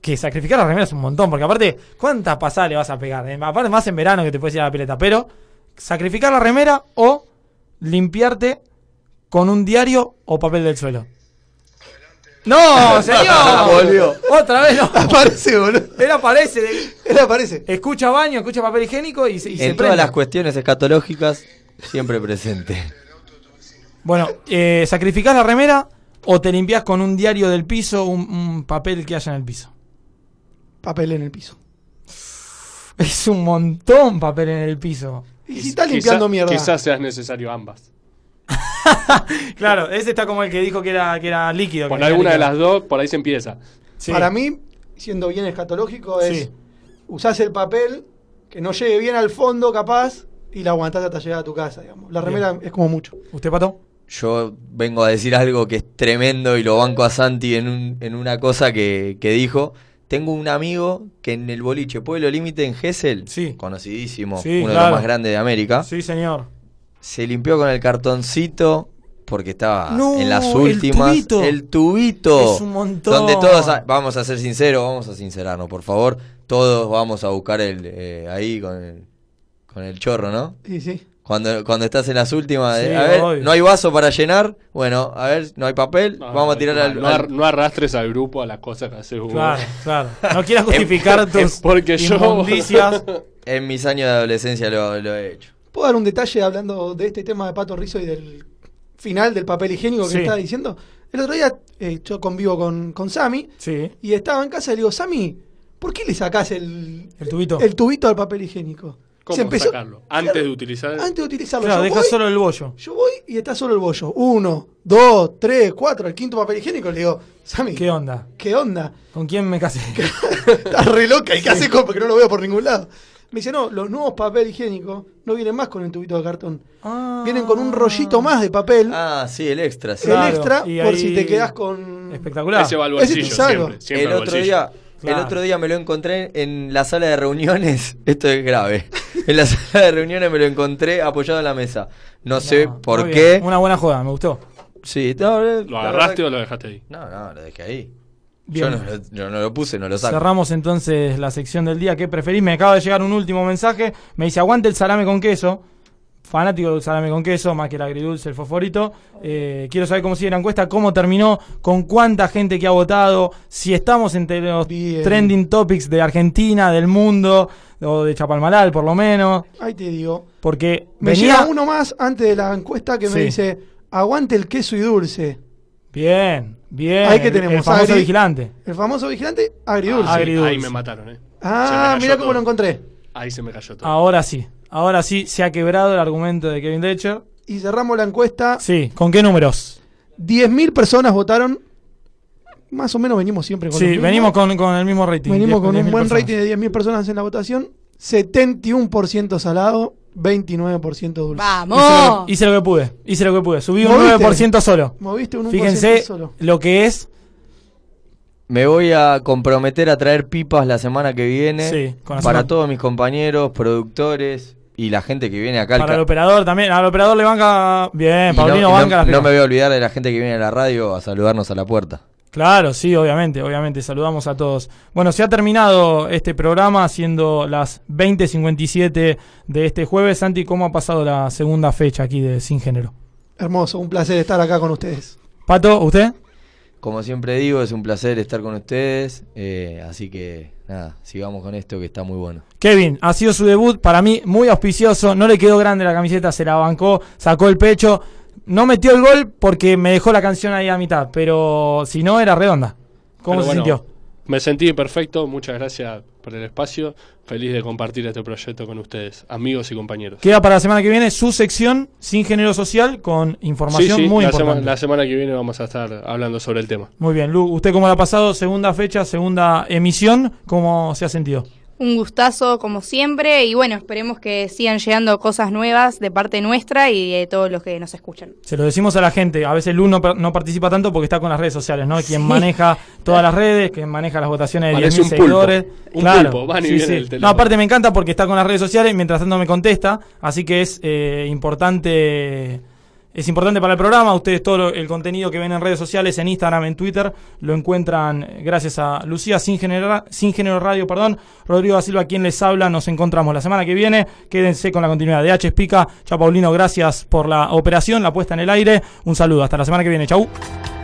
[SPEAKER 4] Que sacrificar la remera es un montón, porque aparte, ¿cuántas pasadas le vas a pegar? Eh, Aparte, más en verano que te puedes ir a la pileta, pero sacrificar la remera o limpiarte con un diario o papel del suelo.
[SPEAKER 3] [laughs]
[SPEAKER 4] ¡No, señor!
[SPEAKER 3] Volvió.
[SPEAKER 4] Otra vez no.
[SPEAKER 3] Aparece, boludo.
[SPEAKER 4] Él aparece.
[SPEAKER 3] [laughs] Él aparece.
[SPEAKER 4] Escucha baño, escucha papel higiénico y, se- y se
[SPEAKER 5] En todas
[SPEAKER 4] prende.
[SPEAKER 5] las cuestiones escatológicas, siempre presente.
[SPEAKER 4] Bueno, eh, ¿sacrificás la remera o te limpias con un diario del piso, un, un papel que haya en el piso?
[SPEAKER 3] Papel en el piso.
[SPEAKER 4] [laughs] Es un montón papel en el piso.
[SPEAKER 3] Y si estás limpiando mierda.
[SPEAKER 10] Quizás seas necesario ambas.
[SPEAKER 4] [laughs] Claro, ese está como el que dijo que era, que era líquido.
[SPEAKER 10] Con alguna de las dos, por ahí se empieza.
[SPEAKER 3] Para mí, siendo bien escatológico, es usás el papel que no llegue bien al fondo, capaz, y la aguantás hasta llegar a tu casa, digamos. La remera es como mucho.
[SPEAKER 4] ¿Usted, Pato?
[SPEAKER 5] Yo vengo a decir algo que es tremendo y lo banco a Santi en, un- en una cosa que, que dijo. Tengo un amigo que en el boliche Pueblo Límite en Gessel, conocidísimo,
[SPEAKER 4] Sí,
[SPEAKER 5] uno de
[SPEAKER 4] claro.
[SPEAKER 5] los más grandes de América,
[SPEAKER 4] Sí, señor.
[SPEAKER 5] se limpió con el cartoncito porque estaba
[SPEAKER 4] No,
[SPEAKER 5] en las
[SPEAKER 4] el
[SPEAKER 5] últimas.
[SPEAKER 4] tubito.
[SPEAKER 5] El tubito.
[SPEAKER 4] Es un montón.
[SPEAKER 5] Donde todos, a- vamos a ser sinceros, vamos a sincerarnos, por favor. Todos vamos a buscar el eh, ahí con el, con el chorro, ¿no?
[SPEAKER 3] Sí, sí.
[SPEAKER 5] Cuando, cuando estás en las últimas, de,
[SPEAKER 10] Sí,
[SPEAKER 5] a ver,
[SPEAKER 10] obvio.
[SPEAKER 5] no hay vaso para llenar, bueno, a ver, no hay papel, vamos a tirar
[SPEAKER 10] no,
[SPEAKER 5] al...
[SPEAKER 10] No,
[SPEAKER 5] al-
[SPEAKER 10] ar- no arrastres al grupo a las cosas que haces vos.
[SPEAKER 4] Claro,
[SPEAKER 10] [laughs]
[SPEAKER 4] claro. No quieras justificar
[SPEAKER 10] Em- em-
[SPEAKER 4] tus
[SPEAKER 10] porque yo- [laughs]
[SPEAKER 4] inmundicias.
[SPEAKER 5] en mis años de adolescencia lo, lo he hecho.
[SPEAKER 3] ¿Puedo dar un detalle hablando de este tema de Pato Rizzo y del final del papel higiénico que
[SPEAKER 5] Sí.
[SPEAKER 3] estaba diciendo? El otro día eh, yo convivo con, con Sammy y estaba en casa y le digo, Sammy, ¿por qué le sacás el,
[SPEAKER 4] el tubito
[SPEAKER 3] el tubito al papel higiénico?
[SPEAKER 10] ¿Cómo
[SPEAKER 3] Se empezó-
[SPEAKER 10] sacarlo? Antes de utilizar.
[SPEAKER 3] Antes de utilizarlo.
[SPEAKER 4] Claro,
[SPEAKER 3] yo,
[SPEAKER 4] deja
[SPEAKER 3] voy,
[SPEAKER 4] solo el bollo.
[SPEAKER 3] yo voy y está solo el bollo. Uno, dos, tres, cuatro, el quinto papel higiénico. Le digo, Sammy,
[SPEAKER 4] ¿Qué onda?
[SPEAKER 3] ¿qué onda?
[SPEAKER 4] ¿Con quién
[SPEAKER 3] [laughs]
[SPEAKER 4] me casé?
[SPEAKER 3] Estás re loca y qué haces con- porque no lo veo por ningún lado. Me dice, no, los nuevos papel higiénicos no vienen más con el tubito de cartón.
[SPEAKER 4] Ah.
[SPEAKER 3] Vienen con un rollito más de papel.
[SPEAKER 5] Ah, sí, el extra. sí.
[SPEAKER 3] El extra, por si te quedás con.
[SPEAKER 4] Espectacular.
[SPEAKER 5] Ese va al
[SPEAKER 3] Ese te
[SPEAKER 5] bolsillo,
[SPEAKER 3] salva.
[SPEAKER 5] siempre, siempre El al otro bolsillo. día- El otro día me lo encontré en la sala de reuniones. [laughs] Esto es grave. En la sala de reuniones me lo encontré apoyado en la mesa. No sé por
[SPEAKER 4] Muy
[SPEAKER 5] qué.
[SPEAKER 4] bien, Una buena joda, me gustó.
[SPEAKER 5] Sí, no, eh,
[SPEAKER 10] ¿Lo
[SPEAKER 5] la
[SPEAKER 10] agarraste o
[SPEAKER 5] verdad-
[SPEAKER 10] lo dejaste ahí?
[SPEAKER 5] No, no, lo dejé ahí. Yo
[SPEAKER 4] Bien.
[SPEAKER 5] no, lo- yo no lo puse, no lo saco.
[SPEAKER 4] Cerramos entonces la sección del día. ¿Qué preferís? Me acaba de llegar un último mensaje. Me dice, aguante el salame con queso. Fanático del salame con queso, más que el agridulce, el fosforito. Eh, quiero saber cómo sigue la encuesta, cómo terminó, con cuánta gente que ha votado, si estamos entre los trending topics de Argentina, del mundo, o de Chapalmalal, por lo menos.
[SPEAKER 3] Ahí te digo.
[SPEAKER 4] Porque
[SPEAKER 3] Me
[SPEAKER 4] venía...
[SPEAKER 3] llega uno más antes de la encuesta que me
[SPEAKER 4] Sí.
[SPEAKER 3] dice: aguante el queso y dulce.
[SPEAKER 4] Bien, bien.
[SPEAKER 3] Ahí que
[SPEAKER 4] el-
[SPEAKER 3] tenemos,
[SPEAKER 4] El famoso
[SPEAKER 3] agri-
[SPEAKER 4] vigilante.
[SPEAKER 3] El famoso vigilante agridulce.
[SPEAKER 4] Agridulce.
[SPEAKER 10] Ahí me mataron, eh. Se me
[SPEAKER 3] Ah,
[SPEAKER 10] cayó
[SPEAKER 3] mira cómo
[SPEAKER 10] todo.
[SPEAKER 3] lo encontré.
[SPEAKER 10] Ahí se me cayó todo.
[SPEAKER 4] Ahora sí, ahora sí se ha quebrado el argumento de Kevin Decher.
[SPEAKER 3] Y cerramos la encuesta.
[SPEAKER 4] Sí, ¿con qué números?
[SPEAKER 3] 10.000 personas votaron. Más o menos venimos siempre con
[SPEAKER 4] Sí,
[SPEAKER 3] los mismos.
[SPEAKER 4] venimos con, con el mismo rating.
[SPEAKER 3] Venimos
[SPEAKER 4] 10,
[SPEAKER 3] con un
[SPEAKER 4] 10.000
[SPEAKER 3] buen
[SPEAKER 4] personas.
[SPEAKER 3] rating de 10.000 personas en la votación. 71% salado, 29% dulce.
[SPEAKER 4] Hice lo, que, hice lo que pude, hice lo que pude. Subí un
[SPEAKER 3] ¿Moviste?
[SPEAKER 4] 9% solo.
[SPEAKER 3] Moviste un 1%
[SPEAKER 4] Fíjense
[SPEAKER 3] solo.
[SPEAKER 4] lo que es.
[SPEAKER 5] Me voy a comprometer a traer pipas la semana que viene
[SPEAKER 4] Sí, con la
[SPEAKER 5] para
[SPEAKER 4] semana.
[SPEAKER 5] todos mis compañeros, productores y la gente que viene acá. al
[SPEAKER 4] Para el
[SPEAKER 5] ca-
[SPEAKER 4] operador también. Al operador le banca. Bien,
[SPEAKER 5] Y
[SPEAKER 4] Paulino
[SPEAKER 5] no,
[SPEAKER 4] banca
[SPEAKER 5] no-
[SPEAKER 4] las
[SPEAKER 5] no
[SPEAKER 4] pipas.
[SPEAKER 5] me voy a olvidar de la gente que viene a la radio a saludarnos a la puerta.
[SPEAKER 4] Claro, sí, obviamente, obviamente. Saludamos a todos. Bueno, se ha terminado este programa siendo las 20.57 de este jueves. Santi, ¿cómo ha pasado la segunda fecha aquí de Sin Género?
[SPEAKER 3] Hermoso, un placer estar acá con ustedes.
[SPEAKER 4] Pato, ¿usted?
[SPEAKER 5] Como siempre digo, es un placer estar con ustedes. eh, así que nada, sigamos con esto que está muy bueno.
[SPEAKER 4] Kevin, ha sido su debut, para mí muy auspicioso, no le quedó grande la camiseta, se la bancó, sacó el pecho, no metió el gol porque me dejó la canción ahí a mitad, pero si no era redonda. ¿Cómo
[SPEAKER 10] Pero
[SPEAKER 4] se
[SPEAKER 10] bueno,
[SPEAKER 4] sintió?
[SPEAKER 10] Me sentí perfecto, muchas gracias por el espacio, feliz de compartir este proyecto con ustedes, amigos y compañeros.
[SPEAKER 4] Queda para la semana que viene su sección sin género social con información
[SPEAKER 10] Sí, sí,
[SPEAKER 4] muy
[SPEAKER 10] la
[SPEAKER 4] importante.
[SPEAKER 10] sema- la semana que viene vamos a estar hablando sobre el tema.
[SPEAKER 4] Muy bien, Lu, ¿usted cómo la ha pasado? Segunda fecha, segunda emisión, ¿cómo se ha sentido?
[SPEAKER 6] Un gustazo como siempre y bueno, esperemos que sigan llegando cosas nuevas de parte nuestra y de todos los que nos escuchan.
[SPEAKER 4] Se lo decimos a la gente, a veces Lu no, par- no participa tanto porque está con las redes sociales, ¿no? Quien
[SPEAKER 6] Sí.
[SPEAKER 4] maneja todas las redes, quien maneja las votaciones de
[SPEAKER 10] Parece
[SPEAKER 4] 10.000
[SPEAKER 10] un pulpo,
[SPEAKER 4] seguidores.
[SPEAKER 10] un
[SPEAKER 4] claro,
[SPEAKER 10] pulpo, van y
[SPEAKER 4] sí,
[SPEAKER 10] vienen
[SPEAKER 4] sí.
[SPEAKER 10] el teléfono.
[SPEAKER 4] No, aparte me encanta porque está con las redes sociales, mientras tanto me contesta, así que es eh, importante... Es importante para el programa, ustedes todo lo- el contenido que ven en redes sociales, en Instagram, en Twitter, lo encuentran eh, gracias a Lucía Sin, Genera- Sin Género Radio, perdón, Rodrigo da Silva, quien les habla, nos encontramos la semana que viene, quédense con la continuidad de H. Pica, Chao Paulino, gracias por la operación, la puesta en el aire, un saludo, hasta la semana que viene, chau.
[SPEAKER 2] Ah.